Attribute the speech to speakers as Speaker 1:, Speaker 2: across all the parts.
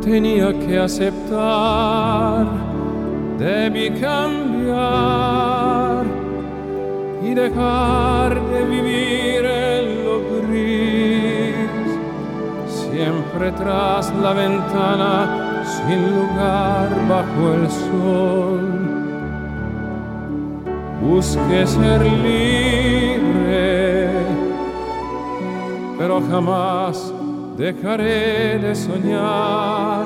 Speaker 1: tenía que aceptar, debí cambiar y dejar de vivir en lo gris, siempre tras la ventana, sin lugar bajo el sol. Busqué ser libre, pero jamás dejaré de soñar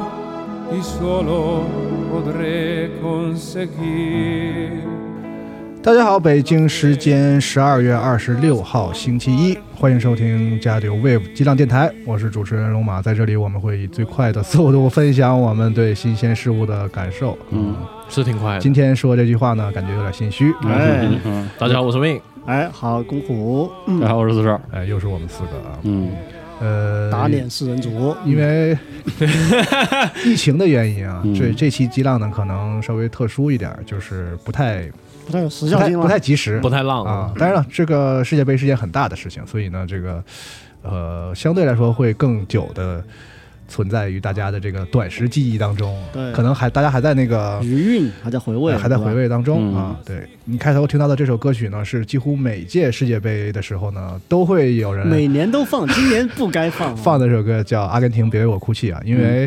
Speaker 1: y solo podré conseguir.
Speaker 2: 大家好，北京时间十二月二十六号星期一，欢迎收听加九 Wave 激浪电台，我是主持人龙马，在这里我们会以最快的速度分享我们对新鲜事物的感受。嗯，
Speaker 3: 是挺快的。
Speaker 2: 今天说这句话呢，感觉有点心虚。
Speaker 4: 哎
Speaker 3: 嗯，大家好，我是 Win，
Speaker 4: 哎，好，公虎，
Speaker 3: 大家好，我是四十二。
Speaker 2: 哎，又是我们四个啊，
Speaker 3: 嗯，
Speaker 2: 呃，
Speaker 4: 打脸四人组，
Speaker 2: 因为疫情的原因啊，这这期激浪呢可能稍微特殊一点，就是不太
Speaker 4: 不太有时
Speaker 2: 不
Speaker 4: 效
Speaker 2: 太
Speaker 4: 性了，
Speaker 2: 不太及时，
Speaker 3: 不太浪
Speaker 2: 啊。当然了，这个世界杯是件很大的事情，所以呢，这个呃相对来说会更久的存在于大家的这个短时记忆当中，
Speaker 4: 对
Speaker 2: 可能还大家还在那个
Speaker 4: 余韵还在回味，
Speaker 2: 还在回
Speaker 4: 对吧。
Speaker 2: 味当中
Speaker 3: 嗯
Speaker 2: 啊。对你开头听到的这首歌曲呢，是几乎每届世界杯的时候呢都会有人
Speaker 4: 每年都放，今年不该
Speaker 5: 嗯
Speaker 4: 放啊，
Speaker 2: 嗯放的这首歌叫《阿根廷别为我哭泣》啊，因为、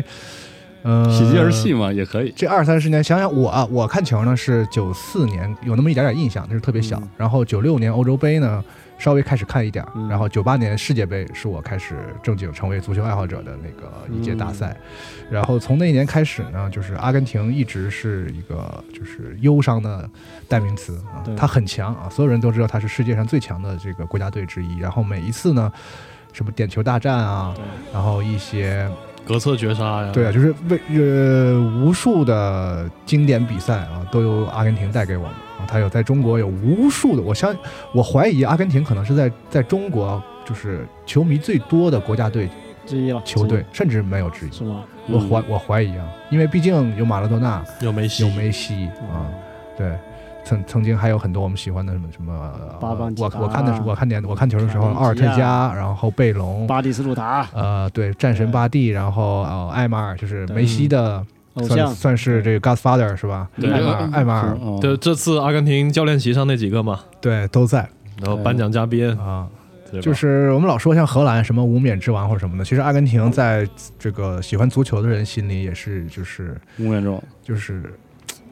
Speaker 2: 呃
Speaker 5: 嗯喜极而泣。嘛，也可以。
Speaker 2: 这二三十年，想想我啊，我看球呢是九四年有那么一点点印象，那是特别小。
Speaker 4: 嗯
Speaker 2: 然后九六年欧洲杯呢稍微开始看一点儿，
Speaker 4: 嗯
Speaker 2: 然后九八年世界杯是我开始正经成为足球爱好者的那个一届大赛。
Speaker 5: 嗯
Speaker 2: 然后从那一年开始呢，就是阿根廷一直是一个就是忧伤的代名词啊
Speaker 4: 对，
Speaker 2: 它很强啊，所有人都知道它是世界上最强的这个国家队之一。然后每一次呢，什么点球大战啊，然后一些
Speaker 3: 隔策绝杀
Speaker 4: 嗯
Speaker 3: 呀。
Speaker 2: 对啊，就是为呃无数的经典比赛啊，都由阿根廷带给我们啊。他有在中国有无数的，我相我怀疑阿根廷可能是在在中国啊就是球迷最多的国家队
Speaker 4: 之一了，
Speaker 2: 球队，甚至没有之一。
Speaker 4: 是吗？
Speaker 2: 我怀我怀疑啊，因为毕竟有马拉多纳，
Speaker 3: 有梅西，
Speaker 2: 有梅西
Speaker 4: 嗯
Speaker 2: 啊，对。曾曾经还有很多我们喜欢的什么什么，呃
Speaker 4: 巴邦吉
Speaker 2: 我
Speaker 4: 达
Speaker 2: 我看的是我看点我看球的时候，
Speaker 4: 卡文吉
Speaker 2: 奥
Speaker 4: 亚啊
Speaker 2: 尔特加，然后贝隆，
Speaker 4: 巴蒂斯图塔，
Speaker 2: 呃，对，战神巴蒂，然后呃艾马尔，就是梅西的
Speaker 4: 嗯偶
Speaker 2: 算
Speaker 4: 像，
Speaker 2: 算是这个 Godfather 是吧？
Speaker 5: 对
Speaker 2: 艾马尔，艾马尔，
Speaker 4: 哦
Speaker 5: 嗯
Speaker 3: 对，这次阿根廷教练席上那几个嘛，
Speaker 2: 对，都在
Speaker 3: 然后颁奖嘉宾，
Speaker 2: 啊。
Speaker 3: 对吧
Speaker 2: 就是我们老说像荷兰什么无冕之王或者什么的，其实阿根廷在这个喜欢足球的人心里也是，就是
Speaker 5: 五点钟，
Speaker 2: 就是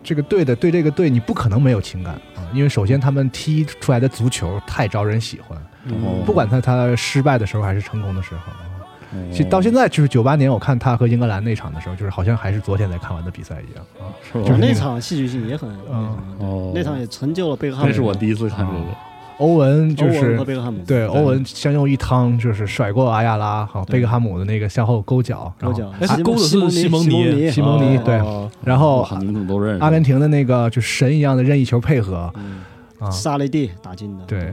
Speaker 2: 这个队的对这个队你不可能没有情感啊，因为首先他们踢出来的足球太招人喜欢，
Speaker 5: 然后
Speaker 2: 不管他他失败的时候还是成功的时候啊。
Speaker 5: 嗯
Speaker 2: 其实到现在就是九八年，我看他和英格兰那场的时候，就是好像还是昨天才看完的比赛一样啊。
Speaker 5: 是吧
Speaker 2: 就是
Speaker 4: 那场戏剧性也很，
Speaker 2: 嗯
Speaker 5: 哦
Speaker 4: 那场也成就了贝克汉姆，
Speaker 5: 那是我第一次看这个
Speaker 2: 啊，欧文就
Speaker 4: 欧文
Speaker 2: 是
Speaker 4: 和贝克汉姆，
Speaker 2: 对，欧文相用一趟就是甩过阿亚拉，好，
Speaker 4: 对
Speaker 2: 贝克汉姆的那个向后勾脚，
Speaker 4: 高
Speaker 2: 然后
Speaker 4: 脚，
Speaker 3: 哎，他
Speaker 4: 西蒙
Speaker 3: 勾的是
Speaker 4: 西
Speaker 3: 蒙
Speaker 4: 尼，
Speaker 2: 西蒙尼
Speaker 4: 哦
Speaker 2: 对
Speaker 3: 哦
Speaker 2: 然后
Speaker 5: 哇你们怎么都认识？
Speaker 2: 阿根廷的那个就神一样的任意球配合
Speaker 4: 嗯
Speaker 2: 啊，
Speaker 4: 沙雷蒂打进的，
Speaker 2: 对。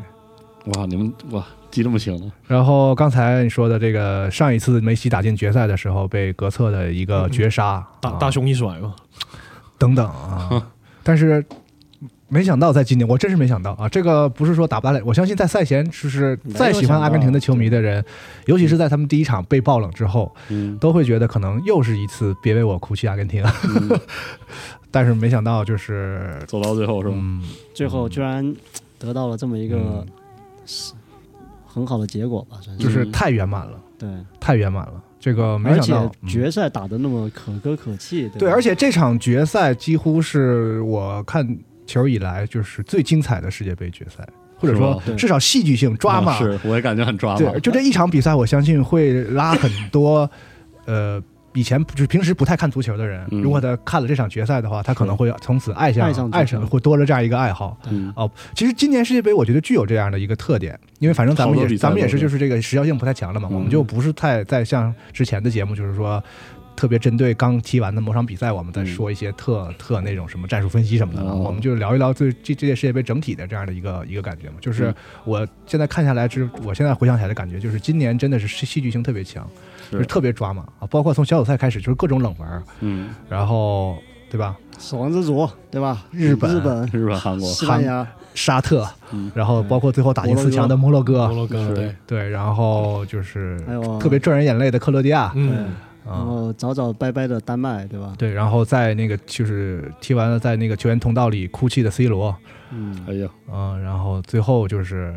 Speaker 5: 哇，你们哇记这么清呢？
Speaker 2: 然后刚才你说的这个上一次梅西打进决赛的时候被格策的一个绝杀，
Speaker 3: 大
Speaker 2: 啊
Speaker 3: 大胸一甩嘛，
Speaker 2: 等等啊，但是。没想到在今年，我真是没想到啊！这个不是说打不打脸，我相信在赛前，就是
Speaker 4: 没有
Speaker 2: 再喜欢阿根廷的球迷
Speaker 4: 想
Speaker 2: 的人，尤其是在他们第一场被爆冷之后，
Speaker 5: 嗯，
Speaker 2: 都会觉得可能又是一次别为我哭泣阿根廷，啊
Speaker 4: 嗯
Speaker 2: 但是没想到就是，
Speaker 5: 走到最后是吧？
Speaker 2: 嗯，
Speaker 4: 最后居然得到了这么一个
Speaker 2: 嗯
Speaker 4: 很好的结果吧，算是
Speaker 2: 就是太圆满了，
Speaker 4: 对，
Speaker 2: 太圆满了。这个没
Speaker 4: 而
Speaker 2: 想
Speaker 4: 且
Speaker 2: 到，嗯
Speaker 4: 决赛打得那么可歌可泣，对吧
Speaker 2: 对，而且这场决赛几乎是我看球以来就是最精彩的世界杯决赛，或者
Speaker 5: 是
Speaker 2: 说
Speaker 5: 吧
Speaker 4: 对哦
Speaker 2: 至少戏剧性抓
Speaker 5: 啊
Speaker 3: 嗯
Speaker 2: 马。
Speaker 5: 是，我也感觉很抓马
Speaker 2: 对，。就这一场比赛，我相信会拉很多，呃。以前就是平时不太看足球的人，
Speaker 5: 嗯
Speaker 2: 如果他看了这场决赛的话，他可能会从此爱上
Speaker 4: 爱上足球
Speaker 2: 爱上，会多了这样一个爱好。
Speaker 5: 嗯，
Speaker 2: 哦，其实今年世界杯我觉得具有这样的一个特点，因为反正咱们
Speaker 5: 好多
Speaker 2: 也
Speaker 5: 比赛
Speaker 2: 咱们也
Speaker 5: 都
Speaker 2: 是
Speaker 5: 是
Speaker 2: 就是这个时效性不太强了嘛，我们
Speaker 5: 嗯
Speaker 2: 就不是太在像之前的节目就是说。特别针对刚踢完的某场比赛，我们再
Speaker 5: 嗯
Speaker 2: 说一些特、特那种什么战术分析什么的了，
Speaker 5: 哦
Speaker 2: 我们就聊一聊最这这届世界杯整体的这样的一个一个感觉嘛。就是
Speaker 5: 嗯
Speaker 2: 我现在看下来之，我现在回想起来的感觉就是今年真的是戏戏剧性特别强，
Speaker 5: 是
Speaker 2: 就是特别抓马啊，包括从小组赛开始就是各种冷门儿，
Speaker 5: 嗯，
Speaker 2: 然后对吧？
Speaker 4: 死亡之组，对吧？
Speaker 2: 日本
Speaker 4: 日本、
Speaker 5: 日本、韩国，
Speaker 4: 西班牙，
Speaker 2: 沙特
Speaker 5: 嗯，
Speaker 2: 然后包括最后打进
Speaker 4: 摩洛
Speaker 2: 四
Speaker 4: 哥
Speaker 2: 强的摩洛哥，
Speaker 3: 摩洛哥
Speaker 5: 是
Speaker 3: 对，
Speaker 2: 对，然后就是
Speaker 4: 还有
Speaker 2: 特别赚人眼泪的克罗地亚，
Speaker 3: 嗯，
Speaker 2: 啊、
Speaker 4: 然
Speaker 2: 啊。
Speaker 4: 后早早拜拜的丹麦，对吧？
Speaker 2: 对，然后在那个就是踢完了，在那个球员通道里哭泣的 C 罗，
Speaker 4: 嗯，
Speaker 5: 哎呀，
Speaker 2: 嗯、然后最后就是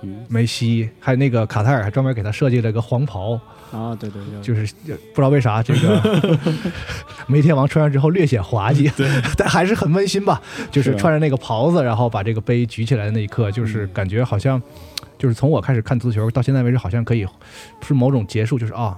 Speaker 5: 嗯，
Speaker 2: 梅西，还有那个卡塔尔还专门给他设计了个黄袍，
Speaker 4: 啊，对对对，
Speaker 2: 就是呃不知道为啥这个 梅天王穿上之后略显滑稽， 但还是很温馨吧。就是
Speaker 5: 是啊嗯
Speaker 2: 穿着那个袍子，然后把这个杯举起来的那一刻，就是感觉好像，就是从我开始看足球到现在为止，好像可以是某种结束，就是啊，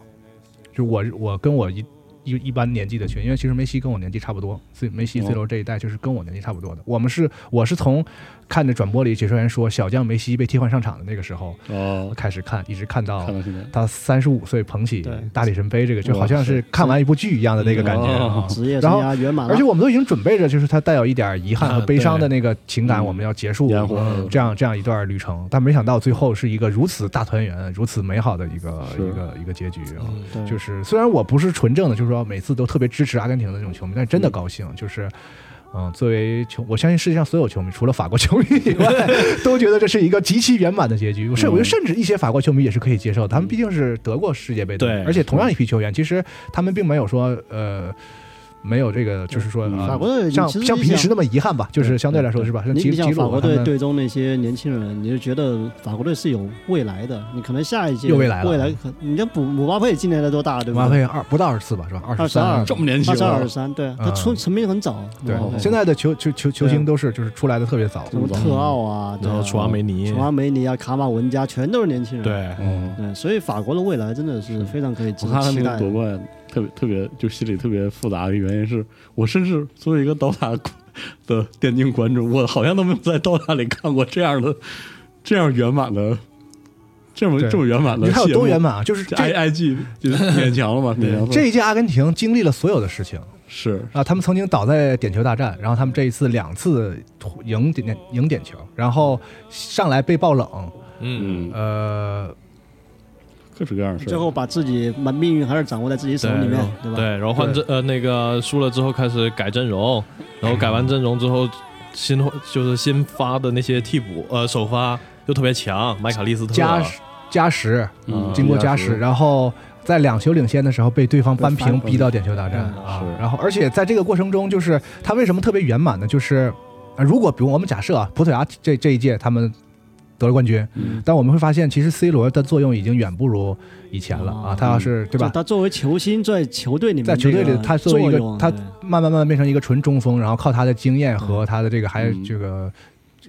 Speaker 2: 就我我跟我一。一一般年纪的群，因为其实梅西跟我年纪差不多，所以梅西、
Speaker 5: 哦
Speaker 2: C 罗这一代就是跟我年纪差不多的。我们是我是从看着转播里解说员说小将梅西被替换上场的那个时候
Speaker 5: 哦，
Speaker 2: 开始看，一直看到
Speaker 5: 看到现在，
Speaker 2: 他三十五岁捧起
Speaker 4: 对
Speaker 2: 大力神杯，这个就
Speaker 5: 哇哦
Speaker 2: 好像是看完一部剧一样的那个感觉啊。
Speaker 4: 职业生
Speaker 2: 然后
Speaker 4: 涯圆满了
Speaker 2: 而且。我们都已经准备着，就是他带有一点遗憾和
Speaker 3: 啊
Speaker 2: 悲伤的
Speaker 3: 对
Speaker 2: 那个情感，
Speaker 5: 嗯
Speaker 2: 我们要结束
Speaker 5: 烟火嗯
Speaker 2: 这样这样一段旅程，但没想到最后是一个如此大团圆、如此美好的一个
Speaker 5: 是
Speaker 2: 一个一个结局啊。
Speaker 3: 嗯
Speaker 4: 对
Speaker 2: 就是虽然我不是纯正的，就是说每次都特别支持阿根廷的那种球迷，但真的高兴，就是。嗯，作为球，我相信世界上所有球迷，除了法国球迷以外，都觉得这是一个极其圆满的结局。甚，我觉得甚至一些法国球迷也是可以接受的，他们毕竟是得过世界杯的，
Speaker 3: 对
Speaker 2: 而且同样一批球员，其实他们并没有说呃，没有这个，就是说、
Speaker 5: 嗯
Speaker 2: 啊
Speaker 4: 法国队
Speaker 2: 像
Speaker 4: 你其实
Speaker 2: 像
Speaker 4: 你
Speaker 2: 比利时
Speaker 4: 想
Speaker 2: 那么遗憾吧，就是相对来说是吧？像
Speaker 4: 你
Speaker 2: 吉
Speaker 4: 比较
Speaker 2: 吉
Speaker 4: 法
Speaker 2: 鲁
Speaker 4: 国
Speaker 2: 他
Speaker 4: 队
Speaker 2: 们，
Speaker 4: 队中那些年轻人，你就觉得法国队是有未来的。你可能下一届
Speaker 2: 有未来了
Speaker 4: 未来可你像姆姆巴佩今年才多大，对不
Speaker 2: 马
Speaker 4: 对？
Speaker 2: 佩二不到二十四吧，是吧？二三
Speaker 4: 22
Speaker 5: 这么年轻
Speaker 4: 二十二、二
Speaker 5: 啊
Speaker 4: 十，三，对他
Speaker 2: 嗯
Speaker 4: 出成名很早。
Speaker 2: 对
Speaker 4: 姆巴，佩
Speaker 2: 现在的球球球球星都是就是出来的特别早，
Speaker 4: 什么特奥啊，对
Speaker 3: 然
Speaker 4: 啊
Speaker 3: 后楚阿梅尼
Speaker 4: 楚，阿梅尼啊、卡马文加，全都是年轻人。
Speaker 3: 对，嗯
Speaker 5: 哦，
Speaker 4: 对，所以法国的未来真的是非常可以值
Speaker 5: 我
Speaker 4: 得
Speaker 5: 看他
Speaker 4: 期
Speaker 5: 那
Speaker 4: 待
Speaker 5: 个夺
Speaker 4: 的。
Speaker 5: 冠，特别特别，就心里特别复杂的原因是，我甚至作为一个刀塔 的电竞观众，我好像都没有在刀塔里看过这样的、 这样圆满的、这么
Speaker 2: 对
Speaker 5: 这么圆满
Speaker 2: 你
Speaker 5: 的。
Speaker 2: 看有多圆？满啊！就是这
Speaker 5: I I G 就是勉强了嘛，勉强了
Speaker 2: 这一届阿根廷经历了所有的事情
Speaker 5: 是
Speaker 2: 啊，他们曾经倒在点球大战，然后他们这一次两次赢点赢点球，然后上来被爆冷，
Speaker 3: 嗯，
Speaker 5: 嗯，
Speaker 2: 呃，
Speaker 5: 各种各样的事
Speaker 4: 最
Speaker 5: 儿。
Speaker 4: 后把自己把命运还是掌握在自己手里面，对吧？
Speaker 3: 对，然后换阵呃那个输了之后开始改阵容，然后改完阵容之后，新就是新发的那些替补呃首发又特别强，麦卡利斯特
Speaker 2: 加加时，
Speaker 5: 嗯
Speaker 2: 经过加
Speaker 5: 加
Speaker 2: 时，
Speaker 5: 时
Speaker 2: 然后在两球领先的时候被对方扳
Speaker 4: 被
Speaker 2: 平，
Speaker 4: 反
Speaker 2: 逼到点球大战
Speaker 4: 嗯
Speaker 2: 啊
Speaker 5: 是。
Speaker 2: 然后，而且在这个过程中，就是他为什么特别圆满呢？就是呃如果比如我们假设啊，葡萄牙这这一届他们得了冠军，
Speaker 4: 嗯
Speaker 2: 但我们会发现，其实 C 罗的作用已经远不如以前了啊。
Speaker 4: 哦
Speaker 2: 他要是对吧
Speaker 4: 就，他作为球星在球队里面
Speaker 2: 在
Speaker 4: 这
Speaker 2: 球
Speaker 4: 个作
Speaker 2: 队
Speaker 4: 用，
Speaker 2: 里他作为一个他
Speaker 4: 对
Speaker 2: 慢慢慢慢变成一个纯中锋，然后靠他的经验和他的这个还有
Speaker 5: 嗯
Speaker 2: 这个。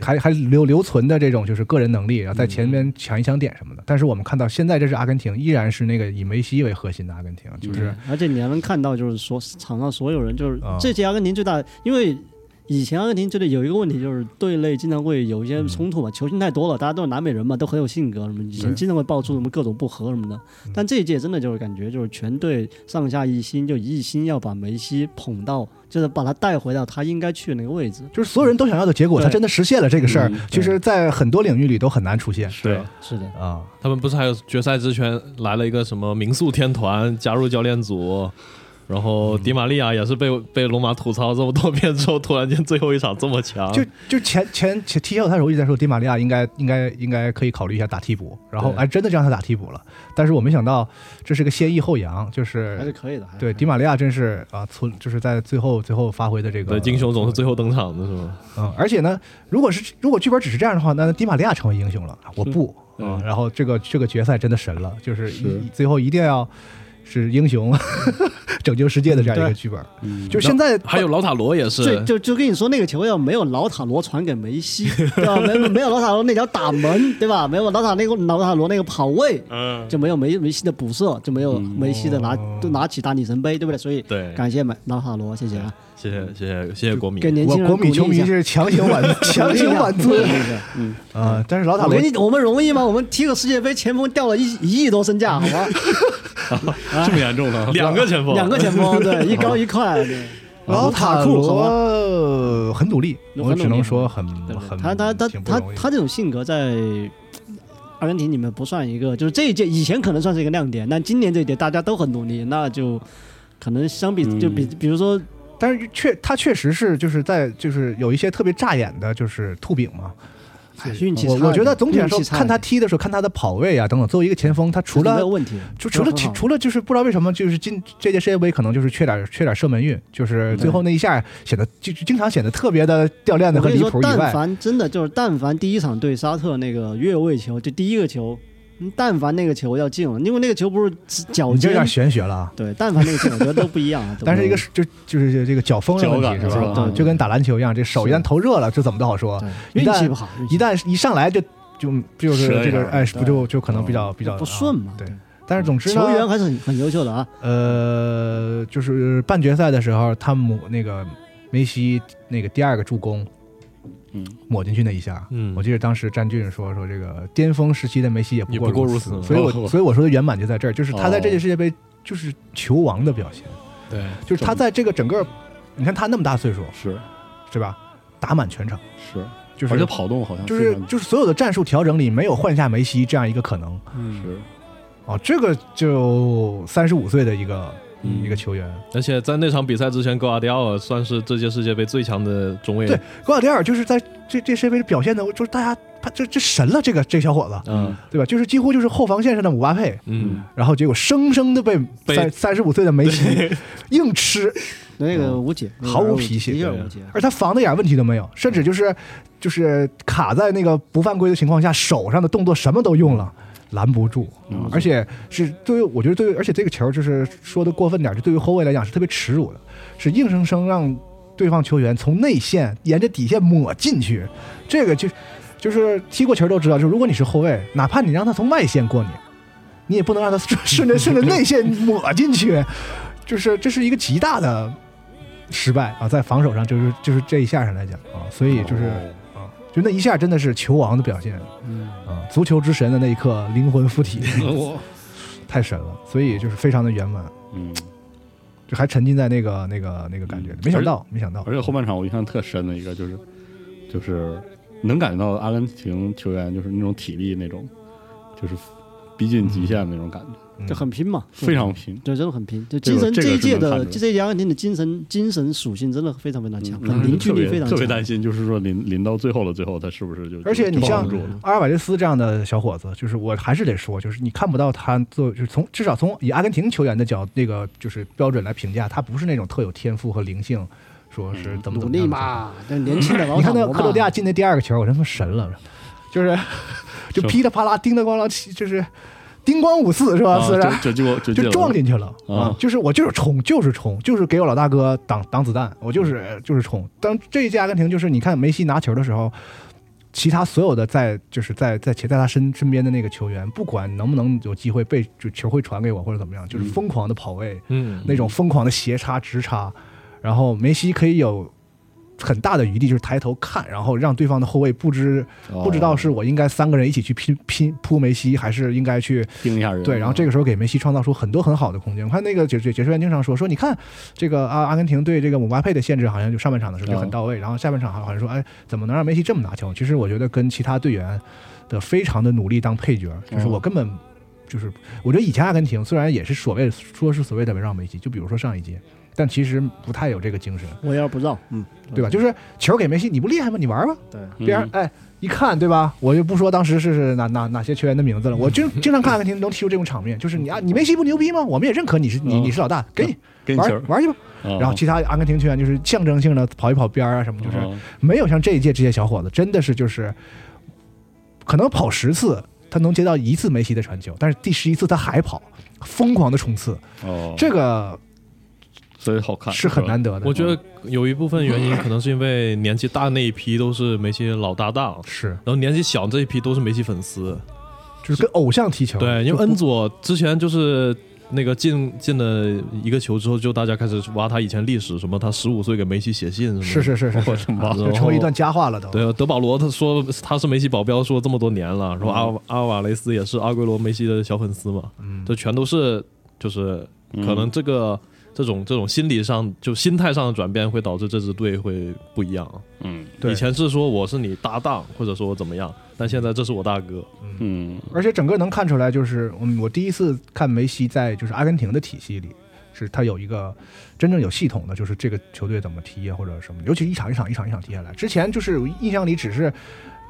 Speaker 2: 还还留留存的这种就是个人能力，然后在前面抢一抢点什
Speaker 5: 嗯
Speaker 2: 么的。但是我们看到现在，这是阿根廷依然是那个以梅西为核心的阿根廷，
Speaker 5: 嗯
Speaker 2: 就是
Speaker 4: 而且你还能看到，就是说场上所有人，就是
Speaker 2: 啊
Speaker 4: 这届阿根廷最大，因为以前阿根廷这里有一个问题，就是队内经常会有一
Speaker 2: 嗯
Speaker 4: 些冲突嘛，球星太多了，大家都是南美人嘛，都很有性格什么，以前
Speaker 2: 对嗯
Speaker 4: 经常会爆出什么各种不和什么的。但这一届真的就是感觉就是全队上下一心，就一心要把梅西捧到，就是把他带回到他应该去的那个位置。
Speaker 2: 就是所有人都想要的结果，
Speaker 4: 对
Speaker 2: 他真的实现了这个事儿
Speaker 5: 嗯，
Speaker 2: 其实，在很多领域里都很难出现
Speaker 5: 是
Speaker 4: 是的，
Speaker 2: 啊。
Speaker 3: 他们不是还有决赛之前来了一个什么民宿天团加入教练组，然后迪玛利亚也是被被龙马吐槽这么多遍之后，突然间最后一场这么
Speaker 5: 啊
Speaker 3: 强，
Speaker 2: 就就前前前踢球的时候一直在说，迪玛利亚应该应该应该可以考虑一下打替补，然后
Speaker 3: 对
Speaker 2: 哎真的就让他打替补了，但是我没想到这是个先抑后扬，就
Speaker 4: 还
Speaker 2: 是
Speaker 4: 是可以的。还是
Speaker 2: 对迪玛利亚真是啊，从就是在最后最后发挥的这个
Speaker 3: 对金熊总是最后登场的是吗？
Speaker 2: 嗯，而且呢，如果是如果剧本只是这样的话，那迪玛利亚成为英雄了，我不啊、
Speaker 5: 嗯
Speaker 2: 然后这个这个决赛真的神了，就是一
Speaker 5: 是
Speaker 2: 最后一定要是英雄拯救世界的这样一个剧本，
Speaker 5: 嗯
Speaker 2: 就是现在
Speaker 3: 还有老塔罗也
Speaker 4: 最
Speaker 3: 是，
Speaker 4: 就就跟你说，那个球要没有老塔罗传给梅西， 对吧？没没有老塔罗那脚打门，对吧？没有老塔那个老塔罗那个跑位，
Speaker 3: 嗯，
Speaker 4: 就没有梅梅西的补射，就没有梅西的拿、
Speaker 2: 哦
Speaker 4: 都拿起大力神杯，对不对？所以
Speaker 3: 对，
Speaker 4: 感谢梅老塔罗，谢谢啊！
Speaker 3: 谢谢谢谢谢谢国民
Speaker 4: 给，年
Speaker 2: 我
Speaker 4: 轻人
Speaker 2: 国米球
Speaker 4: 鼓励
Speaker 2: 迷
Speaker 4: 一下，
Speaker 2: 是强行挽强行挽
Speaker 4: 鼓励
Speaker 2: 尊
Speaker 4: 一 下。
Speaker 2: 啊、但是老塔
Speaker 4: 我
Speaker 2: 罗
Speaker 4: 给你，我们容易吗？我们踢个世界杯，前锋掉了一一亿多身价，好 吗？
Speaker 5: 这么严重的，
Speaker 3: 两个前锋，
Speaker 4: 两个前锋， 对，一高一快，对
Speaker 2: 老塔
Speaker 4: 库好吗？
Speaker 2: 罗很努力，
Speaker 4: 很
Speaker 2: 我只
Speaker 4: 努
Speaker 2: 能
Speaker 4: 力
Speaker 2: 说很
Speaker 4: 对不对
Speaker 2: 很
Speaker 4: 他他他
Speaker 2: 挺不
Speaker 4: 他
Speaker 2: 容易
Speaker 4: 他这种性格在阿根廷里面不算一个，就是这一届以前可能算是一个亮点，但今年这一届大家都很努力，那就可能相比就
Speaker 2: 嗯
Speaker 4: 比比如说
Speaker 2: 但是确他确实是就是在就是有一些特别扎眼的，就是吐饼嘛。
Speaker 4: 哎运气差
Speaker 2: 我
Speaker 4: 一点，
Speaker 2: 我觉得总体来说
Speaker 4: 运气，差一
Speaker 2: 看他
Speaker 4: 点
Speaker 2: 踢的时候，看他的跑位啊等等，作为一个前锋，他除
Speaker 4: 没
Speaker 2: 了
Speaker 4: 有问题，
Speaker 2: 就除了
Speaker 4: 就很好
Speaker 2: 除了就是不知道为什么，就是今这届世界杯可能就是缺点缺点射门运，就是最后那一下显得就就经常显得特别的掉链子
Speaker 4: 我
Speaker 2: 和
Speaker 4: 跟你
Speaker 2: 离
Speaker 4: 说
Speaker 2: 谱，以
Speaker 4: 但
Speaker 2: 外，
Speaker 4: 凡真的就是，但凡第一场对沙特那个越位球，就第一个球，嗯但凡那个球要进了，因为那个球不是脚
Speaker 2: 你这有
Speaker 4: 尖
Speaker 2: 点，玄学了啊。
Speaker 4: 对，但凡那个球，我觉得都不一样啊。都 不
Speaker 2: 但是一个
Speaker 4: 样
Speaker 2: 是就就是这个脚风的问
Speaker 5: 脚感
Speaker 2: 题是
Speaker 5: 是
Speaker 2: 吧
Speaker 5: 吧？
Speaker 2: 啊就跟打篮球一样，这手一旦投热了，就怎么都好说。
Speaker 4: 对
Speaker 2: 一
Speaker 4: 运
Speaker 2: 旦
Speaker 4: 气不好，运气
Speaker 2: 一旦一上来就就就是
Speaker 5: 折
Speaker 2: 这
Speaker 5: 一
Speaker 2: 个
Speaker 5: 下
Speaker 2: 哎，不
Speaker 4: 对
Speaker 2: 就就可能比较比较
Speaker 4: 不顺嘛
Speaker 2: 啊对，但是总之呢
Speaker 4: 球员还是很很优秀的啊，
Speaker 2: 呃，就是半决赛的时候，他母那个梅西那个第二个助攻，
Speaker 5: 嗯，
Speaker 2: 抹进去那一下，
Speaker 3: 嗯
Speaker 2: 我记得当时詹俊说说这个巅峰时期的梅西也不
Speaker 3: 也不过
Speaker 2: 如
Speaker 3: 如
Speaker 2: 此，
Speaker 3: 此
Speaker 2: 所以我、
Speaker 5: 哦
Speaker 2: 所以我说的圆满就在这儿，就是他在这届
Speaker 5: 哦
Speaker 2: 世界杯就是球王的表现，
Speaker 3: 对，
Speaker 2: 就是他在这个整个，你看他那么大岁数
Speaker 5: 是
Speaker 2: 是吧，打满全场，
Speaker 5: 是，
Speaker 2: 就
Speaker 5: 而且
Speaker 2: 是。
Speaker 5: 跑动好像
Speaker 2: 就是
Speaker 5: 啊非常
Speaker 2: 就是所有的战术调整里没有换下梅西这样一个可能
Speaker 3: 嗯，
Speaker 5: 是
Speaker 2: 啊、哦，这个就三十五岁的一个、
Speaker 5: 嗯
Speaker 2: 一个球员，
Speaker 3: 而且在那场比赛之前，瓜迪奥尔算是这届世界杯最强的中卫，
Speaker 2: 对，瓜尔迪尔就是在这这世界杯表现的，我就是大家他这这神了，这个这小伙
Speaker 5: 啊
Speaker 2: 子，
Speaker 3: 嗯
Speaker 2: 对吧？就是几乎就是后防线上的姆巴佩，
Speaker 3: 嗯，
Speaker 2: 然后结果生生的被
Speaker 3: 被
Speaker 2: 三三十五岁的梅西硬吃，
Speaker 4: 那个无解，那个
Speaker 2: 嗯毫无
Speaker 4: 无
Speaker 2: 脾气
Speaker 4: 的确
Speaker 3: 对
Speaker 4: 无解。
Speaker 2: 而他防的一点问题都没有，甚至就是就是卡在那个不犯规的情况下，手上的动作什么都用了。拦不住，而且是对于我觉得对于，而且这个球就是说的过分点，就对于后卫来讲是特别耻辱的，是硬生生让对方球员从内线沿着底线抹进去，这个就就是踢过球都知道，就如果你是后卫，哪怕你让他从外线过你，你也不能让他顺着顺着内线抹进去，就是这是一个极大的失败啊，在防守上
Speaker 5: 嗯
Speaker 2: 就是就是这一下上来讲啊，所以就是
Speaker 5: 哦
Speaker 2: 啊，就那一下真的是球王的表现啊，足球之神的那一刻灵魂附体，
Speaker 5: 哦
Speaker 2: 太神了，所以就是非常的圆满，
Speaker 5: 嗯，
Speaker 2: 就还沉浸在那个那个那个感觉里，没想到没想到
Speaker 5: 而，且后半场我印象特深的一个就是就是能感觉到阿根廷球员就是那种体力那种就是逼近极限的那种感觉，
Speaker 2: 嗯
Speaker 4: 就很拼嘛，
Speaker 5: 非常拼。
Speaker 4: 对，真的很拼。就
Speaker 5: 这
Speaker 4: 精
Speaker 5: 个
Speaker 4: 神
Speaker 5: 这个
Speaker 4: 一届
Speaker 5: 是能
Speaker 4: 的
Speaker 5: 看出来
Speaker 4: 这一届阿根廷的精神精神属性真的非常非常强，很
Speaker 5: 嗯
Speaker 4: 凝聚力
Speaker 5: 特别
Speaker 4: 非常
Speaker 5: 特别
Speaker 4: 强
Speaker 5: 担。心，就是说临临到最后了，最后他是不是就
Speaker 2: 而且你
Speaker 5: 就
Speaker 2: 像
Speaker 5: 保不住了
Speaker 2: 阿尔瓦雷斯这样的小伙子，就是我还是得说，就是你看不到他做，就是从至少从以阿根廷球员的角那个就是标准来评价，他不是那种特有天赋和灵性，说是怎么
Speaker 4: 嗯努
Speaker 2: 怎么
Speaker 4: 力
Speaker 2: 样。
Speaker 4: 嘛，就年轻的老
Speaker 2: 你看
Speaker 4: 塔
Speaker 2: 那
Speaker 4: 罗
Speaker 2: 克罗地亚
Speaker 4: 嘛，
Speaker 2: 进那第二个球，我他妈神了，就是就噼里啪啦叮当咣啷起，就是叮咣五四是吧？四
Speaker 5: 啊，就就就就进
Speaker 2: 就
Speaker 5: 了
Speaker 2: 撞进去了
Speaker 5: 啊
Speaker 2: 就是我就是冲，就是冲，就是给我老大哥挡挡子弹，我
Speaker 5: 嗯
Speaker 2: 就是就是冲。当这一届阿根廷就是你看梅西拿球的时候，其他所有的在就是在在且在他身身边的那个球员，不管能不能有机会被就球会传给我或者怎么样，就是疯狂的跑位，
Speaker 3: 嗯，
Speaker 2: 那种疯狂的斜插直插，然后梅西可以有。很大的余地就是抬头看，然后让对方的后卫不知
Speaker 5: 哦
Speaker 2: 不知道是我应该三个人一起去拼拼扑梅西，还是应该去
Speaker 5: 盯一下人，嗯
Speaker 2: 对，然后这个时候给梅西创造出很多很好的空间。我看那个解解解说员经常说说，你看这个阿阿根廷对这个姆巴佩的限制，好像就上半场的时候就很到位，然后下半场好像说，哎，怎么能让梅西这么拿球？其实我觉得跟其他队员的非常的努力当配角，就是我根本。就是我觉得以前阿根廷虽然也是所谓说是所谓的围绕梅西，就比如说上一届，但其实不太有这个精神，
Speaker 4: 我要不绕，嗯，
Speaker 2: 对吧？就是球给梅西，你不厉害吗？你玩吧，
Speaker 4: 对，
Speaker 5: 嗯
Speaker 2: 别人哎一看对吧？我就不说当时是是哪哪哪些球员的名字了，我 就经常看阿根廷能踢出这种场面，就是你啊，你梅西不牛逼吗？我们也认可你是你
Speaker 5: 嗯
Speaker 2: 你是老大，给你
Speaker 5: 跟球嗯啊
Speaker 2: 玩，玩去吧。
Speaker 5: 然
Speaker 2: 然后其他阿根廷球员就是象征性的跑一跑边儿啊什么，就是
Speaker 5: 嗯
Speaker 2: 没有像这一届这些小伙子真的是就是可能跑十次他能接到一次梅西的传球，但是第十一次他还跑，疯狂的冲刺，
Speaker 5: 哦，
Speaker 2: 这个
Speaker 5: 所以好看
Speaker 2: 是很难。得的。
Speaker 3: 我觉得有一部分原因可能是因为年纪大那一批都是梅西老搭档，
Speaker 2: 是，
Speaker 3: 然后年纪小这一批都是梅西粉丝，
Speaker 2: 就是跟偶像踢球，
Speaker 3: 对，因
Speaker 2: 就
Speaker 3: 为
Speaker 2: 不
Speaker 3: 恩佐之前就是那个进进了一个球之后，就大家开始挖他以前历史，什么他十五岁给梅西写信什么的，
Speaker 2: 是是是是
Speaker 5: 我
Speaker 2: 是，
Speaker 5: 的妈！
Speaker 2: 就啊 成为一段佳话了都。
Speaker 3: 对，德保罗他说他是梅西保镖，说这么多年了，然后阿瓦阿尔瓦雷斯也是阿圭罗梅西的小粉丝嘛，
Speaker 2: 嗯
Speaker 3: 这全都是就是
Speaker 5: 嗯
Speaker 3: 可能这个、这种这种心理上就心态上的转变会导致这支队会不一样。啊
Speaker 5: 嗯
Speaker 2: 对
Speaker 3: 以前是说我是你搭档，或者说我怎么样，但现在这是我大哥，
Speaker 5: 嗯
Speaker 2: 而且整个能看出来，就是我我第一次看梅西在就是阿根廷的体系里，是他有一个真正有系统的，就是这个球队怎么踢啊，或者什么，尤其一场一场一场一场踢下来。之前就是印象里只是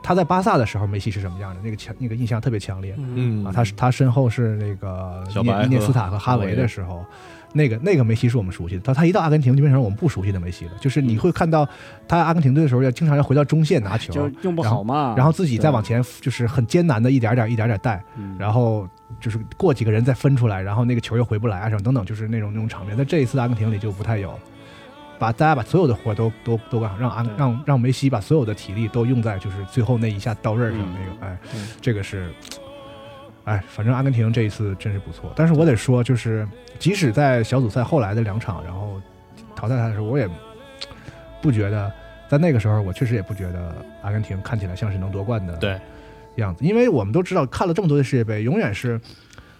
Speaker 2: 他在巴萨的时候，梅西是什么样的？那个强，那个印象特别强烈。
Speaker 3: 嗯
Speaker 2: 啊，他是他身后是那个
Speaker 3: 小
Speaker 2: 涅
Speaker 3: 白
Speaker 2: 涅涅
Speaker 3: 和
Speaker 2: 斯塔和哈维的时候，那个那个梅西是我们熟悉的，但他一到阿根廷就变成我们不熟悉的梅西了。就是
Speaker 3: 嗯
Speaker 2: 你会看到他阿根廷队的时候，要经常要回到中线拿球，
Speaker 4: 就用不好嘛。
Speaker 2: 然后自己再
Speaker 4: 对嗯
Speaker 2: 往前，就是很艰难的一点儿点儿一点儿点儿带，然后就是过几个人再分出来，然后那个球又回不来啊什么等等，就是那种那种场面，在这一次的阿根廷里就不太有。把大家把所有的活都都都干好，让阿
Speaker 4: 对
Speaker 2: 让让梅西把所有的体力都用在就是最后那一下刀刃上
Speaker 5: 嗯
Speaker 2: 那个，哎
Speaker 4: 对，
Speaker 2: 这个是，哎，反正阿根廷这一次真是不错。但是我得说，就是即使在小组赛后来的两场，然后淘汰他的时候，我也不觉得，在那个时候，我确实也不觉得阿根廷看起来像是能夺冠的
Speaker 3: 对
Speaker 2: 样子，因为我们都知道，看了这么多的世界杯，永远是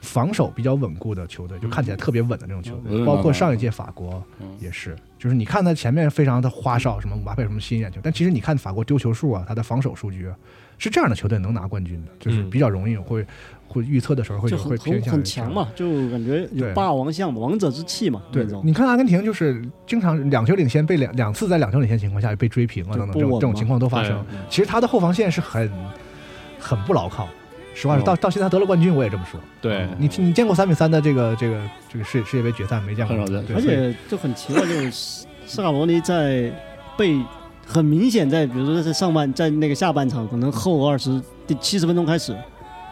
Speaker 2: 防守比较稳固的球队，就看起来特别稳的那种球队，
Speaker 5: 嗯
Speaker 2: 包括上一届法国也是，就是你看他前面非常的花哨，什么姆巴佩什么吸引眼球，但其实你看法国丢球数啊，他的防守数据啊是这样的球队能拿冠军的，就是
Speaker 3: 嗯
Speaker 2: 比较容易会会预测的时候会
Speaker 4: 就
Speaker 2: 会
Speaker 4: 很
Speaker 2: 偏
Speaker 4: 很
Speaker 2: 向于
Speaker 4: 很
Speaker 2: 这样
Speaker 4: 强。嘛，就感觉有
Speaker 2: 对
Speaker 4: 霸王像王者之气嘛
Speaker 2: 对
Speaker 4: 那，种。
Speaker 2: 你看阿根廷就是经常两球领先被两两次在两球领先情况下被追平啊，
Speaker 4: 就
Speaker 2: 等等
Speaker 4: 不
Speaker 2: 这种
Speaker 4: 稳
Speaker 2: 这种
Speaker 4: 嘛
Speaker 2: 情况都发生。其实他的后防线是很很不牢靠。实话说，
Speaker 5: 哦
Speaker 2: 到到现在得了冠军，我也这么说。
Speaker 3: 对
Speaker 2: 你你见过三比三的这个这个这个世世界杯决赛没见过
Speaker 5: 很？少见
Speaker 2: 对
Speaker 4: 而
Speaker 2: 所以
Speaker 4: 且就很奇怪，就是斯斯卡罗尼在被很明显在，比如说在上半在那个下半场，可能后二十第七十分钟开始，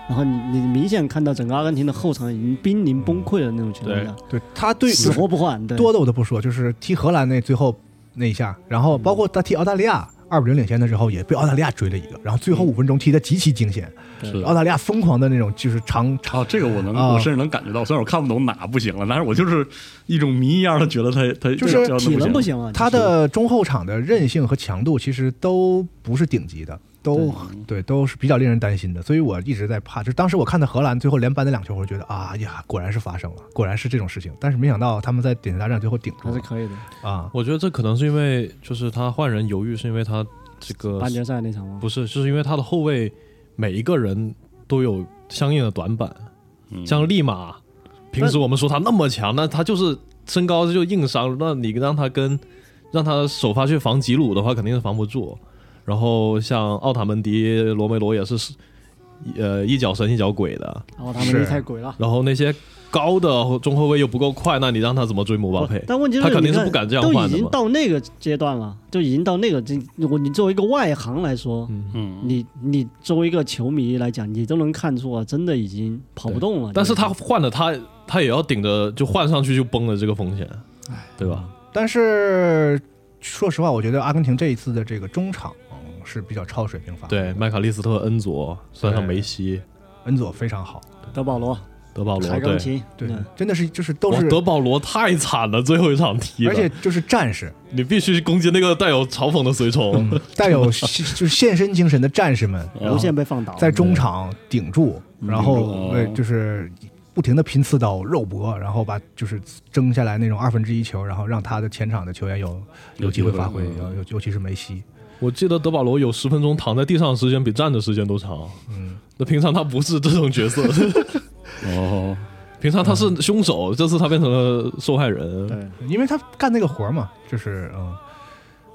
Speaker 4: 然后你你明显看到整个阿根廷的后场已经濒临崩溃的那种情况下，
Speaker 2: 对他对
Speaker 4: 死活不换，对，
Speaker 2: 多的我都不说，就是踢荷兰那最后那一下，然后包括他踢澳大利亚二比零领先的时候，也被澳大利亚追了一个，然后最后五分钟踢得极其惊险，
Speaker 5: 是
Speaker 2: 澳
Speaker 5: 的。
Speaker 2: 大利亚疯狂的那种就是长长
Speaker 5: 啊，这个我能，
Speaker 2: 啊
Speaker 5: 我甚至能感觉到，虽然我看不懂哪不行了，但是我就是一种迷一样的觉得他他
Speaker 2: 就是
Speaker 5: 要
Speaker 4: 体能
Speaker 5: 不
Speaker 4: 不
Speaker 5: 行
Speaker 4: 行啊，
Speaker 2: 他
Speaker 4: 就是
Speaker 2: 的中后场的韧性和强度其实都不是顶级的，都对都是比较令人担心的，所以我一直在怕。就是当时我看到荷兰最后连扳那两球，我就觉得啊呀，果然是发生了，果然是这种事情。但是没想到他们在点球大战最后顶住
Speaker 4: 还是
Speaker 2: 了
Speaker 4: 可以的。
Speaker 2: 啊，
Speaker 3: 我觉得这可能是因为就是他换人犹豫，是因为他这个
Speaker 4: 半决赛那场吗？
Speaker 3: 不是，就是因为他的后卫每一个人都有相应的短板，像利马，平时我们说他那么强，那他就是身高就硬伤，那你让他跟让他首发去防吉鲁的话，肯定是防不住。然后像奥塔门迪、罗梅罗也是，呃，一脚神一脚鬼的。
Speaker 4: 然后他们
Speaker 2: 是
Speaker 4: 那太鬼了。
Speaker 3: 然后那些高的中后卫又不够快，那你让他怎么追姆巴佩？
Speaker 4: 但问题是，
Speaker 3: 他肯定
Speaker 4: 你
Speaker 3: 是
Speaker 4: 看
Speaker 3: 不敢这样换的嘛
Speaker 4: 都已经到那个阶段了，就已经到那个这，如果你作为一个外行来说，
Speaker 5: 嗯，
Speaker 4: 你你作为一个球迷来讲，你都能看出啊，真的已经跑不
Speaker 2: 啊
Speaker 4: 动了。
Speaker 3: 但
Speaker 4: 就是
Speaker 3: 他换了他，他也要顶着就换上去就崩了这个风险，
Speaker 2: 哎
Speaker 3: 对吧？
Speaker 2: 但是说实话，我觉得阿根廷这一次的这个中场、嗯、是比较超水平法，
Speaker 3: 对，麦卡利斯特、恩佐，算上梅西、
Speaker 2: 恩佐非常好，
Speaker 4: 德保罗
Speaker 3: 德保罗，
Speaker 4: 抬钢
Speaker 3: 对，
Speaker 4: 琴，
Speaker 2: 对
Speaker 4: 嗯，
Speaker 2: 真的是就是都
Speaker 3: 哇
Speaker 2: 是，
Speaker 3: 德保罗太惨了，最后一场踢了，
Speaker 2: 而且就是战士，嗯
Speaker 3: 你必须攻击那个带有嘲讽的随从，
Speaker 2: 带有就是献身精神的战士们，然
Speaker 4: 无
Speaker 2: 后
Speaker 4: 限被放倒。
Speaker 2: 在中场嗯顶住，然后
Speaker 5: 嗯
Speaker 2: 呃就是不停的拼刺刀、肉搏，然后把就是争下来那种二分之一球，然后让他的前场的球员有有机会发挥，
Speaker 5: 嗯
Speaker 2: 尤尤尤其是梅西，
Speaker 3: 我记得德保罗有十分钟躺在地上的时间比站的时间都长，
Speaker 2: 嗯，
Speaker 3: 那平常他不是这 种角色，
Speaker 5: 哦，
Speaker 3: 平常他是凶手，这次他变成了受害人，
Speaker 4: 对，
Speaker 2: 因为他干那个活儿嘛，就是嗯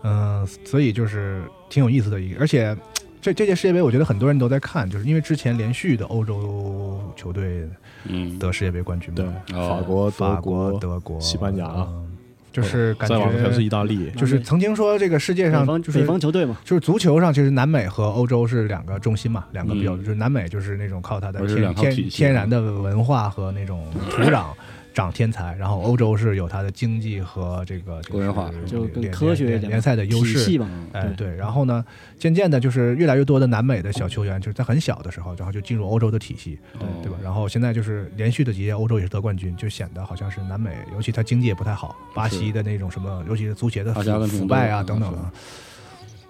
Speaker 2: 嗯、呃所以就是挺有意思的一个，而且。这这届世界杯，我觉得很多人都在看，就是因为之前连续的欧洲球队
Speaker 5: 嗯，
Speaker 2: 得世界杯冠军嘛，
Speaker 3: 对，
Speaker 5: 哦
Speaker 3: 法国、
Speaker 2: 法
Speaker 3: 德国、
Speaker 2: 德国、
Speaker 3: 西班牙
Speaker 2: 嗯就是感
Speaker 3: 再
Speaker 2: 觉
Speaker 3: 往前是意大利，
Speaker 2: 就是曾经说这个世界上
Speaker 4: 北方
Speaker 2: 就
Speaker 4: 北
Speaker 2: 是
Speaker 4: 方球队嘛，
Speaker 2: 就是足球上，其实南美和欧洲是两个中心嘛，两个比较、
Speaker 5: 嗯
Speaker 2: 就是南美就是那种靠它的
Speaker 5: 而且
Speaker 2: 天
Speaker 5: 两套体
Speaker 2: 天
Speaker 5: 系
Speaker 2: 天然的文化和那种土壤长天才，然后欧洲是有它的经济和这个
Speaker 5: 多元化
Speaker 4: 就更
Speaker 2: 联
Speaker 4: 科学一
Speaker 2: 联
Speaker 4: 点
Speaker 2: 联赛的优
Speaker 4: 体系
Speaker 2: 势。
Speaker 4: 嘛，
Speaker 2: 哎，对，然后呢，渐渐的，就是越来越多的南美的小球员，就是在很小的时候，然后就进入欧洲的体系，
Speaker 5: 哦
Speaker 2: 对吧？然后现在就是连续的几届欧洲也是得冠军，就显得好像是南美，尤其它经济也不太好，巴西的那种什么，尤其是足协的
Speaker 5: 巴西阿
Speaker 2: 腐
Speaker 5: 根廷
Speaker 2: 腐败啊
Speaker 5: 嗯
Speaker 2: 等等
Speaker 5: 是
Speaker 2: 啊。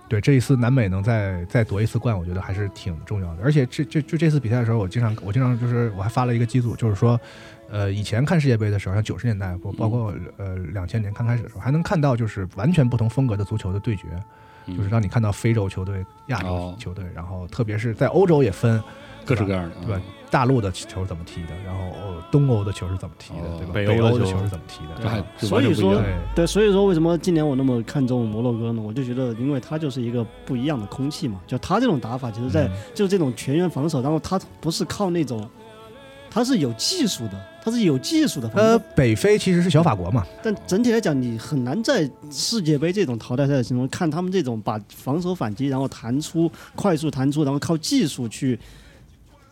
Speaker 2: 对，这一次南美能再再夺一次冠，我觉得还是挺重要的。而且这这就这次比赛的时候，我经常我经常就是我还发了一个机组，就是说，呃，以前看世界杯的时候，像九十年代，包
Speaker 5: 嗯
Speaker 2: 包括呃两千年刚开始的时候，还能看到就是完全不同风格的足球的对决，
Speaker 5: 嗯
Speaker 2: 就是让你看到非洲球队、亚洲
Speaker 5: 哦
Speaker 2: 球队，然后特别是在欧洲也分
Speaker 5: 各式各样的，
Speaker 2: 对吧
Speaker 5: 啊？
Speaker 2: 大陆的球是怎么踢的，然后呃东欧的球是怎么踢的，对吧？
Speaker 3: 北
Speaker 2: 北
Speaker 3: 欧
Speaker 2: 的
Speaker 3: 的球
Speaker 2: 球是怎么踢的？
Speaker 5: 这还这
Speaker 4: 所
Speaker 5: 完全
Speaker 4: 以
Speaker 5: 不一
Speaker 4: 说
Speaker 5: 样。
Speaker 2: 对，
Speaker 4: 对，所以说为什么今年我那么看重摩洛哥呢？我就觉得，因为他就是一个不一样的空气嘛。就他这种打法，其实在、
Speaker 2: 嗯
Speaker 4: 就是这种全员防守，然后他不是靠那种，他是有技术的，他是有技术的防守。
Speaker 2: 呃，北非其实是小法国嘛，
Speaker 4: 但整体来讲，你很难在世界杯这种淘汰赛之中看他们这种把防守反击，然后弹出快速弹出，然后靠技术去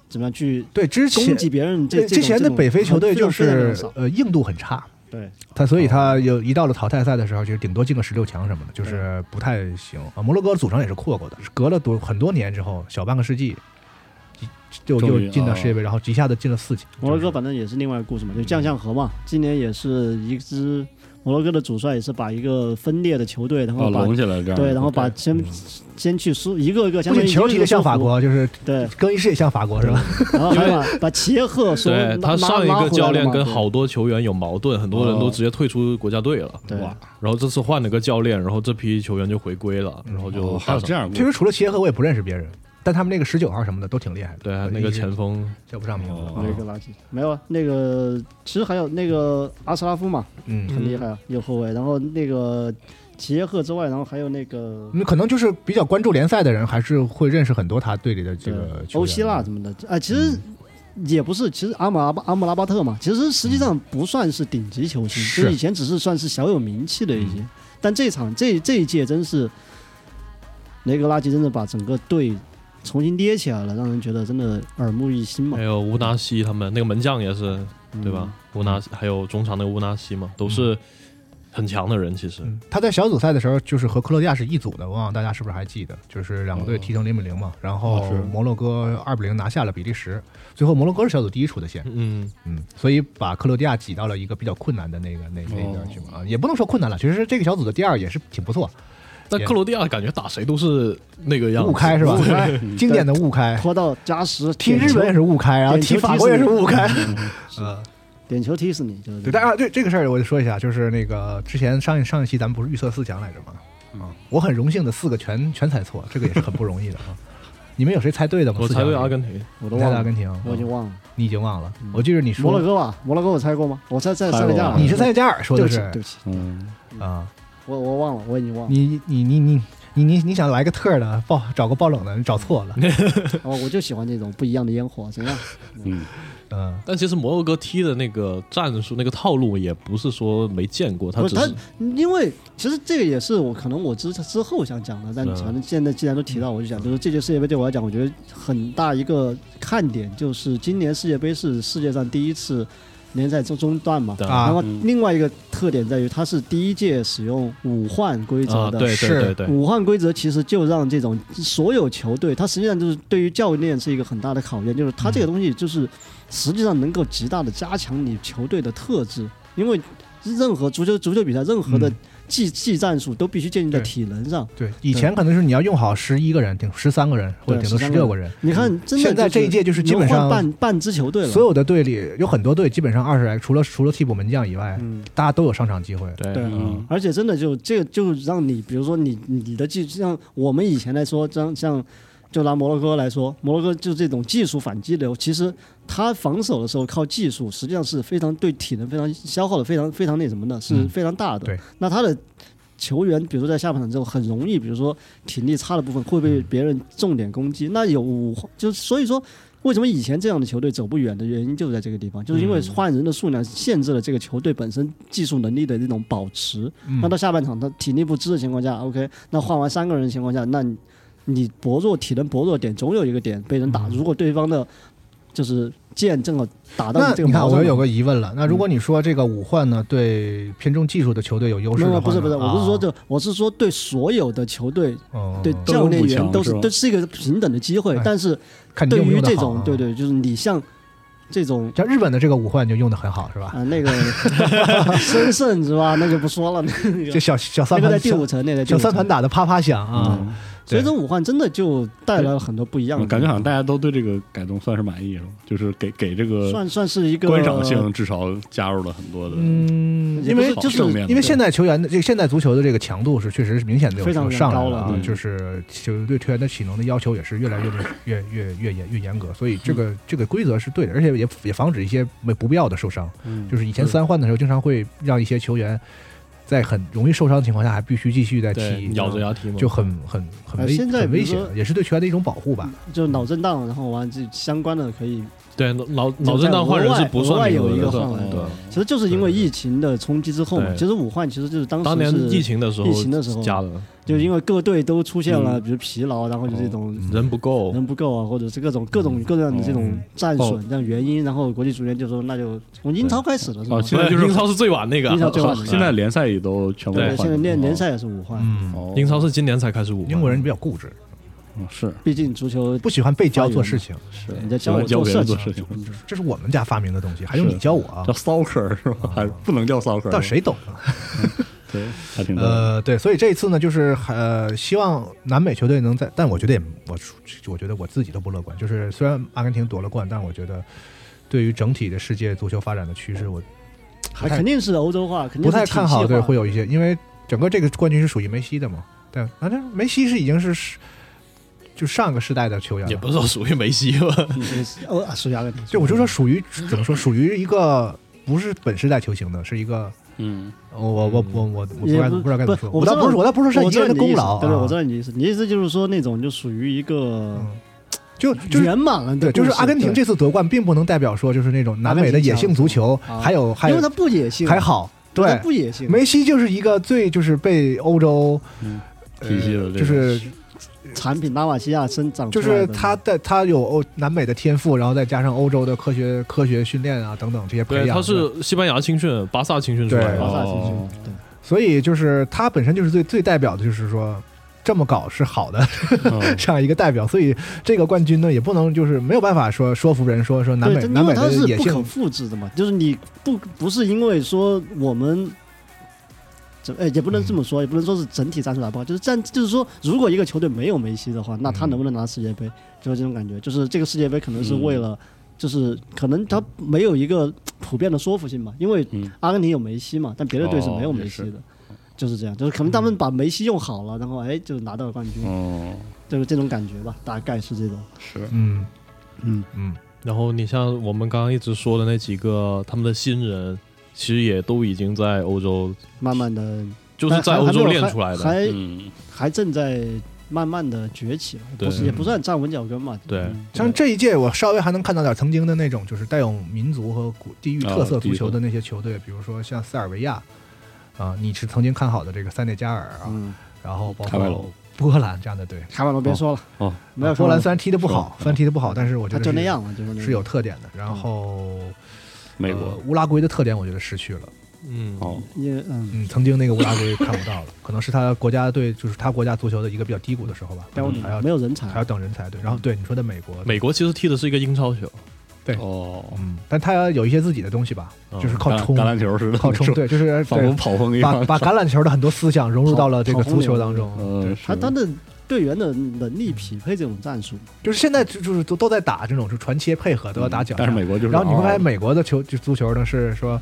Speaker 4: 怎么样去
Speaker 2: 对，之
Speaker 4: 攻
Speaker 2: 前
Speaker 4: 击别人。这
Speaker 2: 对之前的北非球队就
Speaker 4: 这种这种非常非常
Speaker 2: 是
Speaker 4: 少
Speaker 2: 呃硬度很差，
Speaker 4: 对
Speaker 2: 他所以他有一到了淘汰赛的时候，就是顶多进个十六强什么的，就是不太行啊。摩洛哥组成也是阔过的，隔了多很多年之后，小半个世纪，就
Speaker 5: 终于
Speaker 2: 又进到世界杯，然后一下子进了四强。
Speaker 4: 摩洛哥反正也是另外一个故事嘛，就将相和嘛。今年也是一支摩洛哥的主帅也是把一个分裂的球队，然
Speaker 5: 哦，
Speaker 4: 后把、
Speaker 5: 拢起来这样。
Speaker 4: 对，然后把先
Speaker 3: 嗯
Speaker 4: 先去输一个一个，
Speaker 2: 不仅球踢得像法，国，就是
Speaker 4: 对，
Speaker 2: 更衣室也像法国是吧？
Speaker 4: 然后还 把把齐耶赫说
Speaker 3: 对他上一个教练跟好多球员有矛盾，很多人
Speaker 2: 哦
Speaker 3: 都直接退出国家队了。
Speaker 4: 对
Speaker 5: 哇，
Speaker 3: 然后这次换了个教练，然后这批球员就回归了，
Speaker 2: 嗯
Speaker 3: 然后嗯就
Speaker 5: 哦还有这
Speaker 3: 样。
Speaker 5: 样的
Speaker 2: 其实除了齐耶赫，我也不认识别人，但他们那个十九号什么的都挺厉害的。
Speaker 3: 对啊
Speaker 2: 我，
Speaker 3: 那
Speaker 2: 一
Speaker 3: 个
Speaker 2: 直
Speaker 3: 前锋
Speaker 2: 叫不上名字
Speaker 5: 哦
Speaker 2: 啊
Speaker 4: 那。个垃圾没有啊，那个其实还有那个阿什拉夫嘛，
Speaker 2: 嗯，
Speaker 4: 很厉害啊，右后卫，然后那个齐耶赫之外，然后还有那个。
Speaker 2: 那可能就是比较关注联赛的人，还是会认识很多他队里的这个
Speaker 4: 对
Speaker 2: 球员嗯
Speaker 4: 欧希腊什么的，啊，其实也不是，其实阿姆拉巴阿姆拉巴特嘛，其实实际上不算是顶级球
Speaker 2: 嗯
Speaker 4: 星，
Speaker 2: 是嗯
Speaker 4: 就以前只是算是小有名气的一些，但这场这这一届真是雷格拉吉真的把整个队重新捏起来了，让人觉得真的耳目一新嘛
Speaker 3: 还，有乌纳西他们那个门将也是，
Speaker 2: 嗯
Speaker 3: 对吧？乌纳西还有中场那个乌纳西嘛，都是很强的人。其实
Speaker 2: 嗯他在小组赛的时候就是和克罗地亚是一组的，我忘了大家是不是还记得，就是两个队踢成零比零
Speaker 4: 嗯
Speaker 2: 嘛，然后
Speaker 5: 哦是
Speaker 2: 摩洛哥二比零拿下了比利时，最后摩洛哥是小组第一出的线，
Speaker 3: 嗯，
Speaker 2: 嗯，所以把克罗地亚挤到了一个比较困难的那个那那
Speaker 4: 哦
Speaker 2: 一边去嘛，啊，也不能说困难了，其实这个小组的第二也是挺不错，
Speaker 3: 但克罗地亚感觉打谁都是那个样子，
Speaker 2: 五开是吧？经典的五开，
Speaker 4: 拖到加时
Speaker 2: 踢
Speaker 4: 点
Speaker 2: 日
Speaker 4: 球
Speaker 2: 本也是五开，然后
Speaker 4: 点球
Speaker 2: 踢法
Speaker 4: 踢
Speaker 2: 国
Speaker 4: 死
Speaker 2: 也是
Speaker 4: 你嗯
Speaker 2: 五 开，
Speaker 4: 点球踢死你，就是
Speaker 2: 对，但啊，对这个事儿我就说一下，就是那个之前上一上一期咱们不是预测四强来着吗？
Speaker 4: 嗯
Speaker 2: 啊，我很荣幸的四个全全猜错，这个也是很不容易的啊。你们有谁猜对的吗？
Speaker 3: 我猜对
Speaker 2: 四强里
Speaker 3: 阿根廷，
Speaker 4: 我都
Speaker 2: 你猜对
Speaker 4: 忘
Speaker 2: 阿
Speaker 4: 了，
Speaker 2: 根廷，啊
Speaker 4: 我已经忘了
Speaker 2: 你已经忘了，我记得你
Speaker 4: 摩洛
Speaker 2: 说啊
Speaker 4: 哥吧，摩洛哥我猜过吗？我猜在塞内加
Speaker 5: 猜
Speaker 4: 尔
Speaker 5: 过，
Speaker 2: 你是塞加尔说的
Speaker 4: 对不起
Speaker 2: 是
Speaker 4: 对不起，
Speaker 5: 嗯，
Speaker 2: 啊，
Speaker 4: 我我忘了，我已经忘了。
Speaker 2: 你你你你你你你想来个特儿的爆找个爆冷的，你找错了，
Speaker 4: 哦，我就喜欢这种不一样的烟火，怎样？
Speaker 5: 嗯，
Speaker 2: 嗯，
Speaker 3: 但其实摩洛哥踢的那个战术、那个套路也不是说没见过，他
Speaker 4: 不
Speaker 3: 只
Speaker 4: 是他
Speaker 3: 是，
Speaker 4: 因为其实这个也是我可能我之之后想讲的，但
Speaker 3: 嗯
Speaker 4: 反正现在既然都提到，我就想，就是这届世界杯对我来讲，我觉得很大一个看点就是今年世界杯是世界上第一次联赛中中断嘛，
Speaker 3: 对
Speaker 2: 啊
Speaker 4: 然后
Speaker 5: 嗯
Speaker 4: 另外一个特点在于它是第一届使用五换规则
Speaker 3: 啊，
Speaker 4: 的，
Speaker 3: 对
Speaker 2: 是
Speaker 3: 对对对，
Speaker 4: 五换规则其实就让这种所有球队，它实际上就是对于教练是一个很大的考验，就是他这个东西就是实际上能够极大的加强你球队的特质，因为任何足球足球比赛任何的
Speaker 2: 嗯
Speaker 4: 技、技战术都必须建立在
Speaker 2: 对
Speaker 4: 体能上。
Speaker 2: 对，以前可能是你要用好十一个人，顶十三个人或者
Speaker 4: 对
Speaker 2: 顶多十六个人，
Speaker 4: 你看，真的
Speaker 2: 现在这一届就是基本上
Speaker 4: 能换半半支球队了，
Speaker 2: 所有的队里有很多队基本上二十来，除了除了替补门将以外，
Speaker 4: 嗯。
Speaker 2: 大家都有上场机会。
Speaker 3: 对
Speaker 4: 对
Speaker 5: 嗯
Speaker 4: 而且真的就这个就让你，比如说你你的技，像我们以前来说，像像就拿摩洛哥来说，摩洛哥就这种技术反击流，其实他防守的时候靠技术，实际上是非常对体能非常消耗的，非常非常那什么的，是
Speaker 2: 嗯
Speaker 4: 非常大的。
Speaker 2: 对，
Speaker 4: 那他的。球员，比如说在下半场之后，很容易，比如说体力差的部分会被别人重点攻击。那有五，就所以说，为什么以前这样的球队走不远的原因就在这个地方，就是因为
Speaker 3: 嗯
Speaker 4: 换人的数量限制了这个球队本身技术能力的那种保持。
Speaker 2: 嗯
Speaker 4: 那到下半场他体力不支的情况下，OK，那换完三个人的情况下，那你你薄弱体能薄弱点总有一个点被人打。
Speaker 2: 嗯
Speaker 4: 如果对方的就是剑正好打到
Speaker 2: 那
Speaker 4: 你这个
Speaker 2: 你看，
Speaker 4: 毛
Speaker 2: 我
Speaker 4: 上
Speaker 2: 又有个疑问了。那如
Speaker 4: 嗯
Speaker 2: 果你说这个五换呢，对偏重技术的球队有优势
Speaker 4: 没
Speaker 2: 的话呢，啊
Speaker 4: 有
Speaker 2: 嗯
Speaker 4: 不是不是，我不是说
Speaker 2: 这
Speaker 4: 这，我是说对所有的球队
Speaker 2: 嗯
Speaker 4: 对
Speaker 5: 都
Speaker 4: 教练
Speaker 5: 五强
Speaker 4: 员都
Speaker 5: 是
Speaker 4: 是
Speaker 5: 吧
Speaker 4: 都是一个平等的机会
Speaker 2: 哎，
Speaker 4: 但是
Speaker 2: 看你
Speaker 4: 对
Speaker 2: 用不
Speaker 4: 于
Speaker 2: 用得
Speaker 4: 这
Speaker 2: 好
Speaker 4: 种
Speaker 2: 啊
Speaker 4: 对，对，就是你像这种。
Speaker 2: 像日本的这个五换就用的很好，是吧？
Speaker 4: 啊，那个深圳是吧？那就不说了，那
Speaker 2: 这
Speaker 4: 个
Speaker 2: 小小三
Speaker 4: 那个
Speaker 2: 盘
Speaker 4: 在第
Speaker 2: 小
Speaker 4: 五层，那个在第嗯
Speaker 2: 小
Speaker 4: 五
Speaker 2: 三
Speaker 4: 层
Speaker 2: 盘打的啪啪响啊，对
Speaker 4: 水冢武幻真的就带来了很多不一样的，
Speaker 5: 嗯感觉好像大家都对这个改动算是满意，是吧？就是给给这个
Speaker 4: 算算是一个
Speaker 5: 观赏性至少加入了很多的。
Speaker 2: 嗯，
Speaker 4: 也
Speaker 2: 因
Speaker 4: 不
Speaker 2: 为
Speaker 4: 是就是
Speaker 5: 正面的
Speaker 2: 因为现在球员的这个现代足球的这个强度是确实是明显的
Speaker 4: 非常
Speaker 2: 有上来
Speaker 4: 高
Speaker 2: 了
Speaker 4: 了
Speaker 2: 啊，
Speaker 5: 对
Speaker 2: 就是球对球员的体能的要求也是越来越越越越严越严格，所以这个这个规则是对的，而且也也防止一些没不必要的受伤。
Speaker 5: 嗯
Speaker 2: 就是以前三换的时候，经常会让一些球员在很容易受伤的情况下还必须继续在
Speaker 3: 对
Speaker 2: 踢，，
Speaker 3: 咬着牙踢嘛，
Speaker 2: 就很很很
Speaker 4: 呃
Speaker 2: 危
Speaker 4: 现在
Speaker 2: 很
Speaker 4: 比
Speaker 2: 危
Speaker 4: 如
Speaker 2: 险
Speaker 4: 说，
Speaker 2: 也是对球员的一种保护吧。
Speaker 4: 就是脑震荡，然后完这相关的可以，
Speaker 3: 对脑脑震荡换人是不
Speaker 4: 额外
Speaker 3: 算名额
Speaker 4: 有
Speaker 3: 的
Speaker 4: 一个
Speaker 3: 算
Speaker 4: 换
Speaker 3: 法
Speaker 4: 人
Speaker 3: 对。
Speaker 4: 其实就是因为疫情的冲击之后嘛，
Speaker 3: 对
Speaker 4: 其实武汉其实就是当时
Speaker 3: 当年
Speaker 4: 是
Speaker 3: 疫情的时候，
Speaker 4: 疫情的时候
Speaker 3: 加的，
Speaker 4: 就因为各队都出现了，比如疲劳，啊然后就这种
Speaker 3: 嗯人不够，
Speaker 4: 人不够啊，或者是各种各种各样的这种战损这样原因，然后国际足联就说那就从英超开始了，是吧
Speaker 5: 哦？现在就是
Speaker 3: 英超是最晚那个啊，
Speaker 4: 英超最晚
Speaker 5: 现在联赛也都全部
Speaker 3: 对
Speaker 5: 换
Speaker 4: 对，
Speaker 5: 哦了。
Speaker 4: 现在联联赛也是武汉，
Speaker 2: 嗯，
Speaker 5: 哦，
Speaker 3: 英超是今年才开始五，
Speaker 2: 英国人比较固执，
Speaker 5: 嗯是
Speaker 4: 毕竟足球
Speaker 2: 不喜欢被教做事情，
Speaker 5: 是，
Speaker 4: 你在
Speaker 5: 喜
Speaker 4: 教我
Speaker 5: 欢教
Speaker 4: 做
Speaker 5: 别人
Speaker 4: 事
Speaker 5: 做
Speaker 4: 情，
Speaker 5: 事情，
Speaker 2: 这是我们家发明的东西，还用你
Speaker 5: 是
Speaker 2: 教我啊
Speaker 5: 叫？soccer 是
Speaker 4: 嗯
Speaker 5: 吧？还是不能叫 soccer，
Speaker 2: 到底谁懂啊？
Speaker 5: 对，还挺多的。
Speaker 2: 呃，对，所以这一次呢，就是呃，希望南美球队能在，但我觉得也，我我觉得我自己都不乐观。就是虽然阿根廷夺了冠，但我觉得对于整体的世界足球发展的趋势，我
Speaker 4: 还肯定是欧洲化，肯定
Speaker 2: 不
Speaker 4: 是
Speaker 2: 太
Speaker 4: 体
Speaker 2: 看
Speaker 4: 系
Speaker 2: 好。对，
Speaker 4: 化
Speaker 2: 会有一些，因为整个这个冠军是属于梅西的嘛。对，反正梅西是已经是是就上个世代的球员了，
Speaker 3: 也不是说属于梅西吧，
Speaker 4: 欧啊，属于阿根廷。
Speaker 2: 对，我就说属于
Speaker 4: 嗯
Speaker 2: 怎么说，属于一个不是本世代球星的，是一个
Speaker 5: 嗯，
Speaker 2: 我我我我我我不
Speaker 4: 也
Speaker 2: 该
Speaker 4: 不
Speaker 2: 不知道该怎么
Speaker 4: 不
Speaker 2: 说，
Speaker 4: 我
Speaker 2: 我倒
Speaker 4: 知道
Speaker 2: 不是我倒不是说
Speaker 4: 我
Speaker 2: 一
Speaker 4: 知
Speaker 2: 个
Speaker 4: 道
Speaker 2: 人的功
Speaker 4: 你的意思
Speaker 2: 劳啊，
Speaker 4: 对对，我知道你的意思。你的意思就是说那种就属于一个
Speaker 2: 嗯就就是
Speaker 4: 圆满了的
Speaker 2: 对，
Speaker 4: 故事，
Speaker 2: 就是阿根廷
Speaker 4: 对，
Speaker 2: 这次夺冠，并不能代表说就是那种南美的野性足球，
Speaker 4: 啊
Speaker 2: 还有还
Speaker 4: 因为
Speaker 2: 有
Speaker 4: 他不野性，
Speaker 2: 还好，
Speaker 4: 他
Speaker 2: 对，
Speaker 4: 不野性，
Speaker 2: 梅西就是一个最就是被欧洲
Speaker 5: 嗯
Speaker 2: 呃
Speaker 5: 体系的这种
Speaker 2: 就是
Speaker 4: 产品拉瓦西亚生长出
Speaker 2: 就
Speaker 4: 来的
Speaker 2: 是他在他有欧南美的天赋，然后再加上欧洲的科
Speaker 4: 嗯
Speaker 2: 学科学训练啊等等这些培
Speaker 3: 对，
Speaker 2: 养，
Speaker 3: 他是西班牙青训、巴萨青训出来
Speaker 2: 对
Speaker 4: 巴
Speaker 3: 的，
Speaker 4: 萨进
Speaker 5: 哦
Speaker 4: 去，对，
Speaker 2: 所以就是他本身就是最最代表的就是说这么搞是好的，
Speaker 5: 嗯
Speaker 2: 这样一个代表，所以这个冠军呢，也不能就是没有办法说说服人说说南
Speaker 4: 对，
Speaker 2: 美
Speaker 4: 真
Speaker 2: 南
Speaker 4: 因
Speaker 2: 美
Speaker 4: 为它
Speaker 2: 的
Speaker 4: 是
Speaker 2: 野
Speaker 4: 不可
Speaker 2: 性，
Speaker 4: 复制的嘛，就是你不不是因为说我们。怎哎，也不能这么说，也不能说是整体战术打不好，就是战，就是说，如果一个球队没有梅西的话，那他能不能拿世界杯，就是这种感觉。就是这个世界杯可能是为了，就是可能他没有一个普遍的说服性吧，因为
Speaker 5: 嗯
Speaker 4: 阿根廷有梅西嘛，但别的队是没有
Speaker 5: 哦也
Speaker 4: 梅西的，就是这样，就是可能他们把梅西用好了，然后哎就拿到了冠军，
Speaker 5: 哦，
Speaker 4: 就是这种感觉吧，大概是这种。
Speaker 5: 是
Speaker 2: 嗯
Speaker 4: 嗯
Speaker 2: 嗯，
Speaker 3: 然后你像我们刚刚一直说的那几个，他们的新人其实也都已经在欧洲，
Speaker 4: 慢慢的
Speaker 3: 就是在
Speaker 4: 但还
Speaker 3: 欧
Speaker 4: 还没
Speaker 3: 洲
Speaker 4: 有
Speaker 3: 练
Speaker 4: 还
Speaker 3: 出来的，
Speaker 4: 还
Speaker 5: 嗯
Speaker 4: 还正在慢慢的崛起吧，
Speaker 3: 对
Speaker 4: 不是也不算站稳脚跟嘛。嗯
Speaker 3: 对，
Speaker 2: 嗯像这一届我稍微还能看到点曾经的那种就是带有民族和古地域特色
Speaker 5: 哦地
Speaker 2: 足
Speaker 5: 域
Speaker 2: 球的那些球队，比如说像塞尔维亚，啊、你是曾经看好的这个塞内加尔啊，
Speaker 4: 嗯，
Speaker 2: 然后包
Speaker 5: 卡梅隆
Speaker 2: 括波兰这样的队，啊
Speaker 4: 卡瓦罗别说了，
Speaker 5: 哦，
Speaker 4: 没有
Speaker 2: 波兰虽
Speaker 4: 三，
Speaker 2: 然踢得不好，虽然踢得不好，但是我觉
Speaker 4: 他
Speaker 2: 得
Speaker 4: 就是那样嘛，嗯就是那样
Speaker 2: 是有特点的。然后
Speaker 5: 美
Speaker 2: 呃
Speaker 5: 国
Speaker 2: 乌拉圭的特点我觉得失去了。
Speaker 3: 嗯，
Speaker 5: 哦，
Speaker 4: 也嗯
Speaker 2: 嗯，曾经那个乌拉圭看不 到了，可能是他国家队，就是他国家足球的一个比较低谷的时候吧，
Speaker 4: 标准
Speaker 2: 还要
Speaker 4: 没有人
Speaker 2: 还
Speaker 4: 才
Speaker 2: 要，等人才对。然后对你说的美国，
Speaker 3: 美国其实踢的是一个英超球，
Speaker 4: 哎
Speaker 5: 哦，
Speaker 2: 嗯，但他有一些自己的东西吧，
Speaker 3: 嗯
Speaker 2: 就是靠
Speaker 5: 橄
Speaker 2: 冲，
Speaker 5: 橄榄球似的，
Speaker 2: 靠冲，，对，就是
Speaker 5: 仿佛
Speaker 2: 对，
Speaker 5: 跑风一
Speaker 2: 把
Speaker 5: 样。
Speaker 2: 把橄榄球的很多思想融入到了这个
Speaker 4: 跑跑
Speaker 2: 足球
Speaker 4: 轰
Speaker 2: 当中。
Speaker 5: 呃，是
Speaker 4: 他他的队员的能力匹配这种战术，
Speaker 2: 就是现在就就是都都在打这种就传切配合，都要打脚下。
Speaker 5: 嗯但是美国就是，
Speaker 2: 然后你会发现美国的球就足球呢是说。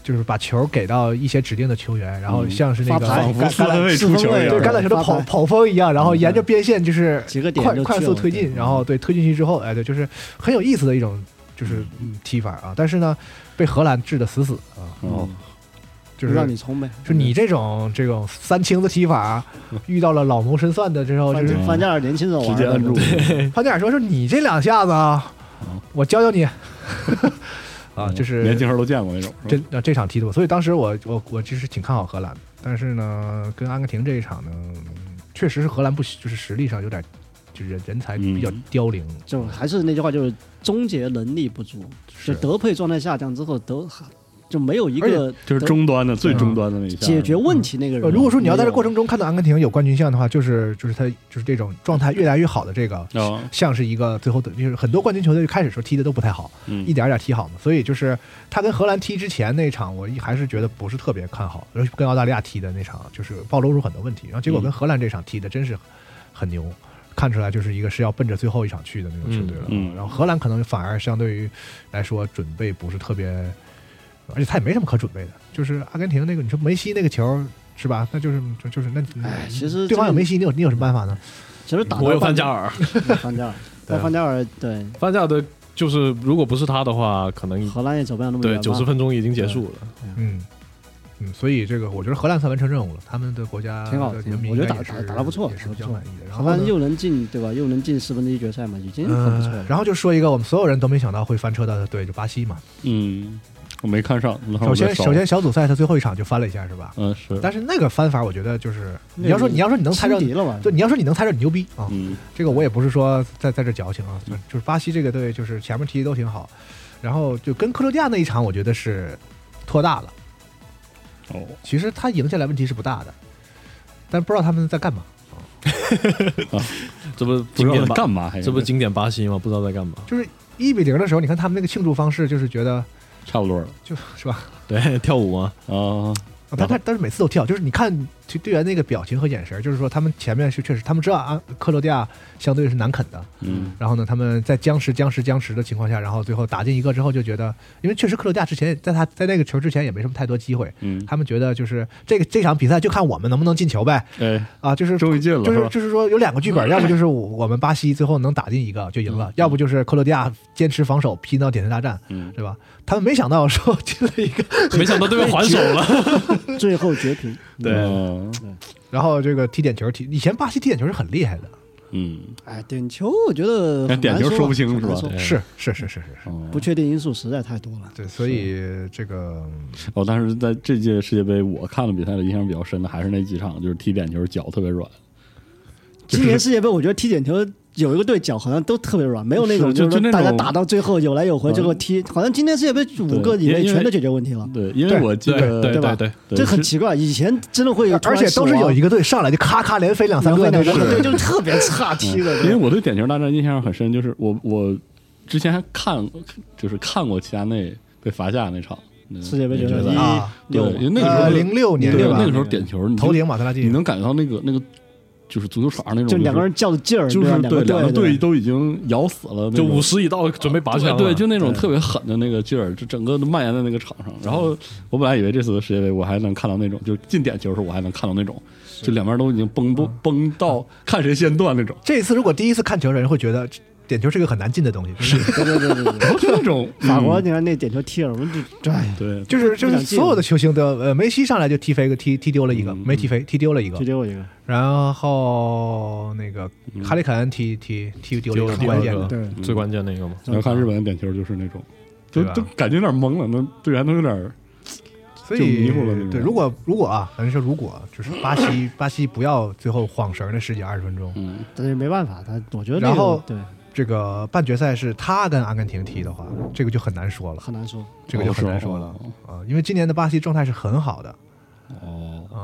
Speaker 2: 就是把球给到一些指定的球员，然后
Speaker 5: 嗯
Speaker 2: 像是那
Speaker 4: 发
Speaker 2: 个
Speaker 4: 牌
Speaker 5: 仿佛四分卫
Speaker 4: 四
Speaker 5: 出
Speaker 4: 分
Speaker 5: 球一
Speaker 4: 卫
Speaker 5: 样
Speaker 2: 对，
Speaker 4: 对
Speaker 2: 橄榄球的
Speaker 4: 发
Speaker 2: 跑
Speaker 4: 牌嗯
Speaker 2: 跑风一样，然后
Speaker 5: 嗯
Speaker 2: 沿着边线就是
Speaker 4: 几个点
Speaker 2: 快
Speaker 4: 就
Speaker 2: 快
Speaker 4: 去
Speaker 2: 速
Speaker 4: 了
Speaker 2: 推进，
Speaker 4: 对
Speaker 2: 然后对推进去之后，哎，对，就是很有意思的一种就是嗯踢法啊。但是呢，被荷兰治的死死的啊，
Speaker 5: 哦，
Speaker 2: 就是
Speaker 4: 让你冲
Speaker 5: 嗯
Speaker 4: 呗，
Speaker 2: 就你这种这种三清的踢 法，遇到了老谋深算的之后，
Speaker 4: 范
Speaker 2: 就是
Speaker 4: 嗯范加尔年轻人玩
Speaker 5: 直
Speaker 4: 的
Speaker 5: 接摁住，
Speaker 2: 潘加尔说说你这两下子啊，我教 教你啊，就是
Speaker 5: 嗯年轻时候都见过那种，
Speaker 2: 这呃这场踢的，所以当时我我我其实挺看好荷兰的，但是呢，跟阿根廷这一场呢，嗯确实是荷兰不行就是实力上有点，就是人人才比较
Speaker 5: 嗯
Speaker 2: 凋零，
Speaker 4: 就还是那句话，就是终结能力不足，就是德佩状态下降之后，德就没有一
Speaker 2: 而
Speaker 4: 个
Speaker 5: 就是终端的最终端的那一下，
Speaker 4: 嗯解决问题那个
Speaker 2: 呃，
Speaker 4: 人。
Speaker 2: 如果说你要在这过
Speaker 4: 没
Speaker 2: 程中看到阿根廷有冠军相的话，就是就是他就是这种状态越来越好的这个，
Speaker 5: 啊，
Speaker 2: 像是一个最后的，就是很多冠军球队开始时候踢的都不太好，
Speaker 5: 嗯
Speaker 2: 一点儿点儿踢好嘛。所以就是他跟荷兰踢之前那场，我一还是觉得不是特
Speaker 5: 嗯
Speaker 2: 别看好，尤其跟澳大利亚踢的那场，就是暴露出很多问题。然后结果跟荷兰这场踢的真是很牛，看出来就是一个是要奔着最后一场去的那种球队了。
Speaker 5: 嗯嗯
Speaker 2: 然后荷兰可能反而相对于来说准备不是特别，而且他也没什么可准备的，就是阿根廷那个你说梅西那个球是吧？那就是就就是那
Speaker 4: 哎，其实
Speaker 2: 对方有梅
Speaker 4: 这
Speaker 2: 西，你有你有什么办法呢？
Speaker 4: 其实打到
Speaker 3: 我有范加
Speaker 4: 半
Speaker 3: 尔，
Speaker 4: 场，范加尔，但范加尔对
Speaker 3: 范加尔的就是如果不是他的话，可能
Speaker 4: 荷兰也走不了那么远
Speaker 3: 嗯对
Speaker 4: 吧
Speaker 3: 九十分钟已经结束了。
Speaker 2: 嗯，嗯，所以这个我觉得荷兰算完成任务了，他们的国家
Speaker 4: 挺好
Speaker 2: 的
Speaker 4: 挺好
Speaker 2: 人民
Speaker 4: 我觉得
Speaker 2: 应该
Speaker 4: 打
Speaker 2: 也是
Speaker 4: 打打得不错
Speaker 2: 也是
Speaker 4: 打得
Speaker 2: 比较
Speaker 4: 不错
Speaker 2: 满意的。然
Speaker 4: 荷
Speaker 2: 后
Speaker 4: 兰
Speaker 2: 呢，
Speaker 4: 又能进对吧？又能进四分之一决赛嘛，已经很不错
Speaker 2: 嗯
Speaker 4: 了，。
Speaker 2: 然后就说一个我们所有人都没想到会翻车的，对，就巴西嘛。
Speaker 5: 嗯，我没看上。然后
Speaker 2: 首
Speaker 5: 我
Speaker 2: 先，
Speaker 5: 在扫
Speaker 2: 首先，小组赛他最后一场就翻了一下，是吧？
Speaker 5: 嗯是，
Speaker 2: 但是那个翻法，我觉得就是
Speaker 4: 那
Speaker 2: 你要说
Speaker 4: 个
Speaker 2: 你要说你能猜
Speaker 4: 轻
Speaker 2: 着，
Speaker 4: 敌了吧？
Speaker 2: 对，你要说你能猜着你牛逼啊！
Speaker 5: 嗯
Speaker 2: 这个我也不是说在在这矫情啊，
Speaker 4: 嗯
Speaker 2: 就是就是巴西这个队就是前面踢都挺好，然后就跟克罗地亚那一场，我觉得是拖大了。
Speaker 5: 哦，
Speaker 2: 其实他赢下来问题是不大的，但不知道他们在干嘛。
Speaker 3: 这不
Speaker 5: 不
Speaker 3: 经
Speaker 5: 知道
Speaker 3: 典
Speaker 5: 在
Speaker 3: 巴，
Speaker 5: 干嘛，还
Speaker 3: 这不经典巴西吗？不知道在干嘛。
Speaker 2: 就是一比零的时候，你看他们那个庆祝方式，就是觉得
Speaker 5: 差不多
Speaker 2: 嗯
Speaker 5: 了
Speaker 2: 就是吧，
Speaker 3: 对，跳舞吗？
Speaker 2: 啊
Speaker 5: 啊。
Speaker 2: 但但但是每次都跳，就是你看队队员那个表情和眼神，就是说他们前面是确实，他们知道啊，克罗地亚相对是难啃的，
Speaker 5: 嗯
Speaker 2: 然后呢，他们在僵持、僵持、僵持的情况下，然后最后打进一个之后，就觉得，因为确实克罗地亚之前在他在那个球之前也没什么太多机会，
Speaker 5: 嗯，
Speaker 2: 他们觉得就是这个这场比赛就看我们能不能进球呗，
Speaker 5: 哎，
Speaker 2: 啊，就是
Speaker 5: 终于进了，
Speaker 2: 就是是
Speaker 5: 吧？
Speaker 2: 就是说有两个剧 本，要不就是我我们巴西最后能打进一个就赢了，要不就是克罗地亚坚持防守拼到点球大战，
Speaker 5: 嗯
Speaker 2: 对吧？他们没想到说 进了一个，
Speaker 3: 没想到对面还手了。
Speaker 4: 最后绝平，
Speaker 3: 对，
Speaker 5: 嗯
Speaker 2: 然后这个踢点球踢，以前巴西踢点球是很厉害的，
Speaker 5: 嗯，
Speaker 4: 哎，点球我觉得很难
Speaker 5: 哎点球
Speaker 4: 说啊
Speaker 5: 说不清
Speaker 4: 很
Speaker 5: 是吧
Speaker 4: 难说
Speaker 3: 对
Speaker 2: 是是是是是是，
Speaker 5: 哦
Speaker 4: 不确定因素实在太多了。
Speaker 2: 对，所以这个
Speaker 5: 哦，但是在这届世界杯，我看了比赛的印象比较深的还是那几场，就是踢点球脚特别软，
Speaker 4: 今年世界杯，我觉得踢点球有一个队脚好像都特别软，没有那种
Speaker 5: 是就是就那
Speaker 4: 说大家
Speaker 5: 种
Speaker 4: 打到最后有来有回，最后踢，好像今年世界杯五个
Speaker 5: 对
Speaker 4: 以内
Speaker 5: 因为
Speaker 4: 全都解决问题了，
Speaker 5: 对，因为
Speaker 2: 对
Speaker 5: 我记得
Speaker 3: 对
Speaker 4: 对吧
Speaker 3: 对
Speaker 5: 对
Speaker 4: 这很
Speaker 5: 是
Speaker 4: 奇怪。以前真的会有突
Speaker 2: 而
Speaker 4: 然啊
Speaker 2: 且
Speaker 4: 死
Speaker 2: 都
Speaker 4: 亡，
Speaker 2: 是有一个队上来就咔咔连飞两三个嗯
Speaker 4: 两个
Speaker 2: 啊那
Speaker 4: 两个
Speaker 2: 种，
Speaker 4: 对，就是特别差踢的，
Speaker 5: 嗯因为我对点球大战印象很深，就是我我之前还看就是看过齐达内被罚下那场那
Speaker 4: 世界杯决赛
Speaker 5: 决赛
Speaker 2: 啊
Speaker 5: 对
Speaker 4: 六，
Speaker 5: 因为那个时
Speaker 2: 呃，
Speaker 5: 候
Speaker 2: 零六年
Speaker 5: 对
Speaker 2: 对吧
Speaker 5: 那个时候点球你就
Speaker 2: 头顶马特拉
Speaker 5: 你
Speaker 2: 蒂，
Speaker 5: 能感觉到那个那个就是足球场上那种
Speaker 4: 就两个
Speaker 5: 是
Speaker 4: 人较劲儿，
Speaker 5: 就是
Speaker 4: 对吧啊
Speaker 5: 两
Speaker 4: 两
Speaker 5: 个
Speaker 4: 个
Speaker 5: 队
Speaker 4: 队
Speaker 5: 都已经咬死了那种，
Speaker 3: 就五十已到，准备拔
Speaker 5: 对
Speaker 3: 枪了。
Speaker 5: 对，就那种特别狠的那个劲儿，就整个都蔓延在那个场上。然后我本来以为这次的世界杯我还能看到那种，就是进点球的时候我还能看到那种，就两边都已经崩崩崩到看谁先断那种。
Speaker 2: 这一次如果第一次看球的人会觉得点球是个很难进的东西，是
Speaker 4: 对对对对对
Speaker 5: 然。后就那种
Speaker 4: 法国，
Speaker 5: 嗯
Speaker 4: 你看那点球踢了，我们就哎，
Speaker 5: 对，
Speaker 2: 就是就是所有的球星都呃，梅西上来就踢飞个踢踢丢了一个，
Speaker 5: 嗯
Speaker 2: 没踢飞，踢丢了一个
Speaker 4: 就，丢我一个，
Speaker 2: 然后那个哈里凯恩踢踢踢丢了一个很关键的，
Speaker 4: 对，
Speaker 3: 嗯最关键那个嘛。
Speaker 5: 然后看日本的点球就是那种，
Speaker 2: 对
Speaker 5: 就
Speaker 2: 吧
Speaker 5: 就感觉有点懵了，那队员都有点儿
Speaker 2: 所
Speaker 5: 就
Speaker 2: 以
Speaker 5: 迷糊了那种
Speaker 2: 对，如果如果啊，咱说如果就是巴西巴西不要最后晃神儿的十几二十分钟，
Speaker 5: 嗯
Speaker 4: 但是没办法，他我觉得这
Speaker 2: 然
Speaker 4: 个
Speaker 2: 后
Speaker 4: 对
Speaker 2: 这个半决赛是他跟阿根廷踢的话，这个就很难说了，
Speaker 4: 很难说，
Speaker 2: 这个就很难说了
Speaker 5: 嗯
Speaker 2: 啊，因为今年的巴西状态是很好的
Speaker 5: 哦，
Speaker 2: 啊，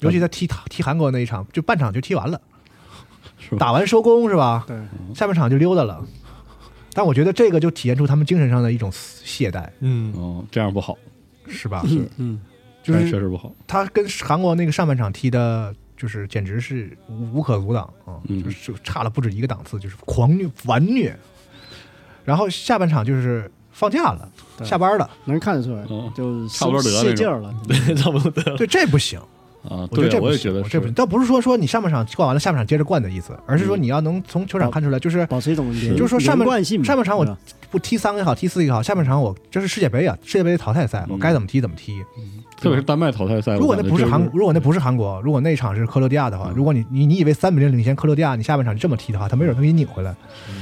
Speaker 2: 尤其他踢踢韩国那一场，就半场就踢完了
Speaker 5: 是，吧嗯
Speaker 2: 打完收工是吧？
Speaker 4: 对，
Speaker 2: 下半场就溜达了。但我觉得这个就体现出他们精神上的一种懈怠，
Speaker 3: 嗯，
Speaker 5: 哦，这样不好，
Speaker 2: 是吧？
Speaker 4: 嗯，
Speaker 2: 就
Speaker 5: 但确
Speaker 2: 是
Speaker 5: 实不好。
Speaker 2: 他跟韩国那个上半场踢的，就是简直是无无可阻挡啊，
Speaker 5: 嗯
Speaker 2: 就是差了不止一个档次，就是狂虐完虐。然后下半场就是放假了，
Speaker 4: 对
Speaker 2: 下班 了，
Speaker 4: 能看得出来
Speaker 5: 嗯，
Speaker 4: 就是
Speaker 5: 差不多得那
Speaker 4: 泄
Speaker 5: 种
Speaker 4: 劲儿了，
Speaker 3: 对，差不多得了。
Speaker 2: 对，这不行。
Speaker 5: 啊，
Speaker 2: 我觉
Speaker 5: 对
Speaker 2: 得，这不
Speaker 5: 也
Speaker 2: 行
Speaker 5: 觉，得
Speaker 2: 我
Speaker 5: 是
Speaker 2: 这不行。倒不是说说你上半场灌完了，下半场接着灌的意思，而是说
Speaker 5: 嗯
Speaker 2: 你要能从球场看出来，就是
Speaker 4: 保持一种连
Speaker 2: 就是说上半
Speaker 4: 连贯性嘛，
Speaker 2: 上半场我
Speaker 4: 对吧
Speaker 2: 不踢三个也好，踢四个也好，下半场我这是世界杯啊，世界杯淘汰赛，我
Speaker 5: 嗯哎
Speaker 2: 该怎么踢怎么踢。
Speaker 5: 特别是丹麦淘汰赛，
Speaker 2: 如果那不是韩，
Speaker 5: 国，
Speaker 2: 如果那不是韩国，如果那场是克罗地亚的话，
Speaker 5: 嗯
Speaker 2: 如果你你你以为三比零领先克罗地亚，你下半场这么踢的话，他没准能给你拧回来。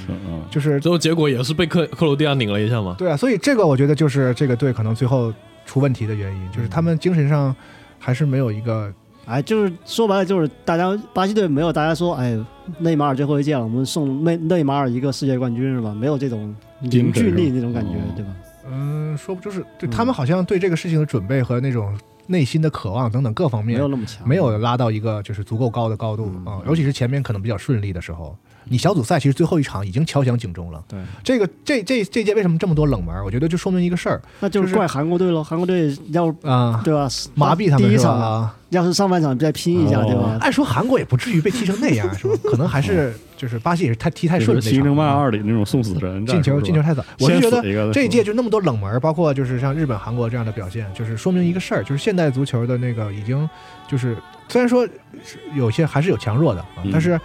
Speaker 5: 嗯
Speaker 2: 就是
Speaker 3: 最后结果也是被克克罗地亚拧了一下嘛。
Speaker 2: 对啊，所以这个我觉得就是这个队可能最后出问题的原因，就是他
Speaker 5: 嗯
Speaker 2: 们精神上还是没有一个
Speaker 4: 哎，就是说白了，就是大家巴西队没有大家说，哎，内马尔最后一届了，我们送内内马尔一个世界冠军是吧？没有这种凝聚力那种感觉
Speaker 5: 嗯，
Speaker 4: 对吧？哦
Speaker 2: 嗯，说不就是对
Speaker 4: 嗯
Speaker 2: 他们好像对这个事情的准备和那种内心的渴望等等各方
Speaker 4: 没
Speaker 2: 面
Speaker 4: 有那么强，
Speaker 2: 没有拉到一个就是足够高的高度
Speaker 4: 啊嗯
Speaker 2: 啊、尤其是前面可能比较顺利的时候，你小组赛其实最后一场已经敲响警钟了。
Speaker 5: 对，
Speaker 2: 这个这这这届为什么这么多冷门儿？我觉得就说明一个事儿
Speaker 4: 那就
Speaker 2: 就是是
Speaker 4: 怪韩国队喽。韩国队要
Speaker 2: 啊，
Speaker 4: 对吧？
Speaker 2: 麻痹他们
Speaker 4: 第一
Speaker 2: 是吧哎
Speaker 4: 场
Speaker 2: 啊。
Speaker 4: 要是上半场再拼一下，
Speaker 5: 哦
Speaker 4: 对吧？
Speaker 2: 按说韩国也不至于被踢成那样，是吧？可能还是就是巴西也是太踢太顺
Speaker 5: 就
Speaker 2: 了
Speaker 5: 是
Speaker 2: 那
Speaker 5: 七
Speaker 2: 场。
Speaker 5: 零曼二里那种送死人战
Speaker 2: 进球
Speaker 5: 术是吧
Speaker 2: 进球太早，我是
Speaker 5: 先
Speaker 2: 觉
Speaker 5: 死
Speaker 2: 得
Speaker 5: 一个再
Speaker 2: 这一
Speaker 5: 说
Speaker 2: 届就那么多冷门儿，包括就是像日本、韩国这样的表现，就是说明一个事儿，就是现代足球的那个已经就是虽然说是有些还是有强弱的，啊
Speaker 5: 嗯
Speaker 2: 但是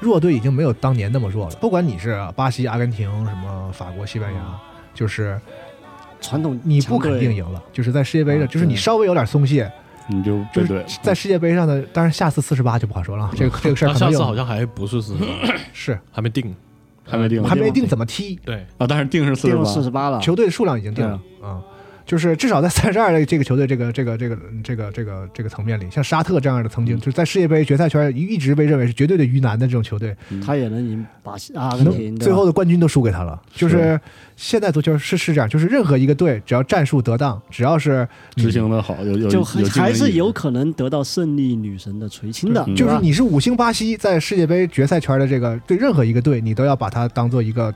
Speaker 2: 弱队已经没有当年那么弱了。不管你是巴西、阿根廷、什么法国、西班
Speaker 5: 嗯
Speaker 2: 牙，就是
Speaker 4: 传统
Speaker 2: 你不
Speaker 4: 强队
Speaker 2: 肯定赢了，就是在世界杯的，
Speaker 5: 啊
Speaker 2: 就是你
Speaker 5: 对
Speaker 2: 稍微有点松懈，
Speaker 5: 你就
Speaker 2: 就
Speaker 5: 背
Speaker 2: 是
Speaker 5: 对，嗯
Speaker 2: 在世界杯上的，当然下次四十八就不好说了啊，这个这个事儿
Speaker 3: 那
Speaker 2: 可能
Speaker 3: 下次
Speaker 2: 有
Speaker 3: 好像还不是四十八，
Speaker 2: 是
Speaker 3: 还没定。
Speaker 5: 还没定，
Speaker 2: 还没定怎么踢，
Speaker 3: 对，
Speaker 5: 啊，但是定是四
Speaker 4: 定
Speaker 5: 十
Speaker 4: 了四
Speaker 5: 八，
Speaker 4: 十八了，
Speaker 2: 球队的数量已经定了啊、就是至少在三十二的这个球队这个这个这个这个这个这个层面里，像沙特这样的曾经就是在世界杯决赛圈一直被认为是绝对的鱼腩的这种球队，
Speaker 4: 他也能赢巴西、阿根廷，
Speaker 2: 能
Speaker 4: 对吧
Speaker 2: 最后的冠军都输给他了。就是现在足球是是这样，就是任何一个队只要战术得当，只要是你
Speaker 5: 执行的好，有有
Speaker 4: 就
Speaker 5: 有
Speaker 4: 还
Speaker 5: 竞争
Speaker 4: 还是
Speaker 5: 意识
Speaker 4: 有可能得到胜利女神的垂青的，
Speaker 5: 对
Speaker 2: 就是
Speaker 4: 对吧
Speaker 2: 你是五星巴西在世界杯决赛圈的这个对任何一个队，你都要把它当做一个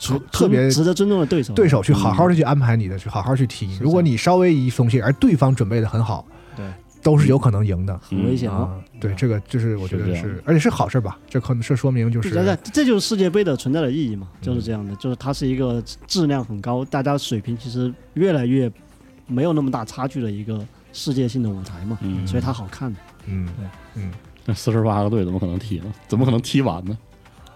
Speaker 4: 尊
Speaker 2: 特别
Speaker 4: 值得尊重的对手，啊
Speaker 2: 对手去好好的去安排你的，去好好去踢。如果你稍微一松懈，而对方准备的很好，
Speaker 3: 对，
Speaker 2: 都是有可能赢的。
Speaker 4: 很危险
Speaker 5: 嗯
Speaker 4: 啊。
Speaker 2: 啊，对，这个就是我觉
Speaker 5: 是
Speaker 2: 得
Speaker 5: 这
Speaker 2: 是，
Speaker 5: 样
Speaker 2: 而且是好事吧？这可能是说明就是
Speaker 4: 这这就是世界杯的存在的意义
Speaker 5: 嗯
Speaker 4: 嘛，就是这样的，就是它是一个质量很高，大家水平其实越来越没有那么大差距的一个世界性的舞台嘛，
Speaker 5: 嗯，
Speaker 4: 所以它好看。
Speaker 2: 嗯嗯，
Speaker 5: 那四十八个队怎么可能踢呢？怎么可能踢完呢？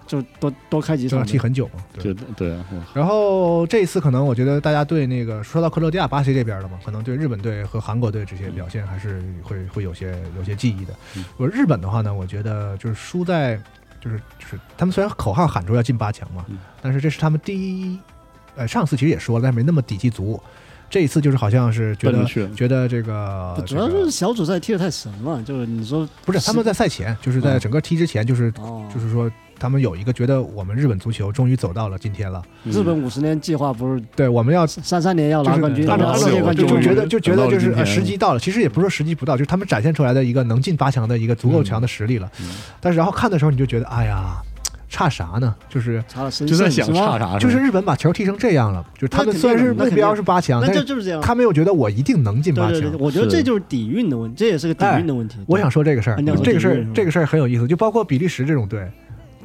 Speaker 4: 就多多开几
Speaker 2: 这
Speaker 4: 场
Speaker 2: 要
Speaker 4: 呗，
Speaker 2: 踢很久嘛。对
Speaker 5: 就对啊，我
Speaker 2: 然后这一次可能我觉得大家对那个说到克罗地亚、巴西这边了嘛，可能对日本队和韩国队这些表现还是会会有些有些记忆的
Speaker 5: 嗯。
Speaker 2: 我日本的话呢，我觉得就是输在就是就是他们虽然口号喊出要进八强嘛
Speaker 5: 嗯，
Speaker 2: 但是这是他们第一，呃，上次其实也说了，但是没那么底气足。这一次就是好像是觉
Speaker 5: 奔着
Speaker 2: 得
Speaker 5: 去了
Speaker 2: 觉得这个
Speaker 4: 主要
Speaker 2: 啊这个
Speaker 4: 就是小组赛踢得太神了，就是你说
Speaker 2: 不是他们在赛前，就是
Speaker 5: 嗯
Speaker 2: 在整个踢之前，就是
Speaker 4: 哦，
Speaker 2: 就是说他们有一个觉得我们日本足球终于走到了今天了，
Speaker 4: 日本五十年计划不是
Speaker 2: 对，我们要就
Speaker 4: 三三年要拿
Speaker 2: 是
Speaker 4: 冠军，
Speaker 2: 按照按
Speaker 4: 拿
Speaker 2: 照
Speaker 4: 世界冠
Speaker 2: 就就
Speaker 4: 军，
Speaker 2: 觉
Speaker 5: 觉
Speaker 2: 得
Speaker 5: 得
Speaker 2: 就觉得就是
Speaker 5: 等到
Speaker 2: 呃
Speaker 5: 了今天
Speaker 2: 时机到了，其实也不是说时机不到，就是他们展现出来的一个能进八强的一个足够强的实力了
Speaker 5: 嗯嗯，
Speaker 2: 但是然后看的时候你就觉得哎呀，差啥呢？就是。
Speaker 4: 查了深
Speaker 5: 嗯就在
Speaker 4: 圳
Speaker 5: 想
Speaker 4: 是吧
Speaker 5: 差啥，
Speaker 2: 就是日本把球踢成这样了，就是他们
Speaker 4: 那肯定
Speaker 2: 虽然是
Speaker 4: 那肯
Speaker 2: 目
Speaker 4: 定
Speaker 2: 标是八强，
Speaker 4: 那
Speaker 2: 但
Speaker 4: 就是就是这样。
Speaker 2: 他没有觉得我一定能进八
Speaker 4: 对
Speaker 2: 强
Speaker 4: 对。对，我觉得
Speaker 5: 是
Speaker 4: 这就是底蕴的问题，这也是个底蕴的问题。
Speaker 2: 哎我想说这个事儿
Speaker 4: 啊你要，说
Speaker 2: 这个事
Speaker 4: 底
Speaker 2: 儿
Speaker 4: 蕴是吧
Speaker 2: 这个事儿很有意思，就包括比利时这种队，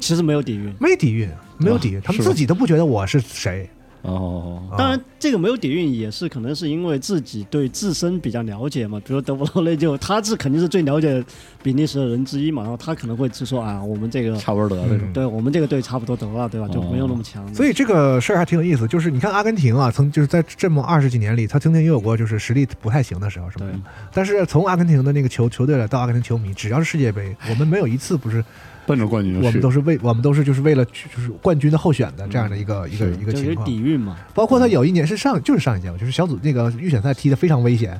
Speaker 4: 其实没有底蕴，
Speaker 2: 没底蕴，没有底蕴，
Speaker 5: 啊
Speaker 2: 他们
Speaker 5: 是吧
Speaker 2: 自己都不觉得我是谁。
Speaker 5: 哦，
Speaker 2: 啊
Speaker 4: 当然，这个没有底蕴也是可能是因为自己对自身比较了解嘛，比如德布劳内就他是肯定是最了解比利时的人之一嘛，然后他可能会就说啊，我们这个
Speaker 5: 差不多得那种
Speaker 2: 嗯，
Speaker 4: 对我们这个队差不多得了，对吧？就没有那么强。
Speaker 2: 哦所以这个事儿还挺有意思，就是你看阿根廷啊，曾就是在这么二十几年里，他曾经也有过就是实力不太行的时候什么的
Speaker 5: 对。
Speaker 2: 但是从阿根廷的那个球球队来到阿根廷球迷，只要是世界杯，我们没有一次不是
Speaker 5: 奔着冠军
Speaker 2: 我
Speaker 5: 就
Speaker 2: 们
Speaker 5: 去
Speaker 2: 都。是为我们都是就是为了去就是冠军的候选的这样的一个一个
Speaker 5: 是
Speaker 2: 一个
Speaker 4: 就是
Speaker 2: 情
Speaker 4: 有
Speaker 2: 况。
Speaker 4: 底蕴嘛，
Speaker 2: 包括他有一年是上就是上一届吧，就是小组那个预选赛踢得非常危险，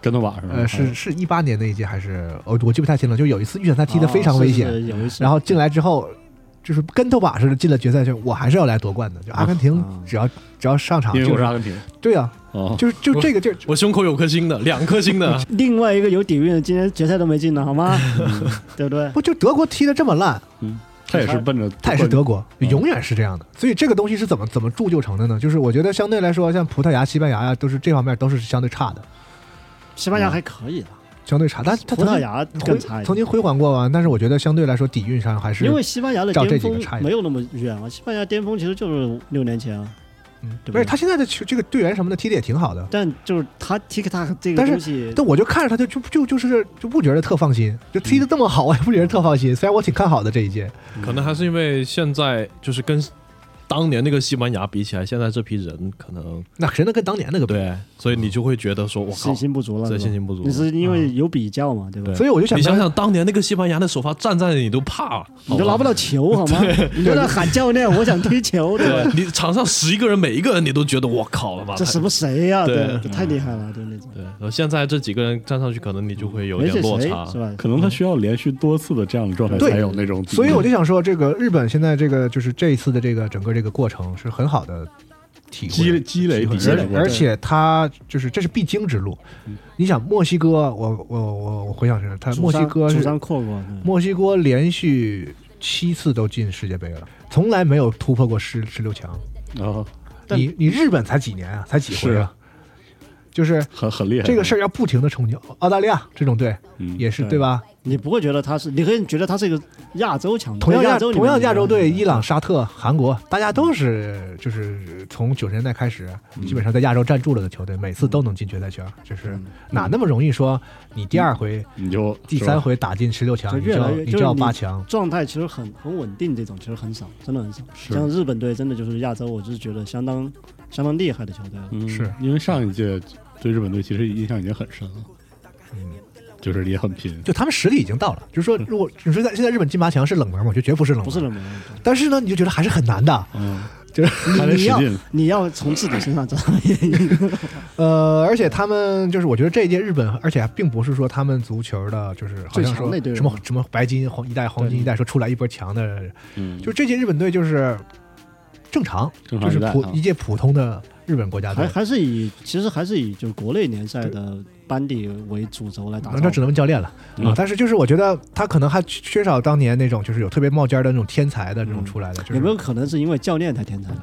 Speaker 5: 跟头把是吧？
Speaker 2: 呃，是是一八年那一届还是我我记不太清了，就有一次预选赛踢得非常危险
Speaker 4: 啊，是是有一次
Speaker 2: 然后进来之后，就是跟头把似的进了决赛圈，我还是要来夺冠的。就阿根廷
Speaker 4: 啊，
Speaker 2: 只要、只要上场
Speaker 5: 因为
Speaker 2: 就
Speaker 5: 我是
Speaker 2: 是
Speaker 5: 阿根廷
Speaker 2: 对啊，
Speaker 5: 哦，
Speaker 2: 就是就
Speaker 3: 我
Speaker 2: 这个就
Speaker 3: 我胸口有颗星的，两颗星的
Speaker 4: 另外一个有底蕴的，今天决赛都没进呢，好吗？对不对？
Speaker 2: 不就德国踢得这么烂，
Speaker 5: 他也是奔着
Speaker 2: 他也是德国，永远是这样的。所以这个东西是怎么怎么铸就成的呢？就是我觉得相对来说，像葡萄牙、西班牙呀、都是这方面都是相对差的，
Speaker 4: 西班牙还可以的，
Speaker 2: 相对差。但嗯他
Speaker 4: 葡
Speaker 2: 曾
Speaker 4: 萄
Speaker 2: 经
Speaker 4: 牙更
Speaker 2: 辉
Speaker 4: 差一
Speaker 2: 曾
Speaker 4: 点。
Speaker 2: 经辉煌过啊，但是我觉得相对来说底蕴上还是
Speaker 4: 因为西班牙的
Speaker 2: 照这
Speaker 4: 巅
Speaker 2: 几个
Speaker 4: 峰
Speaker 2: 差一点
Speaker 4: 没有那么远啊，西班牙巅峰其实就是六年前啊，
Speaker 2: 嗯
Speaker 4: 对不
Speaker 2: 不是
Speaker 4: 对
Speaker 2: 他现在的球这个队员什么的踢得也挺好的。
Speaker 4: 但就是他 TikTok 这个
Speaker 2: 但是
Speaker 4: 东西，
Speaker 2: 但我就看着他就就就就是就不觉得特放心，就踢得这么好，我也不觉得特放心。虽然我挺看好的这一届，
Speaker 3: 可能还是因为现在就是跟当年那个西班牙比起来，现在这批人可能
Speaker 2: 那谁能跟当年那个比？
Speaker 3: 对，所以你就会觉得说，我靠
Speaker 4: 信，心不足了，
Speaker 3: 这
Speaker 4: 是吧
Speaker 3: 信心不足
Speaker 4: 你。是因为有比较嘛，对吧
Speaker 3: 对？
Speaker 2: 所以我就想
Speaker 3: 你
Speaker 2: 看
Speaker 3: 想，想，当年那个西班牙的首发站在那里都怕，
Speaker 4: 你都拿不
Speaker 3: 到。
Speaker 4: 到球好吗？你都在那喊教练，我想踢球，对吧？
Speaker 3: 对你场上十一个人，每一个人你都觉得我靠了吧？
Speaker 4: 这什么谁呀？
Speaker 3: 对
Speaker 4: 对，这太厉害了，就那种
Speaker 3: 太？。对，然后现在这几个人站上去，可能你就会有
Speaker 4: 没
Speaker 3: 点
Speaker 4: 谁
Speaker 3: 落
Speaker 4: 谁
Speaker 3: 差。
Speaker 4: 是吧？
Speaker 5: 可能他需要连续多次的这样的状态
Speaker 2: 对
Speaker 5: 才有那种底蕴，
Speaker 2: 所以我 就想说，这个日本现在这个就是这一次的这个整个这个过程是很好的体会
Speaker 5: 积累积累
Speaker 2: 而
Speaker 5: 嗯底蕴的
Speaker 2: 且
Speaker 5: 过
Speaker 2: 而
Speaker 5: 程，
Speaker 2: 且他就是这是必经之路。你想墨西哥，我我我我回想是，他
Speaker 4: 祖
Speaker 2: 墨西
Speaker 4: 山
Speaker 2: 哥
Speaker 4: 祖
Speaker 2: 是
Speaker 4: 山阔过，对
Speaker 2: 墨西哥连续七次都进世界杯了，从来没有突破过十十六强。
Speaker 5: 啊，
Speaker 4: 但
Speaker 2: 你你日本才几年啊？才几回
Speaker 5: 是
Speaker 2: 啊？就是
Speaker 5: 很很厉害。
Speaker 2: 这个事儿要不停的冲击。澳大利亚这种队
Speaker 5: 嗯
Speaker 2: 也是
Speaker 4: 对
Speaker 2: 对吧？
Speaker 4: 你不会觉得他是，你会觉得他是一个亚洲强队，
Speaker 2: 同样
Speaker 4: 在亚
Speaker 2: 亚
Speaker 4: 洲里面
Speaker 2: 同样亚洲队，
Speaker 4: 你嗯觉
Speaker 2: 伊
Speaker 4: 得
Speaker 2: 朗、沙特、韩国，大家都是就是从九十年代开始，
Speaker 4: 嗯
Speaker 2: 基本上在亚洲站住了的球队，每次都能进决赛圈，就是哪那么容易说你第二回、
Speaker 5: 你就
Speaker 2: 第
Speaker 5: 是吧
Speaker 2: 三回打进十六强，
Speaker 4: 就
Speaker 2: 你
Speaker 4: 越
Speaker 2: 要
Speaker 4: 来越
Speaker 2: 你
Speaker 4: 就
Speaker 2: 就是要
Speaker 4: 你
Speaker 2: 八强，
Speaker 4: 状态其实很很稳定，这种其实很少，真的很少。像日本队，真的就是亚洲，我就是觉得相当相当厉害的球队了。
Speaker 5: 嗯
Speaker 2: 是
Speaker 5: 因为上一届对日本队其实印象已经很深了，
Speaker 2: 嗯，
Speaker 5: 就是也很拼，
Speaker 2: 就他们实力已经到了。就是说，如果你说在现在日本进八强是冷门吗？我觉得绝不是冷门，
Speaker 4: 嗯不是冷门，
Speaker 2: 但是呢，你就觉得还是很难的。
Speaker 5: 嗯，
Speaker 4: 你
Speaker 5: 还得
Speaker 4: 你
Speaker 5: 使
Speaker 4: 要
Speaker 5: 劲，
Speaker 4: 你要从自己 身上找原因。
Speaker 2: 呃，而且他们就是，我觉得这一届日本，而且还并不是说他们足球的，就是好
Speaker 4: 最
Speaker 2: 像
Speaker 4: 强
Speaker 2: 说
Speaker 4: 那队
Speaker 2: 什么
Speaker 4: 嘛
Speaker 2: 什么白金黄一代、黄金一代，说出来一波强的，
Speaker 5: 嗯，
Speaker 2: 就这届日本队就是正常，
Speaker 5: 正常
Speaker 2: 就是
Speaker 5: 一代
Speaker 2: 普
Speaker 5: 啊
Speaker 2: 一届普通的日本国家
Speaker 4: 还
Speaker 2: 队。
Speaker 4: 还是以其实还是以就是国内联赛的班底为主轴来打
Speaker 2: 那只
Speaker 4: 造。
Speaker 2: 能问教练了
Speaker 5: 嗯
Speaker 2: 啊！但是就是我觉得他可能还缺少当年那种就是有特别冒尖的那种天才的这
Speaker 5: 嗯
Speaker 2: 种出来的，就是
Speaker 4: 有没有可能是因为教练太天才了？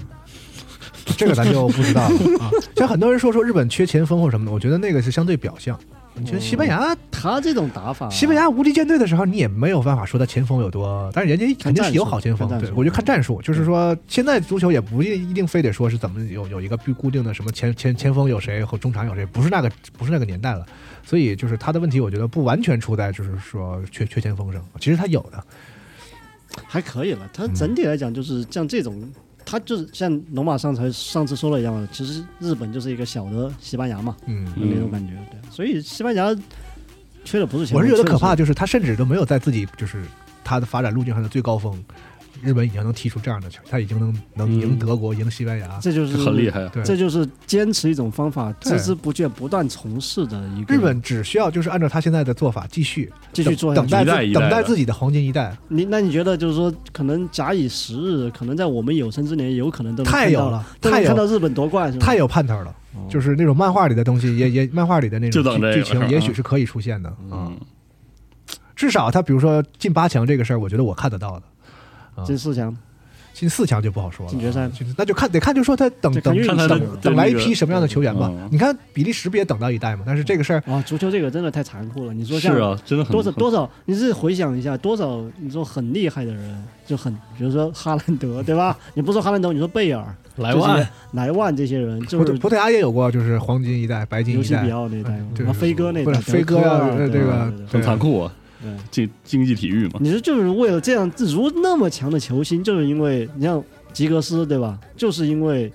Speaker 2: 这个咱就不知道了 啊。像很多人说说日本缺前锋或什么的，我觉得那个是相对表象。你像西班牙，
Speaker 4: 他这种打法，
Speaker 2: 西班牙无敌舰队的时候，你也没有办法说他前锋有多，但是人家肯定是有好前锋
Speaker 4: 看。战
Speaker 2: 对，
Speaker 4: 术
Speaker 2: 我就看战术，就是说现在足球也不一定非得说是怎么有有一个固固定的什么前前前锋有谁和中场有谁，不是那个不是那个年代了。所以就是他的问题，我觉得不完全出在就是说缺缺前锋上，其实他有的。
Speaker 4: 还可以了。
Speaker 2: 嗯
Speaker 4: 他整体来讲就是像这种，他就是像龙马上才上次说了一样的，其实日本就是一个小的西班牙嘛，
Speaker 2: 嗯，
Speaker 5: 嗯
Speaker 4: 那种感觉。对，所以西班牙缺的不是钱，
Speaker 2: 我是觉得
Speaker 4: 缺的
Speaker 2: 可怕，就是他甚至都没有在自己就是他的发展路径上的最高峰，日本已经能踢出这样的球，他已经能能赢
Speaker 5: 嗯
Speaker 2: 德国、赢西班牙。
Speaker 4: 这就是
Speaker 5: 很厉害啊，
Speaker 2: 对，
Speaker 4: 这就是坚持一种方法，
Speaker 2: 对
Speaker 4: 孜孜不倦、不断从事的一个。
Speaker 2: 日本只需要就是按照他现在的做法继续
Speaker 4: 继续做下
Speaker 2: 等
Speaker 4: 去
Speaker 2: 等待
Speaker 5: 一代
Speaker 2: 自
Speaker 5: 一代
Speaker 2: 等待
Speaker 5: 的
Speaker 2: 自己的黄金一代，
Speaker 4: 你那你觉得就是说，可能假以时日，可能在我们有生之年，有可能都能
Speaker 2: 太
Speaker 4: 看到
Speaker 2: 有了，
Speaker 4: 都能
Speaker 2: 太
Speaker 4: 看到
Speaker 2: 有
Speaker 4: 日本夺冠是吧？
Speaker 2: 太有盼头了。就是那种漫画里的东西，也也漫画里的那种
Speaker 5: 哦就等
Speaker 2: 剧剧
Speaker 5: 这个是吧
Speaker 2: 情，也许是可以出现的啊。
Speaker 5: 嗯，
Speaker 2: 至少他比如说进八强这个事儿，我觉得我看得到的。
Speaker 4: 进四强，
Speaker 2: 进四强就不好说了，
Speaker 4: 进决赛
Speaker 2: 就是那就看得看，就说他等
Speaker 4: 就看
Speaker 2: 等
Speaker 4: 运气
Speaker 5: 看他的
Speaker 2: 等等来一批什么样的球员吧
Speaker 5: 嗯。
Speaker 2: 你看比利时不也等到一代嘛？但是这个事儿，
Speaker 4: 哇，足球这个真的太残酷了。你说
Speaker 5: 是
Speaker 4: 像
Speaker 5: 啊，真的很
Speaker 4: 多少
Speaker 5: 很
Speaker 4: 多少，你是回想一下，多少你说很厉害的人，就很，比如说哈 兰德，对吧？你不说哈兰德，你说贝尔、
Speaker 3: 莱
Speaker 4: 就是
Speaker 3: 万
Speaker 4: 莱万这些人，就
Speaker 2: 葡
Speaker 4: 是
Speaker 2: 萄葡萄牙也有过，就是黄金一代、白金
Speaker 4: 尤
Speaker 2: 一
Speaker 4: 其
Speaker 2: 代哎
Speaker 4: 比，奥那一代嘛
Speaker 2: 对，
Speaker 4: 啊飞哥那一
Speaker 2: 不
Speaker 4: 代，
Speaker 2: 是飞哥
Speaker 4: 德
Speaker 2: 啊
Speaker 4: 科
Speaker 2: 呃这个
Speaker 4: 对对对
Speaker 5: 很残酷啊，
Speaker 4: 对
Speaker 5: 竞竞技体育嘛，
Speaker 4: 你说就是为了这样如那么强的球星，就是因为你像吉格斯对吧？就是因 为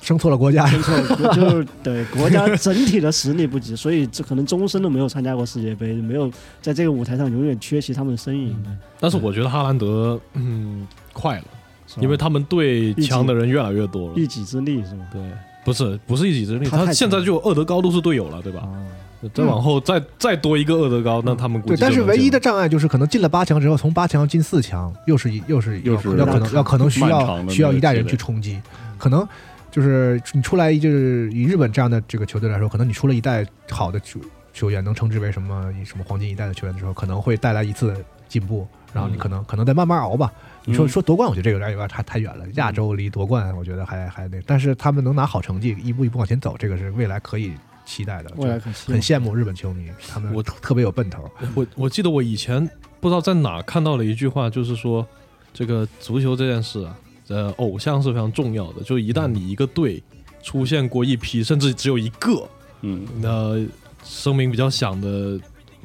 Speaker 2: 生错了国家。
Speaker 4: 跟错了国就是对国家整体的实力不及，所以这可能终身都没有参加过世界杯，没有在这个舞台上永远缺席他们的身影，
Speaker 2: 嗯
Speaker 3: 但是我觉得哈兰德，嗯，快了，
Speaker 4: 是吧
Speaker 3: 因为他们队强的人越来越多了。
Speaker 4: 嗯一己之力是吧？
Speaker 3: 对，不是不是一己之力，
Speaker 4: 他太
Speaker 3: 他现在就有厄德高都是队友了，对吧？
Speaker 4: 啊，
Speaker 3: 再往后再再多一个厄德高，
Speaker 4: 嗯
Speaker 3: 那他们估
Speaker 2: 对，
Speaker 3: 计
Speaker 2: 但是
Speaker 3: 就能
Speaker 2: 唯一
Speaker 3: 进
Speaker 2: 的障碍就是可能进了八强之后，从八强进四强，又是一又是
Speaker 5: 又是
Speaker 2: 要可能要可能需
Speaker 5: 漫
Speaker 2: 要
Speaker 5: 长的
Speaker 2: 需要
Speaker 5: 那个
Speaker 2: 一代人
Speaker 5: 积累
Speaker 2: 去冲击，可能就是你出来就是以日本这样的这个球队来说，可能你出了一代好的球球员，能称之为什么什么黄金一代的球员的时候，可能会带来一次进步，然后你可能、可能再慢慢熬吧。你说
Speaker 5: 嗯
Speaker 2: 说夺冠，我觉得这个有点有点太太远了，亚洲离夺冠我觉得还还那，但是他们能拿好成绩，一步一步往前走，这个是未来可以期待的。
Speaker 4: 未来可期
Speaker 2: 很羡慕日本球迷，他们
Speaker 3: 我
Speaker 2: 特特别有奔头。
Speaker 3: 我我记得我以前不知道在哪儿看到了一句话，就是说这个足球这件事啊，呃，偶像是非常重要的。就一旦你一个队出现过一批，甚至只有一个，
Speaker 5: 嗯，
Speaker 3: 那声名比较响的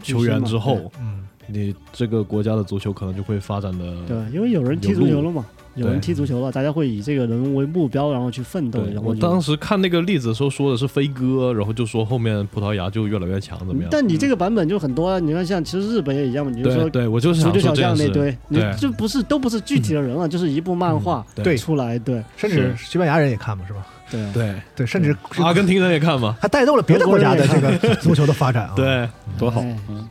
Speaker 3: 球员之
Speaker 4: 女生
Speaker 3: 后，
Speaker 2: 嗯，
Speaker 3: 你这个国家的足球可能就会发展
Speaker 4: 对
Speaker 3: 的。，
Speaker 4: 因为有人踢足球了嘛，
Speaker 3: 有路
Speaker 4: 有人踢足球了，大家会以这个人为目标，然后去奋斗，
Speaker 3: 对，
Speaker 4: 然后
Speaker 3: 我
Speaker 4: 就
Speaker 3: 当时看那个例子的时候说的是飞哥，然后就说后面葡萄牙就越来越强，怎么样？
Speaker 4: 嗯但你这个版本就很多啊，你看像其实日本也一样嘛，你就
Speaker 3: 对
Speaker 4: 说
Speaker 3: 对，我就是
Speaker 4: 足
Speaker 3: 想
Speaker 4: 球
Speaker 3: 说
Speaker 4: 小
Speaker 3: 这件
Speaker 4: 将
Speaker 3: 事
Speaker 4: 那。堆，你
Speaker 3: 对
Speaker 4: 就不是都不是具体的人了，就是一部漫画
Speaker 3: 嗯
Speaker 2: 对
Speaker 4: 出来，对
Speaker 2: 甚至西班牙人也看嘛，是吧？
Speaker 4: 对啊。
Speaker 3: 对，
Speaker 2: 对，甚至
Speaker 3: 嗯
Speaker 2: 是
Speaker 3: 阿根廷人也看嘛。
Speaker 2: 还带动了别的国家的这个足球的发展啊。，
Speaker 3: 对，
Speaker 5: 多好，
Speaker 4: 哎
Speaker 5: 嗯，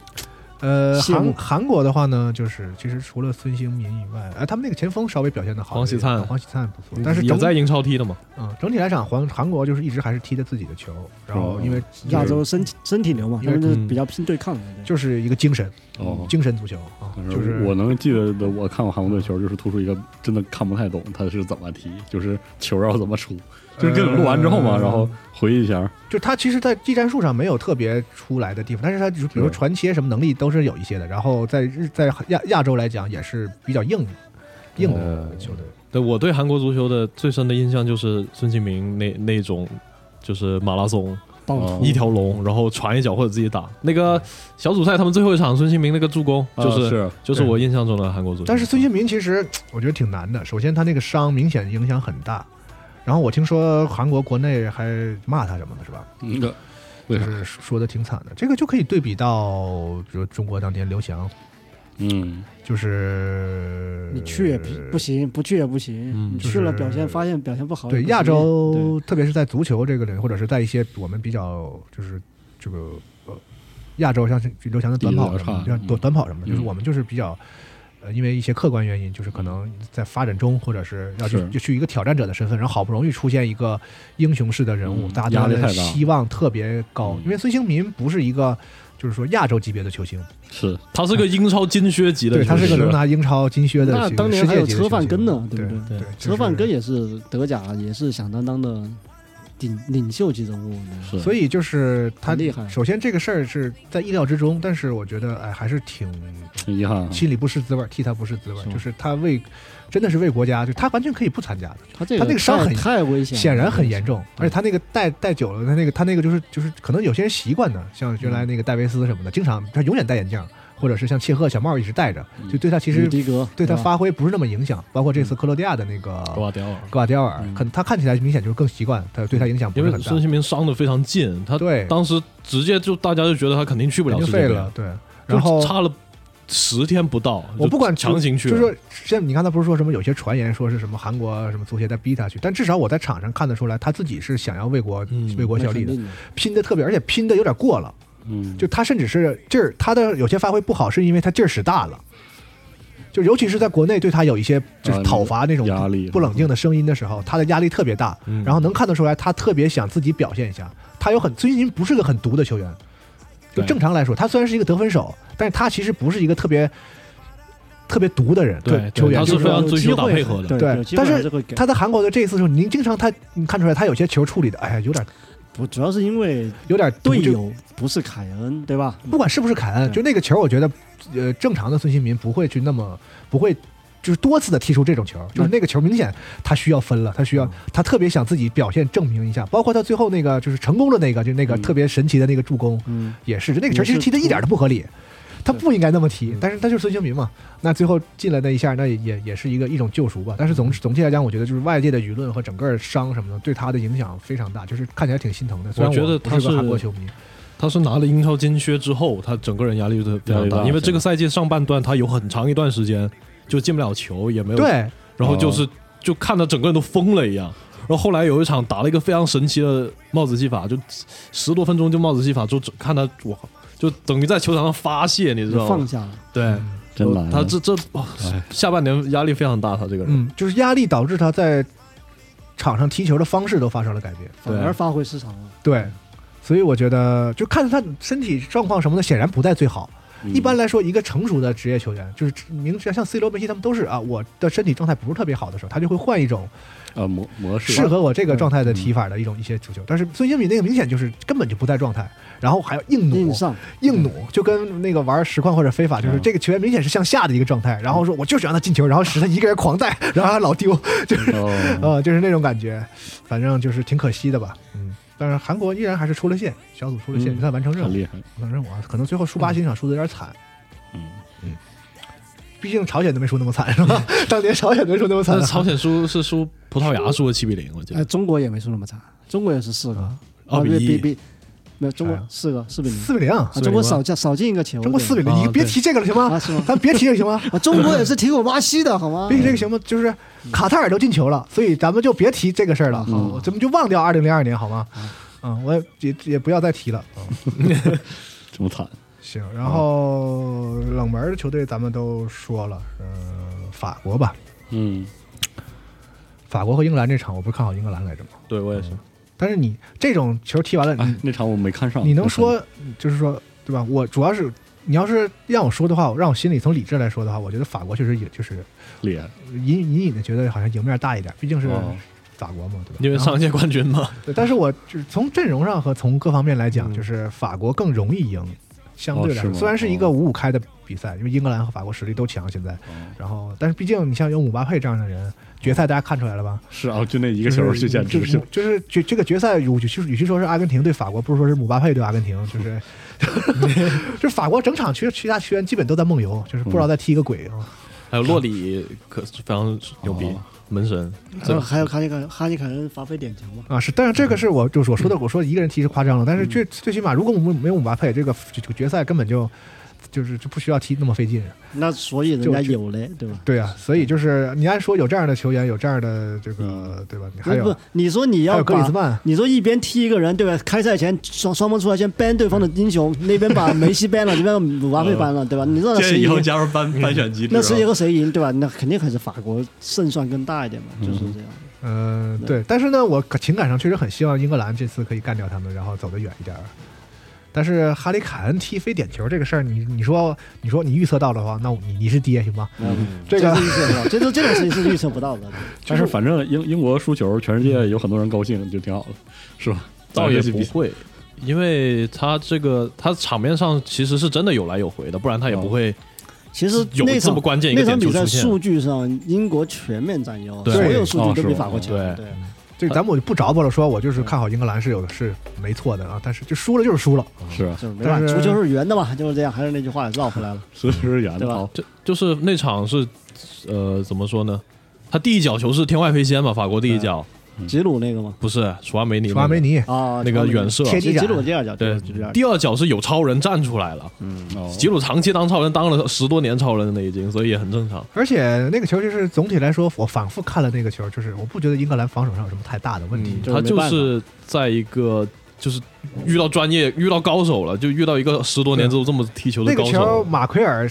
Speaker 2: 呃，
Speaker 4: 谢
Speaker 2: 韩
Speaker 4: 幕
Speaker 2: 韩国的话呢，就是其实除了孙兴民以外，哎，他们那个前锋稍微表现的好一点，
Speaker 3: 黄喜灿
Speaker 2: 黄喜灿不错，但是
Speaker 3: 也
Speaker 2: 整
Speaker 3: 在英超踢的嘛，
Speaker 2: 嗯整体来讲，韩韩国就是一直还是踢的自己的球，然
Speaker 3: 哦
Speaker 2: 后因为
Speaker 4: 亚洲身身体流嘛，
Speaker 2: 因
Speaker 4: 他
Speaker 2: 为
Speaker 4: 们就是
Speaker 3: 嗯
Speaker 4: 比较拼对抗的。对
Speaker 2: 就是一个精神，
Speaker 5: 哦
Speaker 2: 精神足球啊，
Speaker 5: 反
Speaker 2: 就
Speaker 5: 正
Speaker 2: 是
Speaker 5: 我能记得的，我看过韩国队球，就是突出一个真的看不太懂他是怎么踢，就是球要怎么出，就是跟你录完之后嘛，
Speaker 2: 呃
Speaker 5: 然后回忆一下，
Speaker 2: 就他其实，在技战术上没有特别出来的地方，但是他就是比如说
Speaker 5: 对
Speaker 2: 传切什么能力都是有一些的，然后在日在亚亚洲来讲也是比较硬硬的
Speaker 3: 呃
Speaker 2: 球队。
Speaker 3: 对我对韩国足球的最深的印象就是孙兴民那那种，就是马拉松
Speaker 4: 暴
Speaker 5: 哦
Speaker 4: 徒
Speaker 3: 一条龙，然后传一脚或者自己打。那个小组赛他们最后一场孙兴民那个助攻，就
Speaker 5: 啊
Speaker 3: 是、
Speaker 5: 是
Speaker 3: 就是我印象中的韩国足球。
Speaker 2: 但是孙兴民其实我觉得挺难的，首先他那个伤明显影响很大，然后我听说韩国国内还骂他什么的，是吧？
Speaker 5: 那个
Speaker 2: 就
Speaker 5: 对
Speaker 2: 是说的挺惨的，这个就可以对比到，比如中国当年刘翔，
Speaker 5: 嗯，
Speaker 2: 就是
Speaker 4: 你去也不不行，不去也不行。
Speaker 3: 嗯
Speaker 4: 你
Speaker 2: 就
Speaker 4: 去了
Speaker 2: 是
Speaker 4: 表现发现表现不好也
Speaker 2: 对
Speaker 4: 哦不行，
Speaker 2: 亚
Speaker 4: 对
Speaker 2: 洲，特别是在足球这个领域，或者是在一些我们比较就是这个呃亚洲，像是刘翔的短跑
Speaker 5: 比
Speaker 2: 什
Speaker 5: 较
Speaker 2: 么的，
Speaker 5: 差
Speaker 2: 像短
Speaker 5: 嗯
Speaker 2: 短跑什么的，就是
Speaker 5: 嗯
Speaker 2: 我们就是比较。呃，因为一些客观原因，就是可能在发展中，或者是要去
Speaker 5: 是
Speaker 2: 就去一个挑战者的身份，然后好不容易出现一个英雄式的人物，
Speaker 5: 嗯
Speaker 2: 大
Speaker 5: 压
Speaker 2: 家
Speaker 5: 力
Speaker 2: 的
Speaker 5: 太大
Speaker 2: 希望特别高。
Speaker 5: 嗯
Speaker 2: 因为孙兴民不是一个就是说亚洲级别的球星，
Speaker 5: 是
Speaker 3: 他是个英超金靴级的
Speaker 2: 对
Speaker 3: 球
Speaker 2: 他
Speaker 3: 员，
Speaker 2: 是个能拿英超金靴的球
Speaker 4: 那
Speaker 2: 星，
Speaker 4: 当年
Speaker 2: 世
Speaker 4: 还
Speaker 2: 界
Speaker 4: 有
Speaker 2: 级的
Speaker 4: 车范
Speaker 2: 球星
Speaker 4: 根呢，
Speaker 2: 对
Speaker 4: 对不
Speaker 3: 对
Speaker 4: 对？
Speaker 3: 对
Speaker 4: 车范根
Speaker 2: 也。
Speaker 4: 也是德甲也是响当当的顶领袖级人物。
Speaker 5: 是，
Speaker 2: 所
Speaker 5: 以
Speaker 2: 以就是他
Speaker 4: 很厉害
Speaker 2: 首先这个事儿是在意料之中，但是我觉得哎，还是挺
Speaker 3: 嗯
Speaker 5: 很遗憾啊，
Speaker 2: 心里不是滋味儿，替他不是滋味儿，
Speaker 5: 是吗
Speaker 2: 就是他为真的是为国家，就他完全可以不参加的，
Speaker 4: 他这
Speaker 2: 他
Speaker 4: 个
Speaker 2: 那个伤
Speaker 4: 太
Speaker 2: 很
Speaker 4: 太危险了，
Speaker 2: 显然很严重，
Speaker 4: 对
Speaker 2: 而且他那个戴戴久了，他那个他那个就是就是可能有些人习惯的，像原来那个戴维斯什
Speaker 3: 嗯
Speaker 2: 么的，经常他永远戴眼镜儿，或者是像切赫、小帽儿一直戴着，
Speaker 3: 嗯
Speaker 2: 就对他其
Speaker 4: 这个。
Speaker 2: 实
Speaker 4: 吕迪格
Speaker 2: 对他
Speaker 4: 是吧
Speaker 2: 发挥不是那么影响，包括这次克罗地亚的那个
Speaker 3: 瓜迪奥尔。
Speaker 2: 瓜迪奥尔，
Speaker 5: 嗯
Speaker 2: 可能他看起来明显就是更习惯，他对他影响不
Speaker 3: 因
Speaker 2: 是
Speaker 3: 为
Speaker 2: 很大
Speaker 3: 孙。兴民伤的非常劲，他
Speaker 2: 对，
Speaker 3: 当时直接就大家就觉得他肯定去不
Speaker 2: 肯
Speaker 3: 了
Speaker 2: 定
Speaker 3: 世
Speaker 2: 废
Speaker 3: 界杯
Speaker 2: 了，，对。然后
Speaker 3: 就差了十天不到。
Speaker 2: 我不管
Speaker 3: 就强行去
Speaker 2: 就
Speaker 3: 了，
Speaker 2: 是说，像你刚才不是说什么有些传言说是什么韩国啊什么足协在逼他去，但至少我在场上看得出来，他自己是想要为国、
Speaker 3: 嗯
Speaker 2: 为国
Speaker 4: 那
Speaker 2: 效力
Speaker 4: 肯
Speaker 2: 的，
Speaker 4: 定的，
Speaker 2: 拼的特别，而且拼的有点过了。
Speaker 5: 嗯，
Speaker 2: 就他甚至是劲儿，他的有些发挥不好，是因为他劲儿使大了。就尤其是在国内对他有一些就是
Speaker 5: 啊
Speaker 2: 讨伐那种
Speaker 5: 压力
Speaker 2: 不冷静的声音的时候，他的压力特别大，
Speaker 3: 嗯
Speaker 2: 然后能看得出来他特别想自己表现一下。他有很孙兴民不是个很毒的球员，就
Speaker 5: 对
Speaker 2: 正常来说，他虽然是一个得分手，但是他其实不是一个特别特别毒的人，
Speaker 3: 对
Speaker 2: 球
Speaker 3: 对
Speaker 2: 员
Speaker 3: 他
Speaker 2: 就是
Speaker 3: 非
Speaker 2: 说
Speaker 3: 常追求打
Speaker 4: 有机会
Speaker 3: 配合的
Speaker 2: 对
Speaker 4: 对，有机
Speaker 2: 但
Speaker 4: 会
Speaker 2: 是
Speaker 4: 还是会给
Speaker 2: 他在韩国的这一次时候，您经常他你看出来他有些球处理的，哎呀，有点
Speaker 4: 不主要是因为
Speaker 2: 有点毒
Speaker 4: 队
Speaker 2: 就
Speaker 4: 友不是凯恩，对吧？
Speaker 2: 不管是不是凯
Speaker 3: 嗯
Speaker 2: 恩，
Speaker 4: 对
Speaker 2: 就那个球，我觉得，呃，正常的孙兴民不会去那么不会，就是多次的踢出这种球，
Speaker 3: 嗯
Speaker 2: 就是那个球明显他需要分了，他需要他特别想自己表现证明一下，包括他最后那个就是成功的那个，就那个
Speaker 5: 嗯
Speaker 2: 特别神奇的那个助攻
Speaker 4: 嗯，
Speaker 2: 也是，就那个球
Speaker 4: 也
Speaker 2: 其
Speaker 4: 是
Speaker 2: 实踢的一点都不合理。他不应该那么踢
Speaker 4: 嗯，
Speaker 2: 但是他就是孙兴民嘛。那最后进了那一下，那也也也是一个一种救赎吧。但是
Speaker 3: 嗯
Speaker 2: 总总体来讲，我觉得就是外界的舆论和整个伤什么的，对他的影响非常大，就是看起来挺心疼的。虽然
Speaker 3: 我觉得
Speaker 2: 不
Speaker 3: 他
Speaker 2: 是个
Speaker 3: 是
Speaker 2: 韩国球迷，
Speaker 3: 他是拿了英超金靴之后，他整个人压力就非常
Speaker 5: 压力
Speaker 3: 大，
Speaker 5: 大
Speaker 3: 因为这个赛季上半段他有很长一段时间就进不了球，也没有，
Speaker 2: 对，
Speaker 3: 然后
Speaker 5: 哦
Speaker 3: 就是、就看他整个人都疯了一样。然后后来有一场打了一个非常神奇的帽子戏法，就十多分钟就帽子戏法，就只看他我就等于在球场上发泄，你知
Speaker 4: 就
Speaker 3: 道
Speaker 4: 放
Speaker 3: 吗？
Speaker 4: 下了，
Speaker 3: 对，
Speaker 5: 真难啊，
Speaker 3: 他这这、哇
Speaker 5: 哎
Speaker 3: 下半年压力非常大，他这个人。
Speaker 2: 嗯，就是压力导致他在场上踢球的方式都发生了改变。
Speaker 4: 反而发挥失常了。
Speaker 2: 对，所以我觉得就看他身体状况什么的，显然不在最好。
Speaker 5: 嗯
Speaker 2: 一般来说，一个成熟的职业球员，就是明像像 C 罗、梅西他们都是啊，我的身体状态不是特别好的时候，他就会换一种
Speaker 5: 啊模模式
Speaker 2: 适合我这个
Speaker 4: 对
Speaker 2: 状态的踢法的一种一些足球。但是孙兴慜那个明显就是根本就不在状态，然后还要硬
Speaker 4: 硬
Speaker 2: 努，
Speaker 4: 上，
Speaker 2: 硬努，就跟那个玩实况或者非法，就是
Speaker 5: 嗯
Speaker 2: 这个球员明显是向下的一个状态，然后说我就是让他进球，然后使他一个人狂带，然后还老丢，就是
Speaker 5: 哦，
Speaker 2: 呃，就是那种感觉，反正就是挺可惜的吧。嗯，但是韩国依然还是出了线，小组出了线，
Speaker 5: 嗯
Speaker 2: 也算完成任
Speaker 5: 很
Speaker 2: 务。
Speaker 5: 厉害，
Speaker 2: 完成任务啊，可能最后输巴西那场输的有点惨，
Speaker 5: 嗯，
Speaker 2: 毕竟朝鲜都没输那么惨，是吧？当年朝鲜没输那么惨啊
Speaker 3: 但是，朝鲜输是输葡萄牙输了七比零，我记
Speaker 4: 哎，
Speaker 3: 得
Speaker 4: 中国也没输那么差，中国也是四个，啊
Speaker 3: 二比
Speaker 4: 对
Speaker 3: 一
Speaker 4: 比比，没有中
Speaker 2: 啥呀
Speaker 4: 国四个四比零，
Speaker 2: 四比零，
Speaker 4: 啊，中国少进少进一个球，
Speaker 2: 中国
Speaker 4: 对
Speaker 2: 四比零，
Speaker 3: 啊
Speaker 2: 你别提这个了行吗
Speaker 4: 啊？是吗？
Speaker 2: 咱别提这个行吗？
Speaker 4: 啊，中国也是挺有巴西的，好吗
Speaker 2: 别？提这个行吗？就是卡塔尔都进球了，所以咱们就别提这个事儿了，
Speaker 4: 嗯啊
Speaker 2: 好咱们就忘嗯掉二零零二年好吗？嗯，我也也也不要再提了。
Speaker 5: 这么惨，
Speaker 2: 行，然后冷门的球队咱们都说了，嗯、法国吧，
Speaker 5: 嗯，
Speaker 2: 法国和英格兰这场，我不是看好英格兰来着吗？
Speaker 3: 对我也是，
Speaker 2: 但是你这种球踢完了，
Speaker 5: 嗯哎
Speaker 2: 你，
Speaker 5: 那场我没看上。
Speaker 2: 你能说就是说对吧？我主要是你要是让我说的话，让我心里从理智来说的话，我觉得法国确实也就是
Speaker 5: 脸？
Speaker 2: 隐隐隐的觉得好像赢面大一点，毕竟是
Speaker 5: 哦
Speaker 2: 法国嘛，对吧？
Speaker 3: 因为
Speaker 2: 然后
Speaker 3: 上届冠军嘛，
Speaker 2: 对，但是我就是从阵容上和从各方面来讲，
Speaker 5: 嗯
Speaker 2: 就是法国更容易赢，相
Speaker 5: 哦
Speaker 2: 对来
Speaker 5: 是
Speaker 2: 说，
Speaker 5: 吗
Speaker 2: 虽然是一个
Speaker 5: 哦
Speaker 2: 五五开的比赛，因为英格兰和法国实力都强现在，
Speaker 5: 哦
Speaker 2: 然后但是毕竟你像有姆巴佩这样的人，决赛大家看出来了吧？
Speaker 5: 是啊，就那一个小时就简直
Speaker 2: 就是是就是决这个决赛，与其与其说是阿根廷对法国，不如说是姆巴佩对阿根廷，就是 就法国整场其实其他球员基本都在梦游，就是不知道
Speaker 5: 嗯
Speaker 2: 在踢一个鬼啊。
Speaker 3: 还有洛里可是非常牛逼
Speaker 5: 哦，
Speaker 3: 门神，
Speaker 4: 还呃有还有哈尼凯哈尼凯恩发挥点球嘛，
Speaker 2: 啊，是，但是这个是我就是我说的，我说一个人踢是夸张了，但是最最起码如果我们没有姆巴佩，这个这个决赛根本就就是就不需要踢那么费劲。
Speaker 4: 那所以人家有嘞，对吧？
Speaker 2: 对啊，所以就是你按说有这样的球员，有这样的这个对吧？你还
Speaker 4: 不
Speaker 2: 有啊
Speaker 4: 是，你说你
Speaker 2: 还
Speaker 4: 要
Speaker 2: 有格里兹
Speaker 4: 把，
Speaker 2: 曼，
Speaker 4: 你说一边踢一个人，对吧？开赛前双双方出来先 ban 对方的英雄，那边把梅西 ban 了，这边姆巴佩 ban 了，对吧？你说那
Speaker 3: 建
Speaker 4: 谁
Speaker 3: 议以后
Speaker 4: 赢？
Speaker 3: 加入班班选机制
Speaker 2: 嗯
Speaker 3: 啊，
Speaker 4: 那世界和谁赢，对吧？那肯定还是法国胜算更大一点嘛，就是这样。
Speaker 2: 嗯、对。但是呢，我可情感上确实很希望英格兰这次可以干掉他们，然后走得远一点儿。但是哈里凯恩踢非点球这个事儿，你你说你说你预测到的话，那我你你是爹行吗？
Speaker 4: 嗯，
Speaker 2: 这个
Speaker 4: 是预测不到，这都这种事情是预测不到的。
Speaker 5: 但是反正英英国输球，全世
Speaker 2: 嗯
Speaker 5: 界有很多人高兴，就挺好的，是吧？
Speaker 3: 倒也
Speaker 5: 这些
Speaker 3: 不
Speaker 5: 比赛
Speaker 3: 会，因为他这个他场面上其实是真的有来有回的，不然他也不会
Speaker 4: 哦其实
Speaker 3: 有
Speaker 4: 那
Speaker 3: 这
Speaker 4: 场
Speaker 3: 么关键一个
Speaker 4: 那场
Speaker 3: 点球
Speaker 4: 比赛
Speaker 3: 出现。
Speaker 4: 数据上，英国全面占优，
Speaker 3: 对
Speaker 4: 所有数
Speaker 5: 哦
Speaker 4: 据都比
Speaker 5: 是
Speaker 4: 法国强。
Speaker 3: 对
Speaker 4: 对，
Speaker 2: 这个咱们我就不着吧了，说我就是看好英格兰是有的是没错的啊，但是就输了就是输了。
Speaker 5: 是啊，
Speaker 4: 就是没办
Speaker 2: 但
Speaker 4: 法，
Speaker 2: 是
Speaker 4: 足球是圆的嘛，就是这样。还是那句话，绕回来了。
Speaker 5: 所以是远
Speaker 4: 对
Speaker 5: 的
Speaker 4: 吧
Speaker 5: 好
Speaker 3: 就就是那场是，呃，怎么说呢？他第一脚球是天外飞仙嘛，法国第一脚
Speaker 4: 嗯吉鲁那个嘛，
Speaker 3: 不是楚阿梅尼那个，
Speaker 2: 楚阿梅尼
Speaker 4: 啊，
Speaker 3: 那个远射，
Speaker 2: 天
Speaker 4: 吉吉鲁第二脚，
Speaker 3: 对
Speaker 4: 吉鲁第二脚。
Speaker 3: 第二脚是有超人站出来
Speaker 4: 嗯
Speaker 3: 了。
Speaker 5: 哦
Speaker 3: 吉鲁长期当超人，当了十多年超人了已经，所以也很正常。
Speaker 2: 而且那个球就是总体来说，我反复看了那个球，就是我不觉得英格兰防守上有什么太大的问题。
Speaker 4: 嗯就是
Speaker 3: 他
Speaker 4: 没
Speaker 3: 就
Speaker 4: 办法
Speaker 3: 是在一个就是遇到专业、遇到高手了，就遇到一个十多年之后这么踢球的
Speaker 2: 那个
Speaker 3: 高
Speaker 2: 球
Speaker 3: 手。
Speaker 2: 马奎尔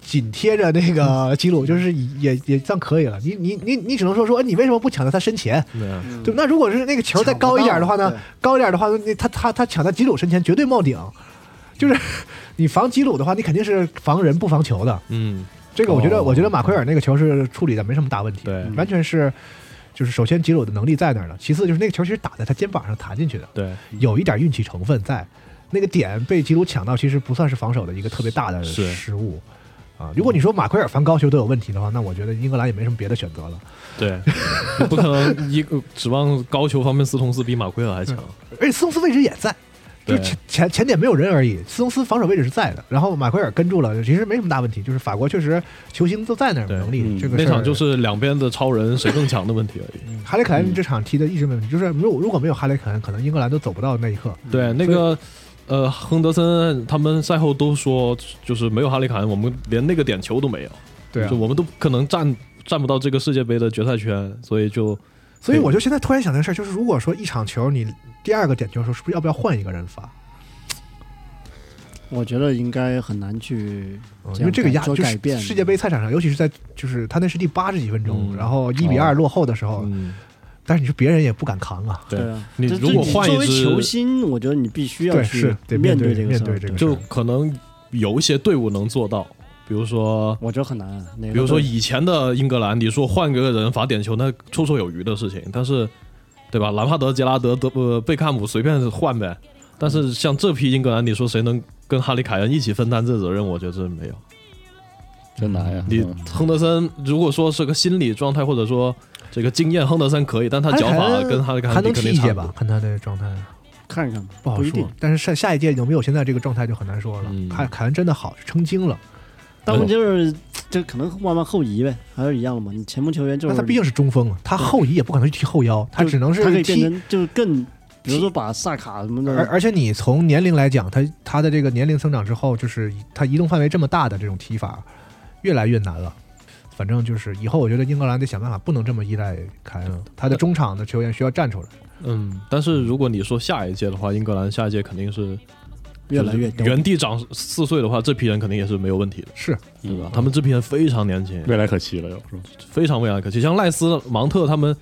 Speaker 2: 紧贴着那个基鲁，就是也也算可以了。你你你你只能说说，哎你为什么不抢到他身前？
Speaker 3: 对啊
Speaker 4: 嗯
Speaker 2: 对吧，那如果是那个球再高一点的话
Speaker 4: 抢
Speaker 2: 呢
Speaker 4: 不到？
Speaker 2: 高一点的话，那他他他抢到基鲁身前绝对冒顶。就是 你防基鲁的话，你肯定是防人不防球的。
Speaker 3: 嗯，
Speaker 2: 这个我觉得，
Speaker 5: 哦
Speaker 2: 我觉得马奎尔那个球是处理的没什么大问题，
Speaker 3: 对
Speaker 2: 完全是就是首先吉鲁的能力在那儿了，其次就是那个球其实打在他肩膀上弹进去的，
Speaker 3: 对，
Speaker 2: 有一点运气成分在，那个点被吉鲁抢到，其实不算是防守的一个特别大的
Speaker 3: 是
Speaker 2: 失误。啊，如果你说马奎尔防高球都有问题的话，那我觉得英格兰也没什么别的选择了。
Speaker 3: 对，不可能一个指望高球方面斯通斯比马奎尔还强。
Speaker 2: 而且斯通斯位置也在，就
Speaker 3: 对
Speaker 2: 是前前前点没有人而已，斯通斯防守位置是在的，然后马奎尔跟住了，其实没什么大问题。就是法国确实球星都在那儿，
Speaker 3: 对
Speaker 2: 能力
Speaker 5: 嗯
Speaker 2: 这个
Speaker 3: 那
Speaker 2: 事儿嗯
Speaker 3: 场就是两边的超人谁更强的问题而已。
Speaker 2: 哈里凯恩这场踢的一直没问题，就是如果如果没有哈里凯恩，可能英格兰都走不到那一刻。
Speaker 3: 对，那个呃，亨德森他们赛后都说，就是没有哈里凯恩，我们连那个点球都没有，
Speaker 2: 对啊
Speaker 3: 就我们都可能站站不到这个世界杯的决赛圈，所以就
Speaker 2: 所以我就现在突然想这事儿，就是如果说一场球你第二个点球的时候，是不是要不要换一个人发？
Speaker 4: 我觉得应该很难去
Speaker 2: 嗯
Speaker 4: 样
Speaker 2: 因为这个压
Speaker 4: 改做
Speaker 2: 就是
Speaker 4: 改变
Speaker 2: 世界杯赛场上，尤其是在就是他那是第八十几分钟，
Speaker 3: 嗯
Speaker 2: 然后一比二落后的时候，
Speaker 3: 嗯，
Speaker 2: 但是你说别人也不敢扛啊。
Speaker 3: 对
Speaker 4: 啊。
Speaker 3: 你
Speaker 4: 这
Speaker 3: 如
Speaker 4: 这
Speaker 3: 果换
Speaker 4: 作
Speaker 3: 一
Speaker 4: 为
Speaker 3: 支
Speaker 4: 球星，我觉得你必须要
Speaker 2: 对
Speaker 4: 去
Speaker 2: 是得面
Speaker 4: 对
Speaker 2: 对
Speaker 4: 这个
Speaker 2: 面
Speaker 4: 事儿
Speaker 2: 对这个
Speaker 3: 就可能有一些队伍能做到，比如说。
Speaker 4: 我觉得很难。啊哪个
Speaker 3: 比如说
Speaker 4: 队
Speaker 3: 以前的英格兰，你说换个人罚点球，那绰绰有余的事情。但是，对吧？兰帕德、杰拉德、德呃贝克汉姆随便换呗。但是像这批英格兰，你说谁能跟哈里凯恩一起分担这责任？我觉得真没有。
Speaker 5: 真难呀！
Speaker 3: 你
Speaker 5: 嗯
Speaker 3: 亨德森如果说是个心理状态，或者说这个经验，亨德森可以，但他脚
Speaker 2: 哈里凯
Speaker 3: 法
Speaker 2: 恩
Speaker 3: 跟哈里凯
Speaker 2: 还
Speaker 3: 恩比
Speaker 2: 能
Speaker 3: 肯
Speaker 2: 踢
Speaker 3: 定
Speaker 2: 一届
Speaker 3: 差不
Speaker 2: 吧
Speaker 3: 多。？
Speaker 2: 看他的状态
Speaker 4: 看看吧
Speaker 2: 不好
Speaker 4: 不一
Speaker 2: 说
Speaker 4: 定。。
Speaker 2: 但是下下一届有没有现在这个状态就很难说了
Speaker 3: 嗯。
Speaker 2: 凯凯恩真的好，是成精了。
Speaker 4: 但问题就是，这可能慢慢后移呗，还是一样的嘛。你前锋球员就
Speaker 2: 那
Speaker 4: 是
Speaker 2: 他毕竟是中锋啊，他后移也不可能去踢后腰，他
Speaker 4: 就
Speaker 2: 只能是
Speaker 4: 他可以变
Speaker 2: 踢
Speaker 4: 成就是更，比如说把萨卡什
Speaker 3: 嗯
Speaker 4: 么
Speaker 2: 而
Speaker 4: 的，
Speaker 2: 而且你从年龄来讲，他他的这个年龄增长之后，就是他移动范围这么大的这种踢法，越来越难了。反正就是以后，我觉得英格兰得想办法，不能这么依赖凯恩了。他的中场的球员需要站出来。
Speaker 3: 嗯，但是如果你说下一届的话，英格兰下一届肯定是
Speaker 4: 越来越多。
Speaker 3: 原地长四岁的话，这批人肯定也是没有问题的，
Speaker 2: 是
Speaker 3: 对吧？他们这批人非常年
Speaker 2: 嗯
Speaker 3: 轻，
Speaker 5: 未来可期了，要是吧
Speaker 3: 非常未来可期。像赖斯、芒特他们，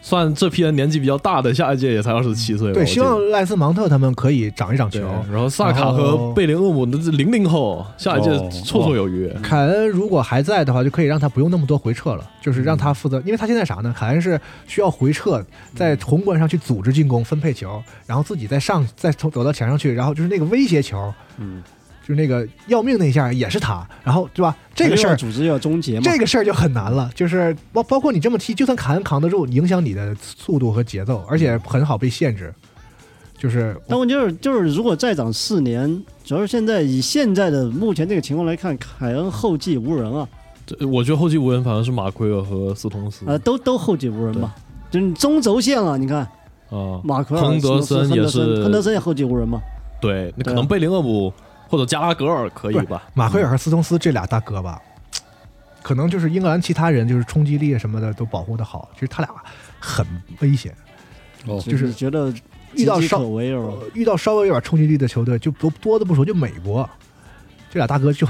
Speaker 3: 算这批人年纪比较大的，下一届也才二十七岁吧。
Speaker 2: 对，
Speaker 3: 我记
Speaker 2: 希
Speaker 3: 得
Speaker 2: 望赖斯芒特他们可以长一长
Speaker 3: 对。
Speaker 2: 球。
Speaker 3: 然后萨卡和贝林厄姆那是零零后，下一届
Speaker 5: 哦
Speaker 3: 绰绰有余。
Speaker 2: 凯恩如果还在的话，就可以让他不用那么多回撤了，就是让他负责，因为他现在啥呢？凯恩是需要回撤，在宏观上去组织进攻、分配球，然后自己再上，再从走到前上去，然后就是那个威胁球，
Speaker 5: 嗯，
Speaker 2: 就是那个要命那一下也是他，然后对吧？这个事
Speaker 4: 又要
Speaker 2: 儿，
Speaker 4: 组织又要终结嘛，
Speaker 2: 这个事儿就很难了，就是包包括你这么踢，就算凯恩扛得住，影响你的速度和节奏，而且很好被限制，就是
Speaker 4: 但问题就是，就是如果再涨四年，主要是现在以现在的目前这个情况来看，凯恩后继无人啊，
Speaker 3: 这我觉得后继无人反而是马奎尔和斯通斯
Speaker 2: 嗯
Speaker 4: 呃，都都后继无人嘛。就是你中轴线了，你看
Speaker 2: 呃
Speaker 3: 啊，
Speaker 4: 马奎尔、
Speaker 3: 亨德
Speaker 4: 斯诺斯
Speaker 3: 森
Speaker 4: 亨
Speaker 3: 也
Speaker 4: 德森
Speaker 3: 是
Speaker 4: 亨德森也后继无人嘛。
Speaker 3: 对，那可
Speaker 4: 对啊
Speaker 3: 能贝林厄姆或者加拉格尔可以吧？
Speaker 2: 马奎尔和斯通斯这俩大哥吧，可能就是英格兰其他人就是冲击力啊什么的都保护的好，其实他俩很危险，
Speaker 5: 哦
Speaker 2: 就是
Speaker 4: 你觉得
Speaker 2: 遇到
Speaker 4: 岌岌
Speaker 2: 稍
Speaker 4: 可危是吧？
Speaker 2: 遇到稍微有点冲击力的球队，就多多的不说，就美国这俩大哥就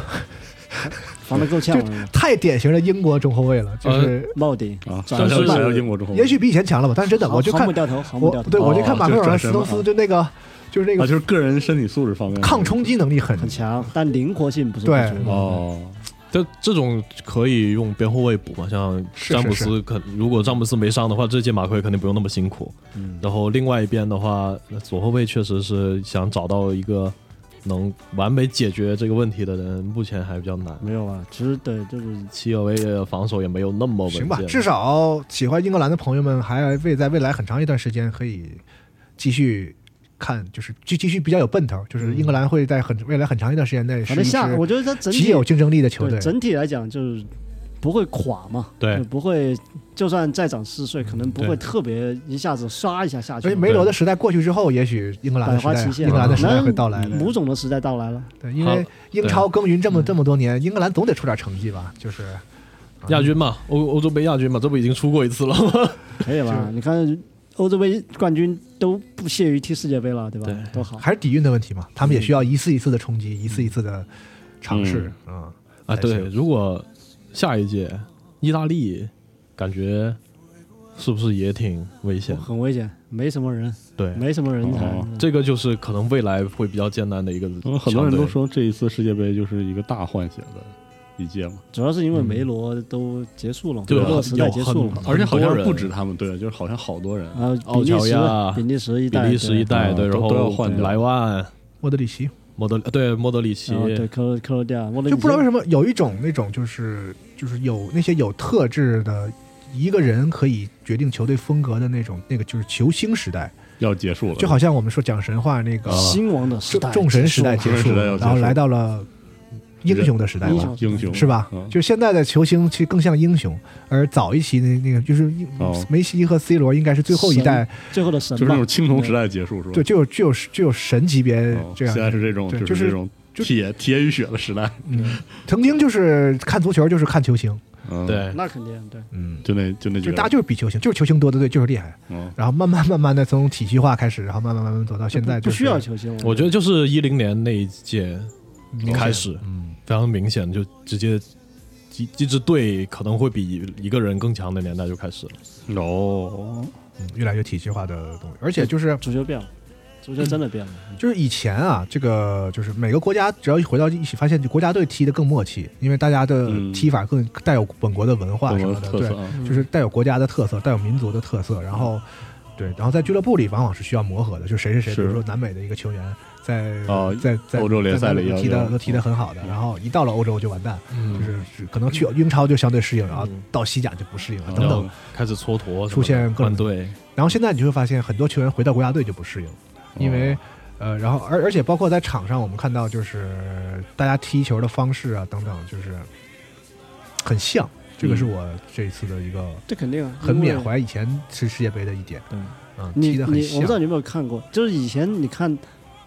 Speaker 4: 防得够呛
Speaker 2: 就，太典型的英国中后卫了，就是、
Speaker 4: 帽顶
Speaker 5: 啊，
Speaker 4: 转
Speaker 3: 身
Speaker 5: 是来
Speaker 3: 慢
Speaker 5: 到英国之后，
Speaker 2: 也许比以前强了吧，但是真的我就
Speaker 4: 航
Speaker 2: 看
Speaker 4: 母掉头，航母掉
Speaker 2: 我
Speaker 4: 头，
Speaker 2: 对
Speaker 5: 哦
Speaker 2: 我就看马奎尔和斯通斯
Speaker 5: 就
Speaker 2: 就那个就是那
Speaker 5: 啊，
Speaker 2: 个
Speaker 5: 就是个人身体素质方面
Speaker 2: 抗冲击能力很
Speaker 4: 很强，但灵活性不是
Speaker 2: 对
Speaker 4: 很足
Speaker 5: 哦，
Speaker 3: 但这种可以用边后卫补嘛？像
Speaker 2: 是
Speaker 3: 詹姆
Speaker 2: 是
Speaker 3: 斯肯，如果詹姆斯没伤的话，这届马奎肯定不用那么辛苦。
Speaker 5: 嗯，
Speaker 3: 然后另外一边的话，那左后卫确实是想找到一个能完美解决这个问题的人，目前还比较难。
Speaker 4: 没有啊，其实对，就是
Speaker 3: 七后卫的防守也没有那么稳健，
Speaker 2: 行吧，至少喜欢英格兰的朋友们还为在未来很长一段时间可以继续看，就是继继续比较有奔头，就是英格
Speaker 4: 嗯
Speaker 2: 兰会在很未来很长一段时间内是
Speaker 4: 反
Speaker 2: 一
Speaker 4: 正
Speaker 2: 支
Speaker 4: 下，我觉得它整
Speaker 2: 极
Speaker 4: 体
Speaker 2: 有竞争力的球队
Speaker 4: 对。整体来讲就是不会垮嘛，
Speaker 3: 对
Speaker 2: 嗯
Speaker 4: 就不会，就算再涨四岁，可能不
Speaker 3: 对
Speaker 4: 会特别一下子刷一下下去
Speaker 2: 所以。梅罗的时代过去之后，也许英格兰的时
Speaker 4: 百花
Speaker 2: 代，
Speaker 4: 齐现
Speaker 2: 英格兰的时代会到来
Speaker 5: 嗯
Speaker 2: 的
Speaker 4: 母。种的时代到 来了，
Speaker 2: 对，因为英超耕耘这
Speaker 4: 嗯
Speaker 2: 么这么多年，英格兰总得出点成绩吧？就是嗯
Speaker 3: 亚军嘛，欧欧洲杯亚军嘛，这不已经出过一次了吗？
Speaker 4: 可以吧
Speaker 2: 是？
Speaker 4: 你看欧洲杯冠军都不屑于踢世界杯了，对吧？
Speaker 3: 对
Speaker 4: 多好。
Speaker 2: 还是底蕴的问题嘛，他们
Speaker 4: 嗯
Speaker 2: 也需要一次一次的冲击，一次一次的尝试
Speaker 4: 嗯
Speaker 2: 啊。
Speaker 3: 啊，
Speaker 2: 还
Speaker 3: 对，
Speaker 2: 行
Speaker 3: 如果下一届意大利，感觉是不是也挺危险的？
Speaker 4: 很危险，没什么人，
Speaker 3: 对，
Speaker 4: 没什么
Speaker 2: 嗯
Speaker 4: 人才。
Speaker 5: 哦
Speaker 3: 这个就是可能未来会比较艰难的一个强
Speaker 5: 可
Speaker 3: 队。
Speaker 5: 嗯能很多人都说这一次世界杯就是一个大换血的一届嘛，
Speaker 4: 主要是因为梅罗都结束了，
Speaker 3: 嗯对啊
Speaker 4: 梅
Speaker 3: 有
Speaker 4: 罗时代结
Speaker 3: 有
Speaker 4: 束了
Speaker 3: 很，
Speaker 5: 而且好
Speaker 3: 多
Speaker 5: 像
Speaker 3: 人
Speaker 5: 不止他们，对，就是好像好多人，
Speaker 4: 然后
Speaker 3: 奥
Speaker 4: 比利
Speaker 3: 乔
Speaker 4: 时
Speaker 3: 亚、
Speaker 4: 比利时一
Speaker 3: 比
Speaker 4: 代、啊
Speaker 3: 利时一代，对，
Speaker 5: 对
Speaker 3: 然
Speaker 5: 都都要
Speaker 3: 后
Speaker 5: 换掉
Speaker 3: 莱万、
Speaker 2: 莫德里奇，
Speaker 3: 莫德对莫德里奇
Speaker 4: 然，后啊对克罗克罗地亚，我
Speaker 2: 就不知道为
Speaker 4: 么
Speaker 2: 什么有一种那种就是就是有那些有特质的一个人可以决定球队风格的那种那个就是球星时代，
Speaker 5: 要结束了，
Speaker 2: 就好像我们说讲神话那个
Speaker 4: 新王的时
Speaker 2: 众
Speaker 4: 代，
Speaker 2: 众神时代
Speaker 4: 结
Speaker 2: 结
Speaker 4: 束了
Speaker 2: 束
Speaker 5: 啊众神时代要
Speaker 2: 了，
Speaker 5: 结束
Speaker 2: 然后来到了英雄的时代
Speaker 4: 英
Speaker 2: 吧
Speaker 4: 雄。
Speaker 5: 英雄
Speaker 2: 是吧？
Speaker 5: 嗯
Speaker 2: 就现在的球星其实更像英雄，而早一期那那个就是英
Speaker 5: 哦
Speaker 2: 梅西和 C 罗应该是最后一代，
Speaker 4: 最后的神
Speaker 5: 就是那
Speaker 4: 吧
Speaker 5: 种，青铜时代结束是吧？
Speaker 2: 对，就有就有就有神级别
Speaker 5: 哦，
Speaker 2: 这样
Speaker 5: 现在是这种，
Speaker 2: 对
Speaker 5: 就
Speaker 2: 就是
Speaker 5: 这种
Speaker 2: 就
Speaker 5: 铁铁与血的时代，
Speaker 2: 嗯，曾经就是看足球就是看球星，
Speaker 5: 嗯，
Speaker 3: 对，
Speaker 4: 那肯定对。
Speaker 2: 嗯，
Speaker 5: 就那就那
Speaker 2: 就
Speaker 5: 几
Speaker 2: 大家
Speaker 5: 个，
Speaker 2: 就是比球星，就是球星多的队就是厉害。
Speaker 5: 嗯，
Speaker 2: 然后慢慢慢慢的从体系化开始，然后慢慢慢慢走到现在、
Speaker 4: 不
Speaker 2: 就
Speaker 4: 不
Speaker 2: 是
Speaker 4: 需要球星，
Speaker 3: 我觉得就是一零年那一届
Speaker 2: 明显
Speaker 3: 开始
Speaker 2: 嗯，
Speaker 3: 非常明显，就直接一一支队可能会比一个人更强的年代就开始了。
Speaker 5: 哦，
Speaker 2: 嗯越来越体系化的东西，而且就是
Speaker 4: 足球变了，足球真的变了。
Speaker 2: 就是以前啊，这个就是每个国家只要一回到一起，发现就国家队踢得更默契，因为大家的
Speaker 5: 嗯
Speaker 2: 踢法更带有本国的文化
Speaker 5: 什
Speaker 2: 什
Speaker 5: 么
Speaker 2: 么的，
Speaker 5: 特色
Speaker 2: 对，
Speaker 5: 啊？
Speaker 2: 就是带有国家的特色，带有民族的特色，然
Speaker 5: 嗯
Speaker 2: 后。对，然后在俱乐部里往往是需要磨合的，就谁谁谁，
Speaker 5: 是
Speaker 2: 比如说南美的一个球员在、
Speaker 5: 哦
Speaker 2: 在在
Speaker 5: 欧洲联赛里
Speaker 2: 在南美
Speaker 5: 要
Speaker 2: 踢的
Speaker 5: 要
Speaker 2: 都踢得很好的，
Speaker 5: 嗯
Speaker 2: 然后一到了欧洲就完蛋，
Speaker 3: 嗯
Speaker 2: 就是是可能去英超就相对适应，然后
Speaker 3: 嗯
Speaker 2: 到西甲就不适
Speaker 5: 哦
Speaker 2: 应了等
Speaker 3: 然
Speaker 2: 等
Speaker 3: 后。开始蹉跎什么的，
Speaker 2: 出现各种
Speaker 3: 换队，
Speaker 2: 然后现在你就会发现，很多球员回到国家队就不适应，因
Speaker 5: 哦
Speaker 2: 为呃，然后而而且包括在场上，我们看到就是大家踢球的方式啊等等，就是很像。这
Speaker 5: 嗯
Speaker 2: 个是我这一次的一个
Speaker 4: 这肯定啊，
Speaker 2: 很
Speaker 4: 因为
Speaker 2: 缅。怀以前是世界杯的一点，
Speaker 4: 对
Speaker 2: 嗯，踢
Speaker 4: 你
Speaker 2: 得
Speaker 4: 你
Speaker 2: 很
Speaker 4: 我不知道
Speaker 2: 像，
Speaker 4: 你有没有看过，就是以前你看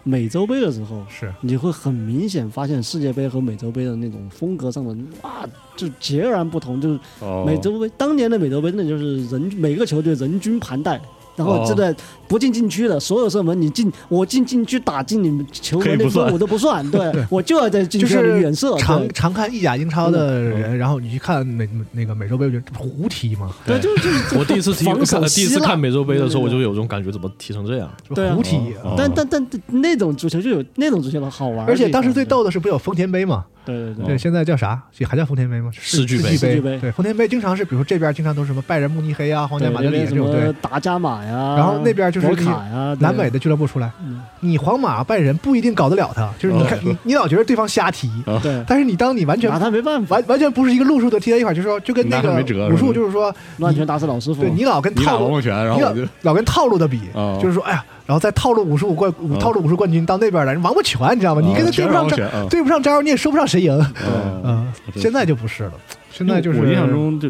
Speaker 4: 美洲杯的时候，
Speaker 2: 是
Speaker 4: 你会很明显发现世界杯和美洲杯的那种风格上的哇，就截然不同。就是
Speaker 5: 哦
Speaker 4: 美洲杯、当年的美洲杯，那就是人每个球队人均盘带，然后
Speaker 3: 哦
Speaker 4: 这段不进禁区的所有射门，你进我进禁区打进你们球
Speaker 5: 可以
Speaker 4: 门
Speaker 5: 不
Speaker 4: 那
Speaker 5: 算
Speaker 4: 分我都不 算，对我就要在禁
Speaker 2: 就
Speaker 4: 区里
Speaker 2: 是
Speaker 4: 远射，
Speaker 2: 常
Speaker 4: 对
Speaker 2: 常看意甲、英超的人，然后你去看美那个美洲杯，我觉得这不胡踢吗？
Speaker 4: 对，就就是
Speaker 3: 我第一次踢
Speaker 4: 防守
Speaker 3: 看第一次
Speaker 4: 希腊
Speaker 3: 看美洲杯的时候，
Speaker 4: 对对对
Speaker 3: 我就有种感觉，怎么踢成这样？
Speaker 2: 这
Speaker 4: 对啊
Speaker 2: 胡踢。
Speaker 5: 哦
Speaker 4: 但但但那种足球就有那种足球的好玩儿的
Speaker 2: 而
Speaker 4: 地方，
Speaker 2: 且当时最逗的是，不有丰田杯吗？
Speaker 4: 对对
Speaker 5: 哦
Speaker 2: 对，现在叫啥？还叫丰田杯吗？
Speaker 3: 世俱杯
Speaker 2: 世
Speaker 4: 世
Speaker 2: 俱
Speaker 4: 俱
Speaker 2: 杯。
Speaker 4: 杯
Speaker 2: 对，丰田杯经常是，比如说这边经常都是什么拜仁慕尼黑啊、皇
Speaker 4: 对，
Speaker 2: 家马德里啊
Speaker 4: 什
Speaker 2: 这种
Speaker 4: 么
Speaker 2: 队，
Speaker 4: 达伽马呀，
Speaker 2: 然后那边就是
Speaker 4: 博
Speaker 2: 你
Speaker 4: 卡呀，对
Speaker 2: 南美的俱乐部出来
Speaker 4: 嗯，
Speaker 2: 你皇马、拜仁不一定搞得了他，就是你看你你老觉得对方瞎踢，
Speaker 4: 对，
Speaker 2: 但是你当你完全
Speaker 4: 拿他没办法，
Speaker 2: 完完全不是一个路数的踢在一块儿，就是说就跟那
Speaker 5: 拿他
Speaker 2: 个
Speaker 5: 没辙
Speaker 2: 武
Speaker 5: 是
Speaker 2: 术
Speaker 5: 吧
Speaker 2: 就是说
Speaker 4: 乱拳打死老师傅
Speaker 2: 对
Speaker 4: 嘛。
Speaker 2: 你老跟
Speaker 5: 你打
Speaker 2: 套
Speaker 5: 龙
Speaker 2: 路
Speaker 5: 凤拳，然
Speaker 2: 你
Speaker 5: 后
Speaker 2: 老
Speaker 5: 我就
Speaker 2: 老跟套路的比，
Speaker 5: 哦
Speaker 2: 就是说，哎呀，然后再套路武术冠
Speaker 5: 哦
Speaker 2: 套路武术冠军到那边来，王八拳，你知道吗？
Speaker 5: 哦
Speaker 2: 你跟他对不上
Speaker 5: 全是王八
Speaker 2: 招
Speaker 5: 拳哦，
Speaker 2: 对不上招，你也说不上谁赢。
Speaker 5: 嗯，
Speaker 2: 嗯，
Speaker 5: 真是
Speaker 2: 现在就不是了，现在就是
Speaker 5: 我印象中就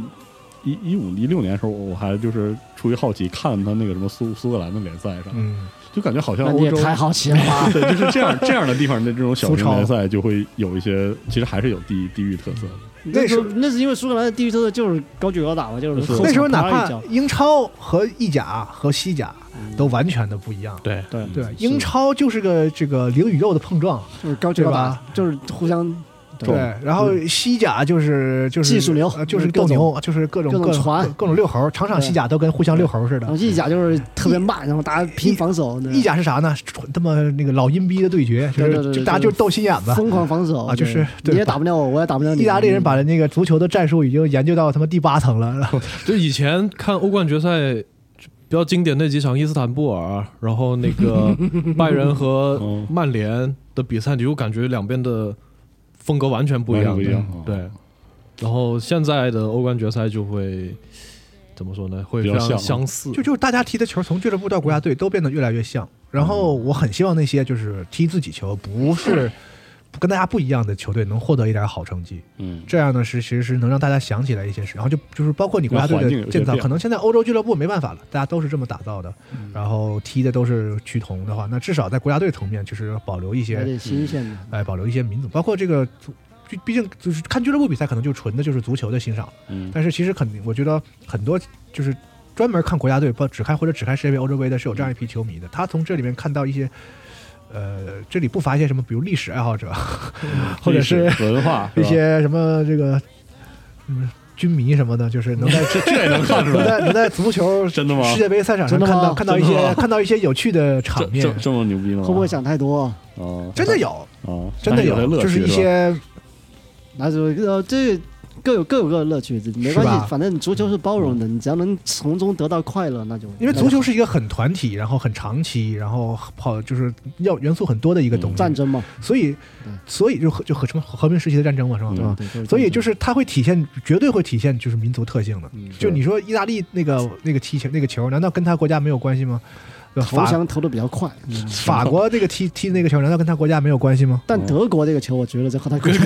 Speaker 5: 一一五一六年的时候，我还就是出于好奇看他那个什么苏苏格兰的联赛上，
Speaker 2: 嗯，
Speaker 5: 就感觉好像
Speaker 4: 那你
Speaker 5: 欧
Speaker 4: 也
Speaker 5: 洲
Speaker 4: 太好奇了 吧？
Speaker 5: 对，就是这样这样的地方的这种小
Speaker 2: 苏
Speaker 5: 型
Speaker 2: 超
Speaker 5: 联赛就会有一些，其实还是有地地域特色的。
Speaker 2: 那时
Speaker 4: 时
Speaker 2: 候
Speaker 4: 候那是因为苏格兰的地域特色就是高举高打嘛，就是
Speaker 5: 是
Speaker 4: 后
Speaker 2: 那时候
Speaker 4: 场
Speaker 2: 哪
Speaker 4: 啪
Speaker 2: 怕
Speaker 4: 一脚
Speaker 2: 英超和意甲和西甲都完全的不一样。
Speaker 3: 对，
Speaker 4: 对
Speaker 2: 对，
Speaker 5: 嗯
Speaker 2: 英超就是个这个灵与肉的碰撞，
Speaker 4: 就是高举高
Speaker 2: 对
Speaker 4: 打
Speaker 2: 吧，
Speaker 4: 就是互相
Speaker 2: 对
Speaker 5: 对，
Speaker 2: 然后
Speaker 5: 嗯
Speaker 2: 西甲就是就是
Speaker 4: 技术流嗯
Speaker 2: 呃就是
Speaker 4: 各
Speaker 2: 斗
Speaker 4: 种
Speaker 2: 牛，就是各种
Speaker 4: 各种
Speaker 2: 各种
Speaker 4: 传
Speaker 2: 各各种遛猴，场场
Speaker 4: 对
Speaker 2: 西甲都跟互相遛猴似的
Speaker 4: 然后。意甲就是特别慢，然后大家拼防守，对
Speaker 2: 意甲是啥呢？纯他妈那个老阴逼的对决，就
Speaker 4: 嗯对对
Speaker 2: 是
Speaker 4: 对
Speaker 2: 就
Speaker 4: 对
Speaker 2: 大家就是斗心眼子。
Speaker 4: 疯狂防守
Speaker 2: 啊就是对
Speaker 4: 你也打不了我，我也打不了你。
Speaker 2: 意大利人把那个足球的战术已经研究到他妈第八层 了，然后
Speaker 3: 就以前看欧冠决赛就比较经典那几场，伊斯坦布尔，然后那 个拜仁和
Speaker 5: 嗯
Speaker 3: 曼联的比赛，你就感觉两边的风格完全不一样
Speaker 5: 完全不一样哦
Speaker 3: 对。对然后现在的欧冠决赛就会怎么说呢？会
Speaker 5: 比
Speaker 3: 非
Speaker 5: 较
Speaker 3: 常
Speaker 5: 像
Speaker 3: 相似，
Speaker 2: 就就是大家踢的球从俱乐部到国家队都变得越来越像。然后
Speaker 4: 嗯
Speaker 2: 我很希望那些就是踢自己球不 是跟大家不一样的球队能获得一点好成绩，
Speaker 5: 嗯，
Speaker 2: 这样呢是其实是能让大家想起来一些事，然后就就是包括你国家队
Speaker 5: 让环境有
Speaker 2: 的
Speaker 5: 些
Speaker 2: 建造，
Speaker 5: 变
Speaker 2: 可能现在欧洲俱乐部没办法了，大家都是这么打造的，
Speaker 4: 嗯
Speaker 2: 然后踢的都是趋同的话，那至少在国家队层面就是保留一
Speaker 4: 有
Speaker 2: 些
Speaker 4: 点新鲜的，
Speaker 2: 哎保留一些民族，包括这个足。就毕竟就是看俱乐部比赛，可能就纯的就是足球的欣赏了，
Speaker 5: 嗯
Speaker 2: 但是其实肯定，我觉得很多就是专门看国家队，不只看或者只看世界杯、欧洲杯的，是有这样一批球
Speaker 5: 嗯
Speaker 2: 迷的。他从这里面看到一些，呃，这里不乏一些什么，比如历史爱好者，或者是
Speaker 5: 历史文化
Speaker 2: 一些什么这个嗯军迷什么的，就是能在
Speaker 5: 这这也能看 出
Speaker 2: 能
Speaker 5: 来，
Speaker 2: 在能在足球
Speaker 5: 真的吗
Speaker 2: 世界杯赛场上
Speaker 4: 真的
Speaker 2: 看
Speaker 4: 吗
Speaker 2: 到看到一
Speaker 5: 真的
Speaker 2: 些
Speaker 5: 吗
Speaker 2: 看到一些有趣的
Speaker 5: 这
Speaker 2: 场面
Speaker 5: 这，这么牛逼呢？
Speaker 4: 会不会想太多？
Speaker 5: 啊？
Speaker 2: 真的有，
Speaker 5: 啊，
Speaker 2: 真的
Speaker 5: 还有它乐
Speaker 2: 就
Speaker 5: 趣
Speaker 2: 是一
Speaker 5: 吧
Speaker 2: 些
Speaker 4: 那就呃这各有各有各的乐趣，没
Speaker 2: 是
Speaker 4: 关
Speaker 2: 吧
Speaker 4: 系，反正足球是包容的，你只要能从中得到快乐，那就
Speaker 2: 因为足球是一个很团体，然后很长期，然后好就是要元素很多的一个东西，
Speaker 4: 嗯战争嘛，
Speaker 2: 所以
Speaker 4: 对
Speaker 2: 所以就和就和什么和平时期的战争嘛，是吧？
Speaker 4: 对
Speaker 2: 是吧
Speaker 4: 对对
Speaker 2: 嗯所以就是它会体现，绝对会体现就是民族特性的。
Speaker 4: 嗯
Speaker 2: 就你说意大利那个那个踢球那个球，难道跟他国家没有关系吗？对吧
Speaker 4: 投
Speaker 2: 法
Speaker 4: 降投的比较快，嗯
Speaker 2: 法国那个踢踢那个球，难道跟他国家没有关系吗？
Speaker 4: 但德国这个球，我觉得这和 他国家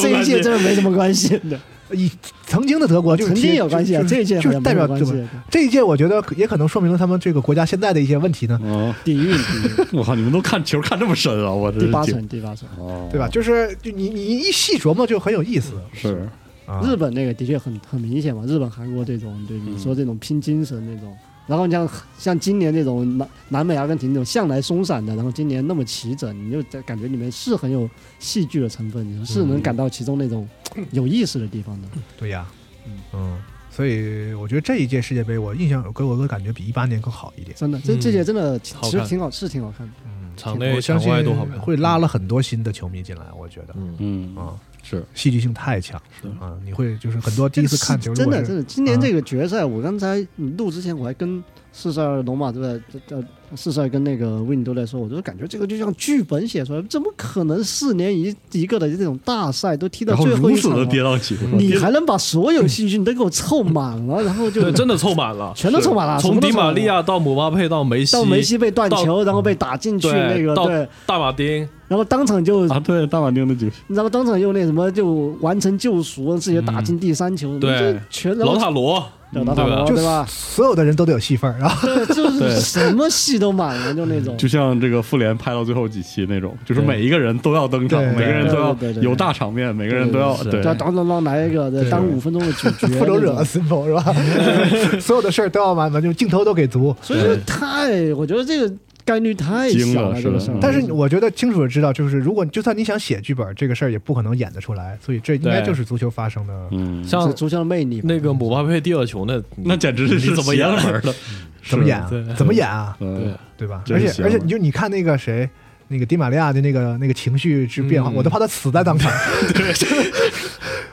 Speaker 4: 这一届真的没什么关系的，
Speaker 2: 以曾经的德国就是
Speaker 4: 曾
Speaker 2: 踢
Speaker 4: 经有关系啊
Speaker 2: 就，是
Speaker 4: 这一届
Speaker 2: 就
Speaker 4: 好
Speaker 2: 是
Speaker 4: 像
Speaker 2: 代
Speaker 4: 没
Speaker 2: 表
Speaker 4: 有关系
Speaker 2: 对吧。这一届，我觉得也可能说明了他们这个国家现在的一些问题呢，
Speaker 5: 啊！
Speaker 4: 底 蕴底蕴，
Speaker 5: 我靠，你们都看球看这么深啊！我这
Speaker 4: 第八层第八层，
Speaker 5: 哦，
Speaker 2: 对吧？？就是就你你一细琢磨就很有意思
Speaker 5: 是，
Speaker 2: 啊。
Speaker 4: 日本那个的确很很明显嘛，日本、韩国这种，对
Speaker 3: 嗯
Speaker 4: 你说这种拼精神那种。然后你像像今年这种南南美、阿根廷那种向来松散的，然后今年那么齐整，你就在感觉里面是很有戏剧的成分，你是
Speaker 3: 嗯
Speaker 4: 能感到其中那种有意思的地方的。
Speaker 2: 对呀，嗯，所以我觉得这一届世界杯，我印象给我的感觉比一八年更好一点。
Speaker 4: 真的，这
Speaker 3: 嗯
Speaker 4: 这届真的其
Speaker 3: 好看
Speaker 4: 其实挺好，是挺好看的。
Speaker 3: 嗯场
Speaker 2: 我
Speaker 3: 内
Speaker 2: 相
Speaker 3: 场
Speaker 2: 信
Speaker 3: 外都好看，
Speaker 2: 会拉了很多新的球迷进来，我觉得
Speaker 3: 嗯。
Speaker 5: 嗯
Speaker 2: 啊，
Speaker 5: 是
Speaker 2: 戏剧性太强
Speaker 5: 是
Speaker 2: 啊！你会就是很多第一次看球，
Speaker 4: 真
Speaker 2: 如果
Speaker 4: 的
Speaker 2: 是
Speaker 4: 真的，今
Speaker 2: 啊
Speaker 4: 年这个决赛，我刚才录之前我还跟四十二龙马都在在呃四十二跟那个 Win 都在说，我就感觉这个就像剧本写出来，怎么可能四年一一个的这种大赛都踢到
Speaker 5: 然后
Speaker 4: 最后
Speaker 5: 如
Speaker 4: 一
Speaker 5: 此
Speaker 4: 场
Speaker 5: 的
Speaker 4: 了，
Speaker 5: 跌宕起伏，
Speaker 4: 你还能把所有戏剧你都给我凑满了，然后就
Speaker 3: 对，真的凑满了，
Speaker 4: 全都凑满了
Speaker 3: 从
Speaker 4: 什么都
Speaker 3: 迪
Speaker 4: 凑满
Speaker 3: 玛
Speaker 4: 了
Speaker 3: 利亚到姆巴佩到梅西，
Speaker 4: 到梅西被断
Speaker 3: 到
Speaker 4: 球，然后被打进去
Speaker 3: 对
Speaker 4: 那个
Speaker 3: 到
Speaker 4: 对，
Speaker 3: 大马丁，
Speaker 4: 然后当场就
Speaker 5: 啊，对，大马丁的几个
Speaker 4: 然后当场又那什么就完成救赎，自己打进第三球，
Speaker 3: 嗯对
Speaker 4: 就全然后
Speaker 3: 劳塔罗，
Speaker 4: 表达
Speaker 3: 对
Speaker 4: 法
Speaker 3: 吧
Speaker 4: 国，
Speaker 2: 就
Speaker 4: 对吧？
Speaker 2: 所有的人都得有戏份儿啊。
Speaker 4: 对，就是
Speaker 5: 对
Speaker 4: 什么戏都满了，就那种。
Speaker 5: 就像这个复联拍到最后几期那种，就是
Speaker 3: 对
Speaker 5: 每一个人都要登场，
Speaker 2: 对
Speaker 5: 每个人都要
Speaker 4: 对对对对
Speaker 5: 有大场面，每个人都要
Speaker 3: 是
Speaker 5: 对
Speaker 4: 对，当当当来一个，对，当五分钟的主角，
Speaker 2: 复仇者
Speaker 4: 那种
Speaker 2: simple 是吧？所有的事儿都要完，把就镜头都给足。
Speaker 4: 所以说太，我觉得这个概率太
Speaker 5: 惊
Speaker 4: 小
Speaker 5: 了
Speaker 4: 了，
Speaker 5: 是
Speaker 4: 这
Speaker 5: 嗯
Speaker 4: 个
Speaker 5: 的
Speaker 3: 嗯
Speaker 4: 事儿。
Speaker 2: 但是我觉得清楚的知道，就是如果就算你想写剧本，这个事儿也不可能演得出来，所以这应该
Speaker 3: 对
Speaker 2: 就是足球发生的。
Speaker 5: 嗯，
Speaker 4: 是
Speaker 3: 像
Speaker 4: 足球的魅力吧，
Speaker 3: 那个姆巴佩第二球那
Speaker 5: 那简直是
Speaker 3: 你怎么演
Speaker 5: 邪了门儿的，
Speaker 2: 怎么演啊
Speaker 3: 对？
Speaker 2: 怎么演 啊？
Speaker 5: 嗯
Speaker 3: 对，
Speaker 2: 对吧？
Speaker 5: 真
Speaker 2: 而
Speaker 5: 是
Speaker 2: 且
Speaker 5: 邪
Speaker 4: 啊
Speaker 2: 而且，
Speaker 5: 门
Speaker 2: 你就你看那个谁，那个迪玛利亚的那个那个情绪之变化，
Speaker 3: 嗯
Speaker 2: 我都怕他死在 当场。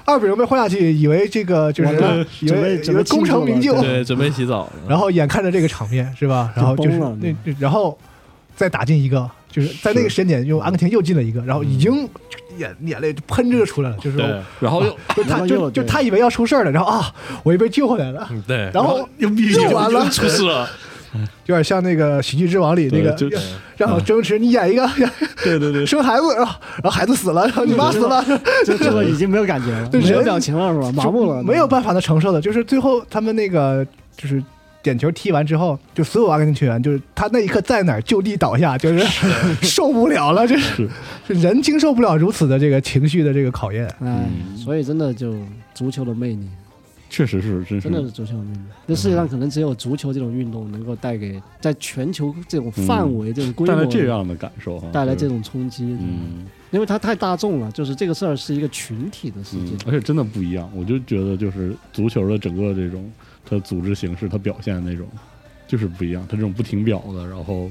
Speaker 2: 二比零被换下去，以为这个就
Speaker 4: 完了
Speaker 2: 是以
Speaker 4: 准备
Speaker 2: 为以
Speaker 4: 准备
Speaker 2: 为功成名
Speaker 4: 庆祝
Speaker 2: 就
Speaker 4: 了，
Speaker 3: 对准备洗澡了，
Speaker 2: 然后眼看着这个场面是吧？
Speaker 4: 就
Speaker 2: 然后就是
Speaker 4: 崩了
Speaker 2: 那然后再打进一个，就是在那个时间点，用阿根廷又进了一个，然后已经眼眼泪就喷着出来了，就是
Speaker 3: 对
Speaker 5: 然后又
Speaker 2: 就他
Speaker 4: 嗯然后
Speaker 2: 就
Speaker 4: 又
Speaker 2: 就
Speaker 4: 对
Speaker 2: 他以为要出事儿了，然后啊，我又被救回来了，
Speaker 3: 嗯 对，
Speaker 2: 然后
Speaker 5: 又必须
Speaker 2: 又完了
Speaker 3: 出事了，
Speaker 2: 有点像那个《喜剧之王》里那
Speaker 5: 对呃
Speaker 2: 个
Speaker 5: 就
Speaker 2: 让周星驰你演一个
Speaker 5: 嗯对对对，
Speaker 2: 生孩子，然后然后孩子死了，然后你妈死了，
Speaker 4: 这这个已经没有感觉了，
Speaker 2: 对
Speaker 4: 没有
Speaker 2: 人
Speaker 4: 表情了是吧？麻
Speaker 2: 就
Speaker 4: 木了，
Speaker 2: 没有办法能承受的，就是最后他们那个就是。点球踢完之后，就所有阿根廷球员，就是他那一刻在哪儿就地倒下， 就是受不了了，这
Speaker 5: 是
Speaker 2: 是人经受不了如此的这个情绪的这个考验。
Speaker 4: 哎，
Speaker 5: 嗯
Speaker 4: 所以真的就足球的魅力，
Speaker 5: 确实是，真是
Speaker 4: 真的是足球的魅力。这世界上可能只有足球这种运动能够带给在全球这种范围、这种规
Speaker 5: 嗯带来
Speaker 4: 模
Speaker 5: 这样的感受哈，
Speaker 4: 带来这
Speaker 5: 种
Speaker 4: 种冲击，
Speaker 5: 嗯
Speaker 4: 因为它太大众了，就是这个事儿是一个群体的事
Speaker 5: 嗯
Speaker 4: 情，。
Speaker 5: 而且真的不一样，我就觉得就是足球的整个这种它组织形式，它表现的那种就是不一样，它这种不停表的，然后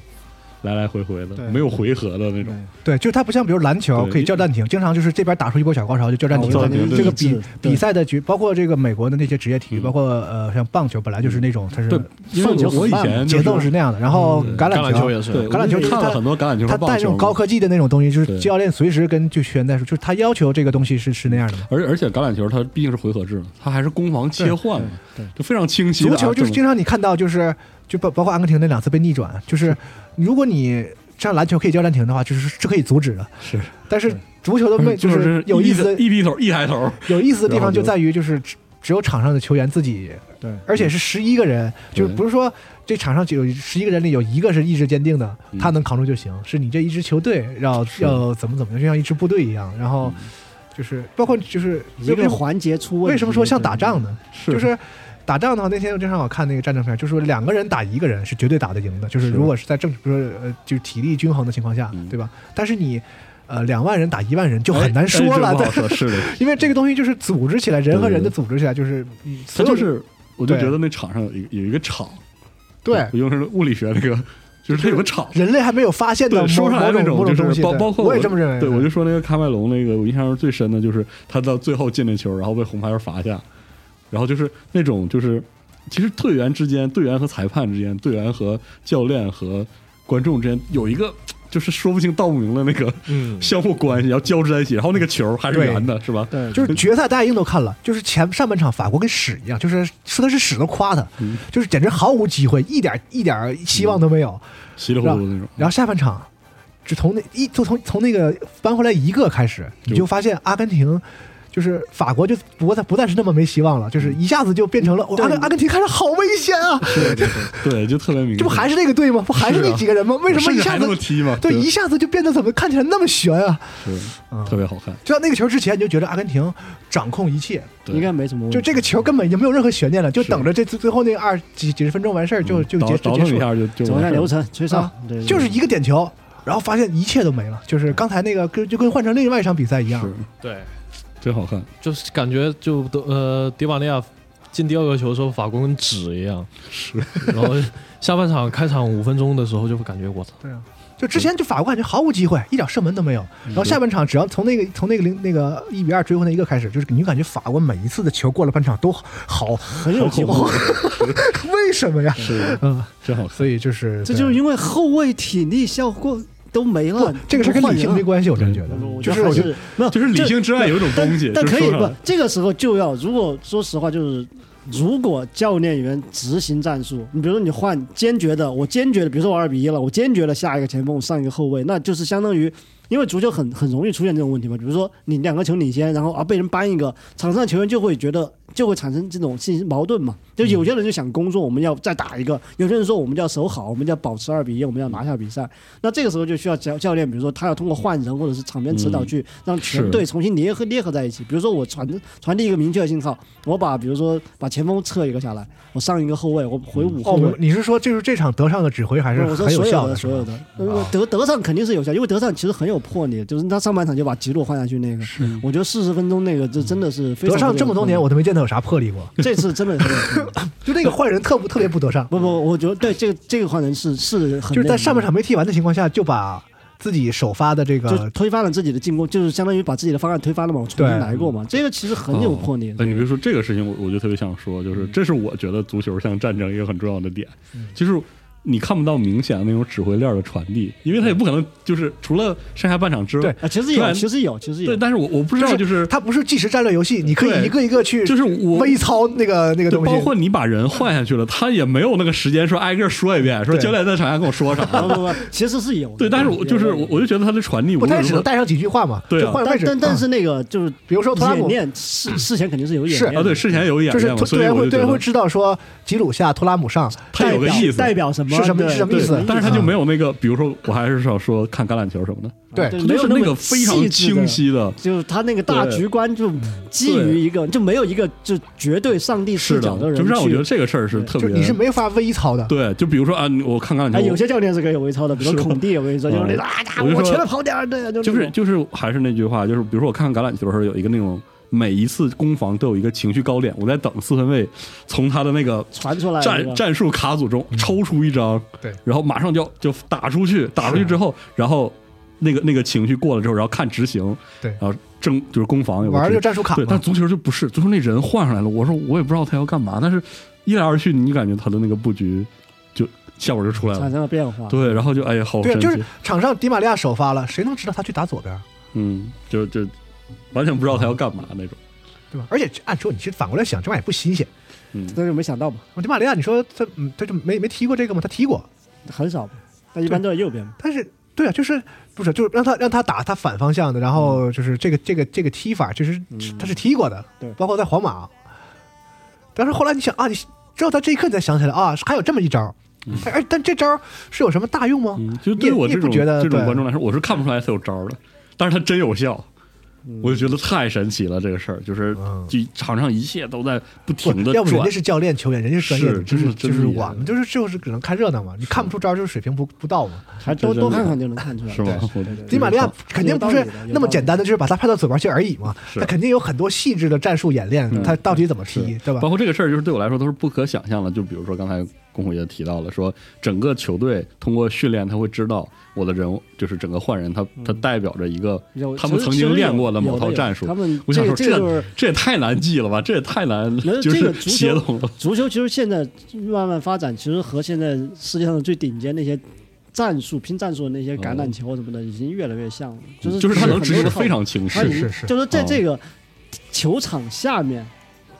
Speaker 5: 来来回回
Speaker 2: 对
Speaker 5: 的，没有回合的那
Speaker 4: 对
Speaker 5: 种，
Speaker 2: 对，就是他不像比如篮球
Speaker 5: 对
Speaker 2: 可以叫暂停，经常就是这边打出一波小高潮就叫暂停
Speaker 5: 哦我
Speaker 2: 了。
Speaker 5: 暂停
Speaker 2: 这个
Speaker 4: 对
Speaker 2: 比
Speaker 4: 对
Speaker 2: 比赛的局，包括这个美国的那些职业体育，
Speaker 5: 嗯
Speaker 2: 包括呃像棒球，本来就是那种它是
Speaker 5: 对，因为
Speaker 4: 放球
Speaker 5: 我我以
Speaker 4: 很慢
Speaker 5: 前就
Speaker 2: 节奏是那样的，然后
Speaker 3: 嗯
Speaker 2: 哦橄
Speaker 3: 榄
Speaker 2: 榄
Speaker 3: 球也是，
Speaker 5: 对
Speaker 2: 橄榄球
Speaker 5: 我就看了很多橄榄球
Speaker 2: 他
Speaker 5: 和棒球嘛，
Speaker 2: 带那种高科技的那种东西，就是
Speaker 5: 对
Speaker 2: 教练随时跟就学员在说，就是他要求这个东西是是那样的嘛。
Speaker 5: 而而且橄榄球它毕竟是回合制嘛，它还是攻防切换嘛，
Speaker 4: 对对
Speaker 5: 就非常清晰的
Speaker 2: 足
Speaker 5: 啊。
Speaker 2: 球就是
Speaker 5: 这
Speaker 2: 经
Speaker 5: 种
Speaker 2: 常你看到就是就包包括阿根廷那两次被逆转，就是如果你像篮球可以叫暂停的话，就是是可以阻止的。
Speaker 5: 是，嗯
Speaker 2: 但是足球的魅
Speaker 5: 就
Speaker 2: 就是有意思的
Speaker 5: 一低头一抬头，
Speaker 2: 有意思的地
Speaker 5: 然后
Speaker 2: 方就
Speaker 5: 就
Speaker 2: 在于就是只只有场上的球员自己，
Speaker 4: 对
Speaker 2: 而且是十一个人，就
Speaker 5: 对
Speaker 2: 不是说这场上只有十一个人里有一个是意志坚定的，
Speaker 5: 嗯
Speaker 2: 他能扛住就行，是你这一支球队要
Speaker 5: 是嗯
Speaker 2: 要怎么怎么样，就像一支部队一样，然后就是包括就是
Speaker 4: 一
Speaker 2: 为
Speaker 4: 个环节出问题，
Speaker 2: 为什么说像打仗呢？
Speaker 5: 是
Speaker 2: 就是打仗的话，那天我正好看那个战争片，就是说两个人打一个人是绝对打得赢的，就是
Speaker 5: 是
Speaker 2: 如果是在正，比如说呃，就是体力均衡的情况下，
Speaker 5: 嗯
Speaker 2: 对吧？但是你呃两万人打一万人就
Speaker 5: 哎
Speaker 2: 很难说了，
Speaker 5: 哎这不
Speaker 2: 对
Speaker 5: 好说，是的，
Speaker 2: 因为这个东西就是组织起来，人和人的组织起来，就是你
Speaker 5: 它
Speaker 2: 所有
Speaker 5: 就
Speaker 2: 的
Speaker 5: 是我就
Speaker 2: 对
Speaker 5: 觉得那场上有一有一个场，
Speaker 2: 对
Speaker 5: 我 用的是物理学那个，就是它有个场。
Speaker 2: 人类还没有发现的
Speaker 5: 对，
Speaker 2: 某
Speaker 5: 说不上来
Speaker 2: 某
Speaker 5: 那
Speaker 2: 种某种
Speaker 5: 就
Speaker 2: 东西。
Speaker 5: 是包
Speaker 2: 对
Speaker 5: 包括
Speaker 2: 我也这么认为。
Speaker 5: 对，我就说那个喀麦隆那个，我印象中最深的就是他到最后进那球，然后被红牌罚下，然后就是那种就是，其实队员之间、队员和裁判之间、队员和教练和观众之间有一个就是说不清道不明的那个
Speaker 3: 嗯，
Speaker 5: 相互关系，然后交织在一起，然后那个球还是圆的，是吧？
Speaker 4: 对，
Speaker 2: 就是决赛，大家一定都看了，就是前上半场法国跟屎一样，就是说他是屎都夸他，
Speaker 5: 嗯
Speaker 2: 就是简直毫无机会，一点一点希望都没有。
Speaker 5: 稀里糊涂的那种。
Speaker 2: 然后下半场，只从那一就从从那个扳回来一个开始，你就发现阿根廷。就是法国就不再不再是那么没希望了，就是
Speaker 5: 嗯
Speaker 2: 一下子就变成了、哦阿根阿根廷看着好危险啊！
Speaker 5: 对对对，对就特别明显。
Speaker 2: 这不还是那个队吗？不还是
Speaker 5: 是啊
Speaker 2: 那几个人吗？为什么
Speaker 5: 甚
Speaker 2: 一
Speaker 5: 至
Speaker 2: 下
Speaker 5: 还那
Speaker 2: 子
Speaker 5: 么踢嘛？
Speaker 2: 对，一下子就变得怎么看起来那么悬啊？
Speaker 5: 是
Speaker 2: 嗯
Speaker 5: 特别好看。
Speaker 2: 就像那个球之前，你就觉得阿根廷掌控一切，
Speaker 5: 对
Speaker 4: 应该没什么问题。
Speaker 2: 就这个球根本就没有任何悬念了，就是等着这最最后那二几几十分钟完事儿就就
Speaker 5: 嗯
Speaker 2: 结就
Speaker 5: 倒倒
Speaker 2: 结
Speaker 5: 腾
Speaker 2: 束
Speaker 5: 一
Speaker 2: 了，
Speaker 5: 下就就
Speaker 4: 走
Speaker 5: 完
Speaker 4: 一
Speaker 5: 事
Speaker 4: 下
Speaker 5: 儿
Speaker 4: 流程，吹哨
Speaker 2: 啊，
Speaker 4: 对，对
Speaker 2: 就是一个点球，然后发现一切都没了，就是刚才那个跟就跟换成另外一场比赛一样
Speaker 5: 是，
Speaker 3: 对，
Speaker 5: 真好看。
Speaker 3: 就是感觉就都呃，迪马利亚进第二个球的时候，法国跟纸一样，
Speaker 5: 是，
Speaker 3: 然后下半场开场五分钟的时候，就会感觉我操，
Speaker 2: 对啊。就之前就法国感觉毫无机会，一点射门都没有。
Speaker 5: 嗯
Speaker 2: 然后下半场只要从那个从那个零那个一比二追回那一个开始，就是你感觉法国每一次的球过了半场都好，
Speaker 4: 很有机会。
Speaker 2: 为什么呀？
Speaker 5: 是
Speaker 2: 嗯，
Speaker 5: 真好看。
Speaker 2: 所以就是
Speaker 4: 这就是
Speaker 2: 对
Speaker 4: 因为后卫体力效果都没
Speaker 2: 不
Speaker 4: 了，
Speaker 2: 这个事儿跟
Speaker 4: 换
Speaker 2: 理性
Speaker 4: 人
Speaker 2: 没
Speaker 4: 了嗯
Speaker 2: 关系，我真觉得
Speaker 4: 我我，
Speaker 2: 就
Speaker 4: 觉
Speaker 2: 是
Speaker 4: 得还
Speaker 2: 我觉
Speaker 4: 是 没有
Speaker 5: 就是理性之外有一种东西，
Speaker 4: 但
Speaker 5: 就是
Speaker 4: 可以
Speaker 5: 说上嗯
Speaker 4: 不
Speaker 5: 来，
Speaker 4: 这个时候就要，如果说实话，就是如果教练员执行战术，你比如说你换坚决的，我坚决的，比如说我二比一了，我坚决的下一个前锋，上一个后卫，那就是相当于。因为足球很很容易出现这种问题嘛，比如说你两个球领先，然后啊被人扳一个，场上球员就会觉得就会产生这种信心矛盾嘛，就有些人就想工作，我们要再打一个；有些人说我们要守好，我们要保持二比一，我们要拿下比赛。那这个时候就需要教教练，比如说他要通过换人或者是场边指导去让全
Speaker 5: 是
Speaker 4: 队重新捏合捏合在一起。比如说我传传递一个明确的信号，我把比如说把前锋撤一个下来，我上一个后卫，我回五后
Speaker 2: 哦
Speaker 4: 卫。，
Speaker 2: 你是说就是这场德尚的指挥还是
Speaker 4: 我说
Speaker 2: 很
Speaker 4: 所
Speaker 2: 效
Speaker 4: 有
Speaker 2: 的，
Speaker 4: 的
Speaker 2: 是
Speaker 4: 所有
Speaker 2: 吧？
Speaker 4: 的，呃
Speaker 2: 啊
Speaker 4: 德德尚肯定是有效，因为德尚其实很有魄力，就是他上半场就把吉鲁换下去那个，我觉得四十分钟那个这真的是非常
Speaker 2: 德尚这么多年
Speaker 4: 我
Speaker 2: 我都没见他有啥魄力过，
Speaker 4: 这次真的是
Speaker 2: 就那个换人特不特别不德尚，
Speaker 4: 不不，我觉得对这个这个换人是是很
Speaker 2: 就是在上半
Speaker 4: 面
Speaker 2: 场没踢完的情况下就把自己首发的这
Speaker 4: 就
Speaker 2: 个
Speaker 4: 推翻了自己的进攻，就是相当于把自己的方案推翻了嘛，我重
Speaker 2: 对哦
Speaker 4: 新来过嘛，这个其实很有嗯魄力。
Speaker 5: 哎，你别说这个事情，我我就特别想说，就是这是我觉得足球像战争一个很重要的点，
Speaker 4: 嗯
Speaker 5: 就是你看不到明显的那种指挥链的传递，因为他也不可能就是除了上下半场之外，
Speaker 4: 啊，其实有，其实有，其实有
Speaker 5: 对，，但是我我不知道就是
Speaker 2: 它不是计时战略游戏，你可以
Speaker 5: 对
Speaker 2: 一个一个去
Speaker 5: 就是我
Speaker 2: 微操那个那个
Speaker 5: 对，
Speaker 2: 东西，
Speaker 5: 包括你把人换下去了，他也没有那个时间说挨个说一遍，说
Speaker 2: 对
Speaker 5: 教练在场下跟我说啥。
Speaker 4: 不不 不，其实是有的。
Speaker 5: 啊对，但是我就是我，我就觉得他的传递无
Speaker 2: 不太
Speaker 5: 论
Speaker 2: 只
Speaker 5: 如
Speaker 2: 能
Speaker 5: 何
Speaker 2: 带上几句话嘛，
Speaker 5: 对啊
Speaker 2: 就换
Speaker 4: 但
Speaker 2: 位置。
Speaker 4: 但但是
Speaker 2: 啊
Speaker 4: 那个就是
Speaker 2: 比如说托拉
Speaker 4: 演
Speaker 2: 姆，
Speaker 4: 练事事前肯定是有演
Speaker 2: 嗯是
Speaker 4: 练的
Speaker 5: 啊，对，事前有一演
Speaker 2: 就是
Speaker 5: 练嘛，所以
Speaker 2: 队员
Speaker 5: 我
Speaker 2: 会
Speaker 5: 就
Speaker 2: 队
Speaker 5: 觉
Speaker 2: 员会
Speaker 5: 得
Speaker 2: 知道说吉鲁下托拉姆上，
Speaker 5: 他有个
Speaker 4: 代表
Speaker 5: 意思，
Speaker 4: 代表什么
Speaker 2: 是什么
Speaker 4: 对
Speaker 2: 是什么
Speaker 5: 对
Speaker 2: 意思
Speaker 5: 但是他
Speaker 4: 啊
Speaker 2: 嗯
Speaker 5: 就没有那个，比如说我还是想说看橄榄球什么的，
Speaker 2: 对
Speaker 4: 对
Speaker 5: 他
Speaker 4: 没
Speaker 5: 就
Speaker 4: 有
Speaker 5: 是
Speaker 4: 那
Speaker 5: 那
Speaker 4: 么
Speaker 5: 个非常
Speaker 4: 细致的
Speaker 5: 清晰的，
Speaker 4: 就是他那个大局观，就基于一个，就没有一个就绝对上帝视
Speaker 5: 是
Speaker 4: 角
Speaker 5: 的，
Speaker 4: 人
Speaker 5: 就让我觉得
Speaker 4: 去。
Speaker 5: 这个事儿是
Speaker 4: 对
Speaker 5: 特
Speaker 2: 就
Speaker 5: 别
Speaker 2: 你是没法微操的。
Speaker 5: 对，就比如说啊，你我看橄榄
Speaker 4: 哎，
Speaker 5: 球，
Speaker 4: 有些教练是可以有微操的，比如说
Speaker 5: 是
Speaker 4: 孔蒂，我跟你说，就是那种
Speaker 5: 嗯
Speaker 4: 啊，
Speaker 5: 我就
Speaker 4: 我前
Speaker 5: 说
Speaker 4: 面跑点儿，对啊，就
Speaker 5: 就
Speaker 4: 那
Speaker 5: 是
Speaker 4: 种
Speaker 5: 就是还是那句话，就是比如说我看橄榄球的时候，有一个那种每一次攻防都有一个情绪高点，我在等四分卫从他的那个
Speaker 4: 传出来
Speaker 5: 战战术卡组
Speaker 2: 嗯
Speaker 5: 中抽出一张，
Speaker 2: 对啊
Speaker 5: 然后马上就就打出去，打出去之后，然后那个那个情绪过了之后，然后看执行，
Speaker 2: 对
Speaker 5: 然后正就是攻防有个
Speaker 2: 玩儿
Speaker 5: 执
Speaker 2: 就战术卡
Speaker 5: 嗯对，
Speaker 2: 嘛
Speaker 5: 但，足球就不是，足球那人换上来了，我说我也不知道他要干嘛，但是一来二去，你感觉他的那个布局就效果就出来
Speaker 4: 产
Speaker 5: 了，
Speaker 4: 生了变化。
Speaker 5: 对，然后就哎呀，好
Speaker 2: 对，
Speaker 5: 神
Speaker 2: 就
Speaker 5: 奇，
Speaker 2: 是场上迪玛利亚首发了，谁能知道他去打左边，
Speaker 5: 嗯，就就完全不知道他要干嘛那种，
Speaker 2: 对吧？而且按说你是反过来想，这玩意儿也不新鲜。
Speaker 5: 嗯，
Speaker 4: 但是没想到嘛，
Speaker 2: 迪玛利亚，你说他嗯，他就没没踢过这个吗？他踢过，
Speaker 4: 很少嘛，但一般都在右边嘛。
Speaker 2: 但是对啊，就是不是就是让他让他打他反方向的，然后就是这个这个这个踢法，就是他是踢过的，
Speaker 4: 对
Speaker 2: 包括在皇马。但是后来你想啊，你只有在这一刻你才想起来啊，还有这么一招，哎哎，但这招是有什么大用吗？
Speaker 5: 嗯，就对我
Speaker 2: 你
Speaker 5: 这
Speaker 2: 也不
Speaker 5: 种
Speaker 2: 觉得
Speaker 5: 这种
Speaker 2: 对
Speaker 5: 观众来说，我是看不出来他有招儿的，但是他真有效，
Speaker 4: 嗯
Speaker 5: 我就觉得太神奇了。这个事儿就是
Speaker 2: 嗯，
Speaker 5: 就场上一切都在
Speaker 2: 不
Speaker 5: 不停的
Speaker 2: 要不人
Speaker 5: 转
Speaker 2: 家，是教练球员，人家是专业的，
Speaker 5: 是
Speaker 2: 就
Speaker 5: 真是
Speaker 2: 就
Speaker 5: 真
Speaker 2: 是
Speaker 5: 厉
Speaker 2: 我
Speaker 5: 害
Speaker 2: 们就是就是只能看热闹嘛，你看不出招就是水平不不到嘛。
Speaker 4: 还多
Speaker 5: 这真
Speaker 4: 多
Speaker 5: 的
Speaker 4: 看看就能看出来，
Speaker 5: 是吗
Speaker 4: 对
Speaker 5: 我
Speaker 4: 对对
Speaker 2: 迪玛利亚肯定不是
Speaker 4: 有道理的有道理
Speaker 2: 那么简单的，就是把他派到左边去而已嘛，
Speaker 5: 是
Speaker 2: 他肯定有很多细致的战术演练，他到底怎么踢，对吧
Speaker 5: 包？括这个事儿，就是对我来说都是不可想象的。就比如说刚才龚虎也提到了，说整个球队通过训练，他会知道我的人物就是整个换人，他
Speaker 4: 嗯
Speaker 5: 他代表着一个
Speaker 4: 有
Speaker 5: 他们
Speaker 4: 其实
Speaker 5: 曾
Speaker 4: 其实
Speaker 5: 经
Speaker 4: 有
Speaker 5: 练过的
Speaker 4: 有
Speaker 5: 某
Speaker 4: 的
Speaker 5: 套
Speaker 4: 有
Speaker 5: 战术
Speaker 4: 他。们
Speaker 5: 我
Speaker 4: 这
Speaker 5: 想
Speaker 4: 个
Speaker 5: 说，
Speaker 4: 这个就是
Speaker 5: 这这也太难记了吧？这也太难，
Speaker 4: 那
Speaker 5: 就
Speaker 4: 这个足
Speaker 5: 是
Speaker 4: 球
Speaker 5: 协同了。
Speaker 4: 足球其实现在慢慢发展，其实和现在世界上的最顶尖那些战术、拼战术的那些橄榄球什么的，已经越来越像了。就是
Speaker 5: 哦嗯就是他
Speaker 4: 很
Speaker 5: 能
Speaker 4: 多
Speaker 5: 执行的
Speaker 4: 套
Speaker 5: 非常清晰
Speaker 4: 他已，经
Speaker 2: 是是
Speaker 4: 就是在
Speaker 5: 哦嗯
Speaker 4: 这个球场下面。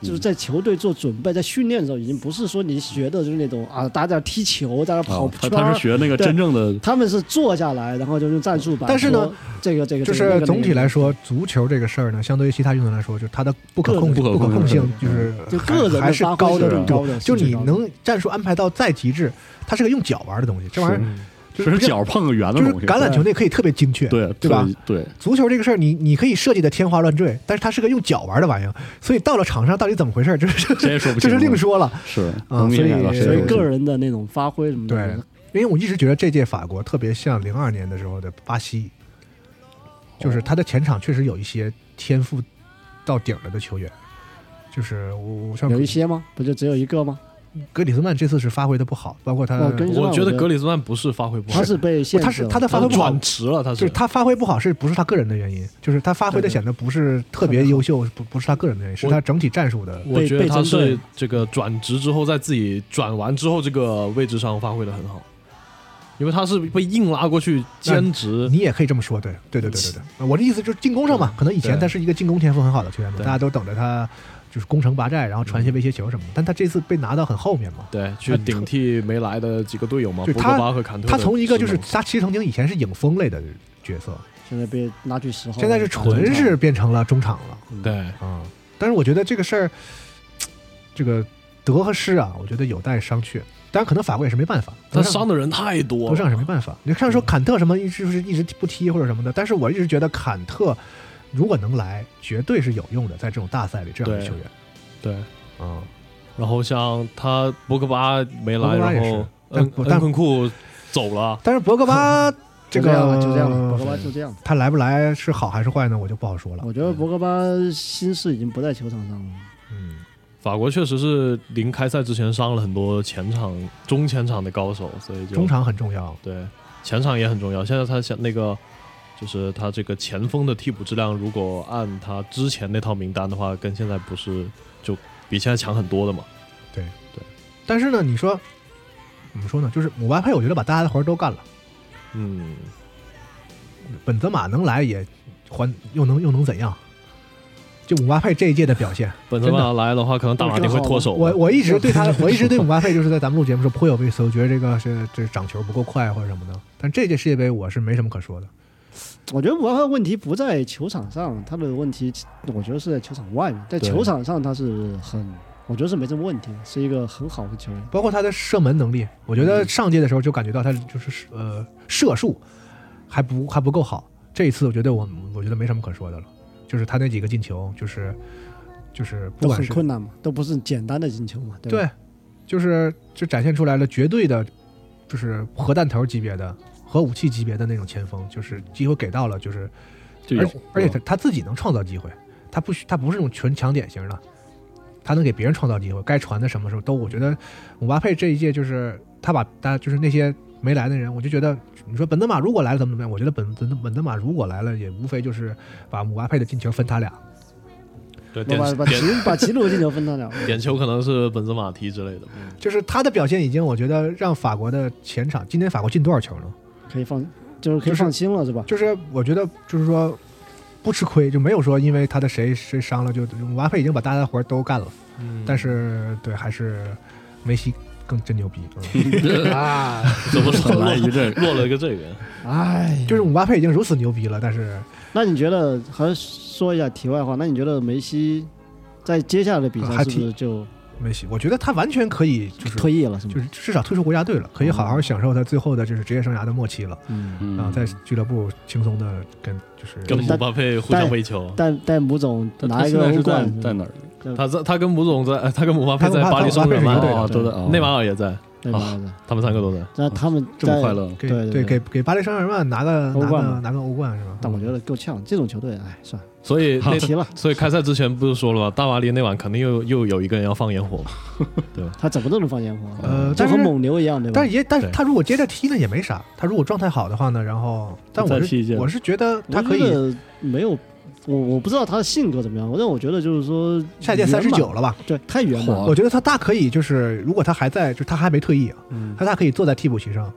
Speaker 4: 就是在球队做准备，在训练的时候，已经不是说你学的就是那种啊，大家在那踢球，在那跑
Speaker 5: 啊他
Speaker 4: 圈儿、
Speaker 5: 他是学那个
Speaker 4: 对
Speaker 5: 真正的
Speaker 4: 他们是坐下来，然后就用战术板说。
Speaker 2: 但是呢
Speaker 4: 这个这个
Speaker 2: 就
Speaker 4: 这个那
Speaker 2: 是
Speaker 4: 个
Speaker 2: 总体
Speaker 4: 那个
Speaker 2: 来说，足球这个事儿呢，相对于其他运动来说，就是它的不可
Speaker 4: 个
Speaker 2: 控
Speaker 4: 人
Speaker 2: 性、
Speaker 5: 不
Speaker 2: 不
Speaker 5: 可
Speaker 2: 可控
Speaker 5: 控
Speaker 2: 性
Speaker 5: 性
Speaker 2: 就是
Speaker 4: 就
Speaker 2: 还
Speaker 4: 个人的
Speaker 2: 还是
Speaker 4: 发挥
Speaker 2: 高
Speaker 4: 是
Speaker 2: 的
Speaker 4: 很
Speaker 2: 很
Speaker 4: 高的
Speaker 2: 就是你
Speaker 4: 高的
Speaker 2: 能战术安排到再极致，它是个用脚玩的东西，这玩意儿就
Speaker 5: 只
Speaker 2: 是不像
Speaker 5: 脚碰个圆的
Speaker 2: 就是
Speaker 5: 东西。
Speaker 2: 橄榄球那可以特别精确，
Speaker 5: 对
Speaker 2: 对吧？？
Speaker 5: 对，
Speaker 2: 足球这个事儿，你你可以设计的天花乱坠，但是它是个用脚玩的玩意儿，所以到了场上到底怎么回事儿，这是
Speaker 5: 谁也说不
Speaker 2: 这
Speaker 5: 清。
Speaker 2: 是另说了。
Speaker 5: 是
Speaker 2: 啊
Speaker 5: 能明显到
Speaker 2: 所以
Speaker 5: 谁
Speaker 4: 所
Speaker 5: 也
Speaker 4: 以
Speaker 5: 说不清
Speaker 4: 个人的那种发挥什么的，
Speaker 2: 对，因为我一直觉得这届法国特别像零二年的时候的巴西，就是他的前场确实有一些天赋到顶了的球员，就是我我像
Speaker 4: 有一些吗？不就只有一个吗？
Speaker 2: 格里兹曼这次是发挥的不好，包括他
Speaker 4: 哦格里兹曼
Speaker 3: 我觉得
Speaker 4: 我觉得
Speaker 3: 格里兹曼不是发挥不好，
Speaker 4: 他是被限制了，
Speaker 2: 他是他的发挥不好
Speaker 3: 转。职了，他
Speaker 2: 就是
Speaker 3: 是
Speaker 2: 他发挥不好，是不是他个人的原因？就是他发挥的显得不是特别优秀，不不是他个人的原因，是他整体战术的。
Speaker 3: 我觉得
Speaker 4: 被
Speaker 3: 他
Speaker 4: 针对
Speaker 3: 是这个转职之后，在自己转完之后这个位置上发挥的很好，因为他是被硬拉过去兼职，
Speaker 2: 你也可以这么说，对对对对对对。我的意思就是进攻上嘛，可能以前
Speaker 3: 嗯对
Speaker 2: 他是一个进攻天赋很好的球员嘛，
Speaker 3: 对
Speaker 2: 大家都等着他就是攻城拔寨，然后传一些威胁球什么
Speaker 3: 嗯
Speaker 2: 的。但他这次被拿到很后面嘛，
Speaker 3: 对，去顶替没来的几个队友嘛，
Speaker 2: 对
Speaker 3: 博格
Speaker 2: 他
Speaker 3: 巴和坎特的
Speaker 2: 他从一个就是
Speaker 3: 职能
Speaker 2: 他其实曾经以前是影锋类的角色，
Speaker 3: 哦
Speaker 4: 现在被拉去十号，
Speaker 2: 现在是纯是变成了中场了
Speaker 3: 对嗯
Speaker 2: 啊、但是我觉得这个事儿，这个得和失啊，我觉得有待商榷。当然，可能法国也是没办法，
Speaker 3: 他
Speaker 2: 德尚
Speaker 3: 伤的人太
Speaker 2: 德
Speaker 3: 多了，
Speaker 2: 尚也是啊没办法。你看
Speaker 4: 嗯
Speaker 2: 说坎特什么一直就是一直不踢或者什么的，但是我一直觉得坎特如果能来，绝对是有用的，在这种大赛里这样的
Speaker 3: 对
Speaker 2: 球员。
Speaker 3: 对。
Speaker 2: 嗯，
Speaker 3: 然后像他博格巴没
Speaker 2: 博
Speaker 3: 来，
Speaker 2: 格巴也
Speaker 3: 然
Speaker 2: 是
Speaker 3: 后
Speaker 2: 但
Speaker 3: 恩
Speaker 2: 不但
Speaker 3: 恩昆库走了，
Speaker 2: 但是博格巴这
Speaker 4: 就
Speaker 2: 个
Speaker 4: 这样吧，就这样吧，博格巴就这样吧。
Speaker 2: 他来不来是好还是坏呢？我就不好说了。
Speaker 4: 我觉得博格巴心思已经不在球场上了。
Speaker 2: 嗯，
Speaker 3: 法国确实是临开赛之前伤了很多前场、中前场的高手，所以就
Speaker 2: 中场很重要。
Speaker 3: 对前场也很重要。现在他想那个就是他这个前锋的替补质量，如果按他之前那套名单的话，跟现在不是就比现在强很多的嘛？
Speaker 2: 但是呢，你说怎么说呢？就是姆巴佩，我觉得把大家的活儿都干了。
Speaker 3: 嗯，
Speaker 2: 本泽马能来也还又能又能怎样？就姆巴佩这一届的表现，
Speaker 3: 本泽马来的话，可能大马丁会脱手。
Speaker 2: 我我一直对他，我一直对姆巴佩就是在咱们录节目时候颇有微词，我觉得这个是这掌球不够快或者什么的。但这届世界杯我是没什么可说的。
Speaker 4: 我觉得博格巴问题不在球场上，他的问题我觉得是在球场外面。在
Speaker 3: 对
Speaker 4: 球场上他是很，我觉得是没什么问题，是一个很好的球员。
Speaker 2: 包括他的射门能力，我觉
Speaker 4: 嗯
Speaker 2: 得上届的时候就感觉到他就是呃射术还不还不够好。这一次我觉得我我觉得没什么可说的了，就是他那几个进球，就是就是不
Speaker 4: 都
Speaker 2: 管
Speaker 4: 很
Speaker 2: 是
Speaker 4: 困难嘛，都不是简单的进球嘛，对吧？
Speaker 2: 对，就是就展现出来了绝对的，就是核弹头级别的、核武器级别的那种前锋，就是机会给到了，就是
Speaker 5: 就有
Speaker 2: 而且而且他他自己能创造机会，他不需他不是那种纯强点型的，他能给别人创造机会，该传的什么时候都，我觉得姆巴佩这一届就是他把大家就是那些没来的人，我就觉得你说本泽马如果来了怎么怎么样，我觉得本本本泽马如果来了也无非就是把姆巴佩的进球分他俩，
Speaker 3: 对点
Speaker 4: 把把齐
Speaker 3: 点
Speaker 4: 把齐鲁进球分他了，
Speaker 3: 点球可能是本泽马踢之类的。
Speaker 2: 就是他的表现已经我觉得让法国的前场今天法国进多少球呢？
Speaker 4: 可以放，就是可
Speaker 2: 就
Speaker 4: 以
Speaker 2: 是
Speaker 4: 放心了，是吧？
Speaker 2: 就是我觉得就是说不吃亏，就没有说因为他的谁谁伤了就姆巴佩已经把大家的活儿都干了。
Speaker 3: 嗯
Speaker 2: 但是对，还是梅西更真牛逼。嗯 啊，
Speaker 3: 怎么说
Speaker 5: 本来
Speaker 3: 落
Speaker 5: 一阵
Speaker 3: 落了一个这个？
Speaker 4: 哎，
Speaker 2: 就是姆巴佩已经如此牛逼了，但是
Speaker 4: 那你觉得还是说一下题外话？那你觉得梅西在接下来的比
Speaker 2: 还
Speaker 4: 赛
Speaker 2: 踢
Speaker 4: 是不是就
Speaker 2: 梅西，我觉得他完全可以就是
Speaker 4: 退役了？是吗？
Speaker 2: 就是至少退出国家队了，可以好好享受他最后的就是职业生涯的末期了
Speaker 4: 嗯，
Speaker 5: 嗯
Speaker 2: 啊，在俱乐部轻松的跟就是
Speaker 3: 跟姆巴佩互相
Speaker 4: 但
Speaker 3: 喂球。
Speaker 4: 带带姆总
Speaker 5: 他他
Speaker 4: 拿一
Speaker 5: 现
Speaker 4: 个
Speaker 5: 在
Speaker 4: 欧
Speaker 5: 是在
Speaker 4: 冠，是吧
Speaker 5: 在哪儿？
Speaker 3: 他在他跟姆总在，呃他跟姆巴佩在
Speaker 2: 他跟
Speaker 3: 巴黎圣日耳
Speaker 2: 啊
Speaker 3: 曼
Speaker 2: 姆巴佩是一个队，
Speaker 5: 哦
Speaker 4: 对
Speaker 5: 都在
Speaker 4: 对
Speaker 5: 哦
Speaker 3: 内马尔也在，
Speaker 4: 对吧？
Speaker 3: 他们三个都在。
Speaker 4: 那他们
Speaker 5: 这么
Speaker 4: 在
Speaker 5: 快乐，
Speaker 2: 给
Speaker 4: 对对
Speaker 2: 给给巴黎圣日耳曼拿个拿
Speaker 4: 欧冠
Speaker 2: 个
Speaker 4: 嘛
Speaker 2: 拿个欧冠是吧？
Speaker 4: 但我觉得够呛，这种球队，哎，算了，
Speaker 3: 所以
Speaker 4: 别
Speaker 3: 那
Speaker 4: 提了，
Speaker 3: 所以开赛之前不是说了吗？大巴黎那晚肯定又又有一个人要放烟火嘛。
Speaker 4: 他怎么都能放烟火，
Speaker 2: 呃，
Speaker 4: 就
Speaker 2: 但
Speaker 4: 和
Speaker 2: 是
Speaker 4: 蒙牛一样，对吧
Speaker 2: 但？是也但是
Speaker 3: 对
Speaker 2: 他如果接着踢呢也没啥，他如果状态好的话呢，然后但我
Speaker 5: 再踢一
Speaker 2: 是
Speaker 5: 届
Speaker 2: 我是觉得他
Speaker 4: 我
Speaker 2: 可
Speaker 4: 觉
Speaker 2: 以
Speaker 4: 得没有，我我不知道他的性格怎么样，但我觉得就是说，
Speaker 2: 下届三十九
Speaker 4: 圆满，
Speaker 2: 了吧？
Speaker 4: 对，太圆满了，
Speaker 5: 哇
Speaker 2: 我觉得他大可以就是如果他还在，就他还没退役啊，
Speaker 4: 嗯。
Speaker 2: 他大可以坐在替补席上。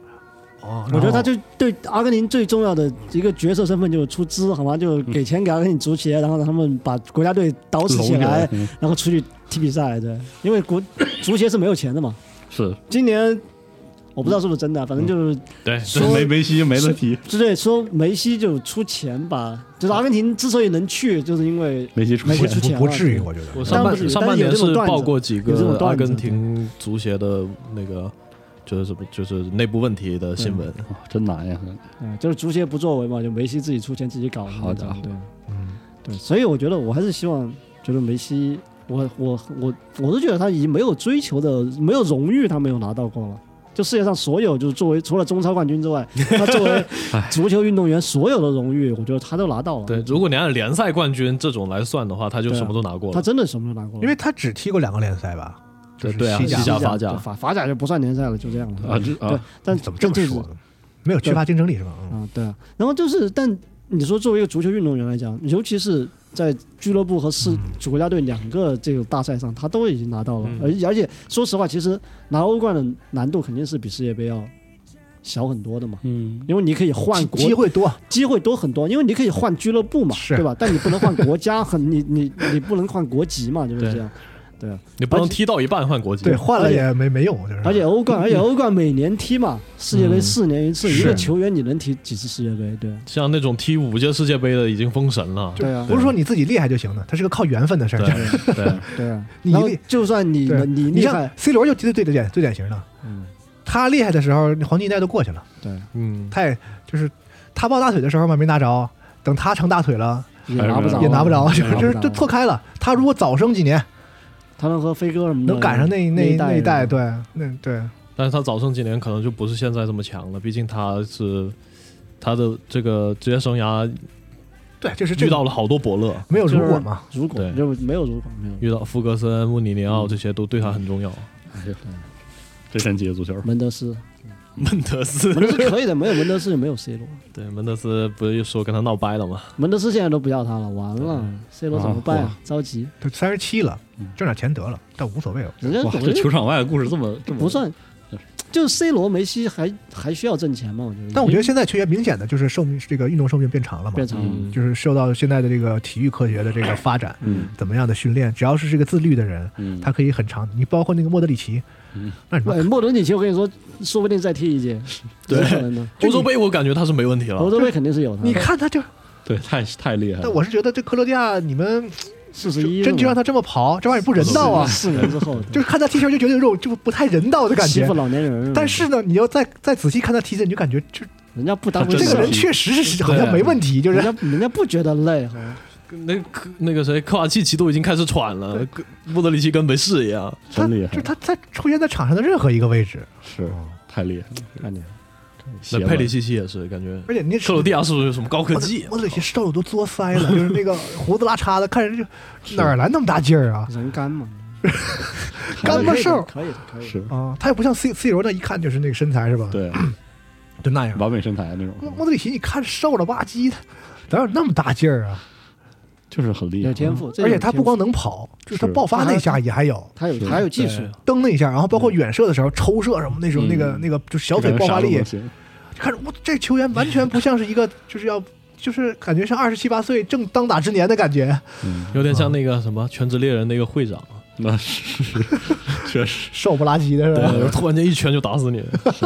Speaker 2: 哦，
Speaker 4: 我觉得他
Speaker 2: 就
Speaker 4: 就对阿根廷最重要的一个角色身份就是出资，好吗？就给钱给阿根廷足协，然后让他们把国家队捯饬起
Speaker 5: 龙
Speaker 4: 来
Speaker 5: 人，嗯
Speaker 4: 然后出去踢比赛。对，因为国足协是没有钱的嘛。
Speaker 5: 是
Speaker 4: 今年我不知道是不是真的，反正就是
Speaker 3: 对，
Speaker 4: 说
Speaker 5: 没梅西没得踢，
Speaker 4: 之类说梅西就出钱吧，就是阿根廷之所以能去，就是因为
Speaker 5: 梅西出
Speaker 4: 梅西
Speaker 5: 现
Speaker 4: 出钱
Speaker 2: 不
Speaker 4: 了
Speaker 2: 至于，
Speaker 4: 对
Speaker 2: 我觉得
Speaker 3: 我上
Speaker 4: 但不
Speaker 3: 半
Speaker 4: 是
Speaker 3: 上半年
Speaker 4: 但
Speaker 3: 是
Speaker 4: 是有这种段子
Speaker 3: 报过几
Speaker 4: 有这
Speaker 3: 个
Speaker 4: 种段子
Speaker 3: 阿根廷足协的那个就是什么就是内部问题的新闻。
Speaker 5: 哦真难呀！
Speaker 4: 嗯，就是足协不作为嘛，就梅西自己出钱自己搞的
Speaker 5: 好
Speaker 4: 那
Speaker 5: 家
Speaker 4: 种
Speaker 5: 伙，
Speaker 4: 对
Speaker 2: 嗯，
Speaker 4: 对，所以我觉得我还是希望，觉得梅西，我我我我都觉得他已经没有追求的，没有荣誉，他没有拿到过了。就世界上所有，就是作为除了中超冠军之外，他作为足球运动员所有的荣誉，我觉得他都拿到了。
Speaker 3: 对，如果你按联赛冠军这种来算的话，他就
Speaker 4: 对啊
Speaker 3: 什么都拿过
Speaker 4: 他
Speaker 3: 了。
Speaker 4: 真的什么都拿过了。
Speaker 2: 因为他只踢过两个联赛吧？
Speaker 3: 对
Speaker 2: 就是
Speaker 3: 对啊，
Speaker 2: 西
Speaker 3: 西
Speaker 2: 甲呃
Speaker 3: 甲、法
Speaker 4: 对
Speaker 3: 甲，
Speaker 4: 法法甲就不算联赛了，就这样了
Speaker 5: 啊，这
Speaker 4: 对
Speaker 5: 啊，，
Speaker 4: 但
Speaker 2: 怎么这么
Speaker 4: 但就是
Speaker 2: 说呢？没有缺乏竞争力是吧？嗯，
Speaker 4: 啊，对啊。然后就是，但你说作为一个足球运动员来讲，尤其是在俱乐部和市主国家队两个这个大赛上，他都已经拿到了
Speaker 3: 嗯。
Speaker 4: 而、而且说实话，其实拿欧冠的难度肯定是比世界杯要小很多的嘛。
Speaker 5: 嗯，
Speaker 4: 因为你可以换国
Speaker 2: 机会多，
Speaker 4: 机会多很多，因为你可以换俱乐部嘛，
Speaker 2: 是
Speaker 4: 对吧？但你不能换国家，很你你你不能换国籍嘛，就是这样。对啊，
Speaker 3: 你不能踢到一半换国籍。
Speaker 2: 对，换了也没没用，就是。
Speaker 4: 而且欧 冠，而且欧冠每年踢嘛，世界杯四年一次，
Speaker 2: 是
Speaker 4: 一个球员你能踢几次世界杯？对啊，
Speaker 3: 像那种踢五届世界杯的已经封神了。
Speaker 4: 对啊
Speaker 2: 不，是说你自己厉害就行的，它是个靠缘分的事儿。
Speaker 3: 对对，
Speaker 4: 对啊。
Speaker 2: 你
Speaker 4: 然后
Speaker 2: 厉
Speaker 4: 就算你
Speaker 2: 对
Speaker 4: 你
Speaker 2: 你
Speaker 4: 厉
Speaker 2: 像
Speaker 4: 害，
Speaker 2: C 罗就踢的最典最典型的，
Speaker 4: 嗯，
Speaker 2: 他厉害的时候，黄金一代都过去了，
Speaker 4: 对，
Speaker 3: 嗯，
Speaker 2: 他也就是他抱大腿的时候嘛没拿着，等他成大腿了
Speaker 4: 也拿不着，
Speaker 2: 也拿不着， 就
Speaker 4: 也拿不
Speaker 2: 是
Speaker 4: 着
Speaker 2: 就错开了。他如果早生几年，
Speaker 4: 他能和飞哥什么的
Speaker 2: 能赶上那
Speaker 4: 嗯那
Speaker 2: 那那一代，
Speaker 4: 代，
Speaker 2: 对，那对
Speaker 3: 但是他早上几年可能就不是现在这么强了，毕竟他是他的这个职业生涯
Speaker 2: 对，就是这
Speaker 3: 遇
Speaker 2: 个
Speaker 3: 到了好多伯乐，
Speaker 2: 没有
Speaker 4: 就是
Speaker 2: 如果嘛，
Speaker 4: 如果
Speaker 3: 对
Speaker 4: 就没有如果没有
Speaker 3: 遇到福格森、穆里尼奥这些都对他很重要。
Speaker 5: 这神奇的足球，
Speaker 4: 门德斯，
Speaker 3: 门德斯，
Speaker 4: 门德斯可以的，没有门德斯就没有 C 罗，
Speaker 3: 对，门德斯不是说跟他闹掰了吗？
Speaker 4: 门德斯现在都不要他了，完了，C 罗怎么办
Speaker 5: 哇
Speaker 4: 啊？着急，
Speaker 2: 都三十七了，
Speaker 4: 嗯
Speaker 2: 挣点钱得了，但无所谓了。
Speaker 4: 人家
Speaker 5: 哇，
Speaker 4: 总
Speaker 5: 这
Speaker 4: 是
Speaker 5: 球场外的故事这么这么
Speaker 4: 不算，就 C 罗、梅西还还需要挣钱吗？我觉得，
Speaker 2: 但我觉得现在球员明显的就是寿命，这个运动寿命变长了嘛
Speaker 4: 变，长了，
Speaker 5: 嗯
Speaker 2: 就是受到现在的这个体育科学的这个发展，
Speaker 5: 嗯
Speaker 2: 怎么样的训练，只要是这个自律的人，
Speaker 5: 嗯，
Speaker 2: 他可以很长。你包括那个莫德里奇，
Speaker 5: 嗯
Speaker 2: 那你
Speaker 4: 哎，
Speaker 2: 们
Speaker 4: 莫德里奇，我跟你说，说不定再踢一届，
Speaker 3: 对
Speaker 4: 有可能的。
Speaker 3: 欧洲杯我感觉他是没问题
Speaker 4: 欧
Speaker 3: 了，
Speaker 4: 洲杯肯定是有他的，
Speaker 2: 你看他就，
Speaker 5: 对，太太厉害了
Speaker 2: 但。我是觉得这克罗地亚你们
Speaker 4: 四十一，
Speaker 2: 真就让他这么刨，这玩意儿不人道啊！
Speaker 4: 四年之后，
Speaker 2: 就是看他踢球就觉得这种就不太人道的感
Speaker 4: 欺
Speaker 2: 觉
Speaker 4: 负。老年人。
Speaker 2: 但是呢，你要再再仔细看他踢球，你就感觉就
Speaker 4: 人家不当回
Speaker 5: 真
Speaker 2: 这
Speaker 5: 的
Speaker 2: 个
Speaker 4: 事儿
Speaker 2: 人，确实是好像
Speaker 3: 对
Speaker 2: 没问题，就是
Speaker 4: 人家人家不觉得累，好吧
Speaker 3: 那科那个谁，科瓦契奇都已经开始喘了，跟穆德里奇跟没事一样。
Speaker 2: 他哦
Speaker 5: 真厉害
Speaker 2: 就是他在出现在场上的任何一个位置，
Speaker 5: 是太厉害了，
Speaker 2: 嗯
Speaker 4: 看见
Speaker 5: 邪
Speaker 3: 那
Speaker 5: 门
Speaker 3: 佩里西奇也是感觉，
Speaker 2: 而且你
Speaker 3: 克罗地亚是不是有什么高科技啊？
Speaker 2: 我得些手都作腮了，就是那 个胡子拉碴的，看着就哪儿来那么大劲儿啊？
Speaker 4: 人干嘛？
Speaker 2: 干巴瘦儿
Speaker 4: 可以的，可以的，可以的。
Speaker 5: 是
Speaker 2: 啊，他也不像 C C 罗那一看就是那个身材是吧？，
Speaker 5: 对
Speaker 2: 就那样。
Speaker 5: 完美身材那
Speaker 2: 莫
Speaker 5: 种，
Speaker 2: 莫德里奇，你看瘦了吧唧的，哪有那么大劲儿啊？
Speaker 5: 就是很厉
Speaker 4: 有
Speaker 5: 害。啊
Speaker 4: 天赋，这
Speaker 2: 而
Speaker 4: 有
Speaker 2: 且他
Speaker 4: 天赋
Speaker 2: 不光能跑，就是他
Speaker 5: 是
Speaker 2: 爆发那一下也还有，
Speaker 4: 他有
Speaker 5: 是
Speaker 4: 他有技术，
Speaker 3: 对
Speaker 2: 蹬那一下，然后包括远射的时候抽射什么那种，
Speaker 5: 嗯
Speaker 2: 那个那个就是小腿爆发力
Speaker 5: 就感觉啥都能，行
Speaker 2: 看着我这球员完全不像是一个就是要就是感觉像二十七八岁正当打之年的感觉，
Speaker 5: 嗯，
Speaker 3: 有点像那个什么《全职猎人》那个会长，
Speaker 5: 那是确实
Speaker 2: 瘦不拉几的是吧？
Speaker 3: 对，突然间一拳就打死你。
Speaker 5: 是，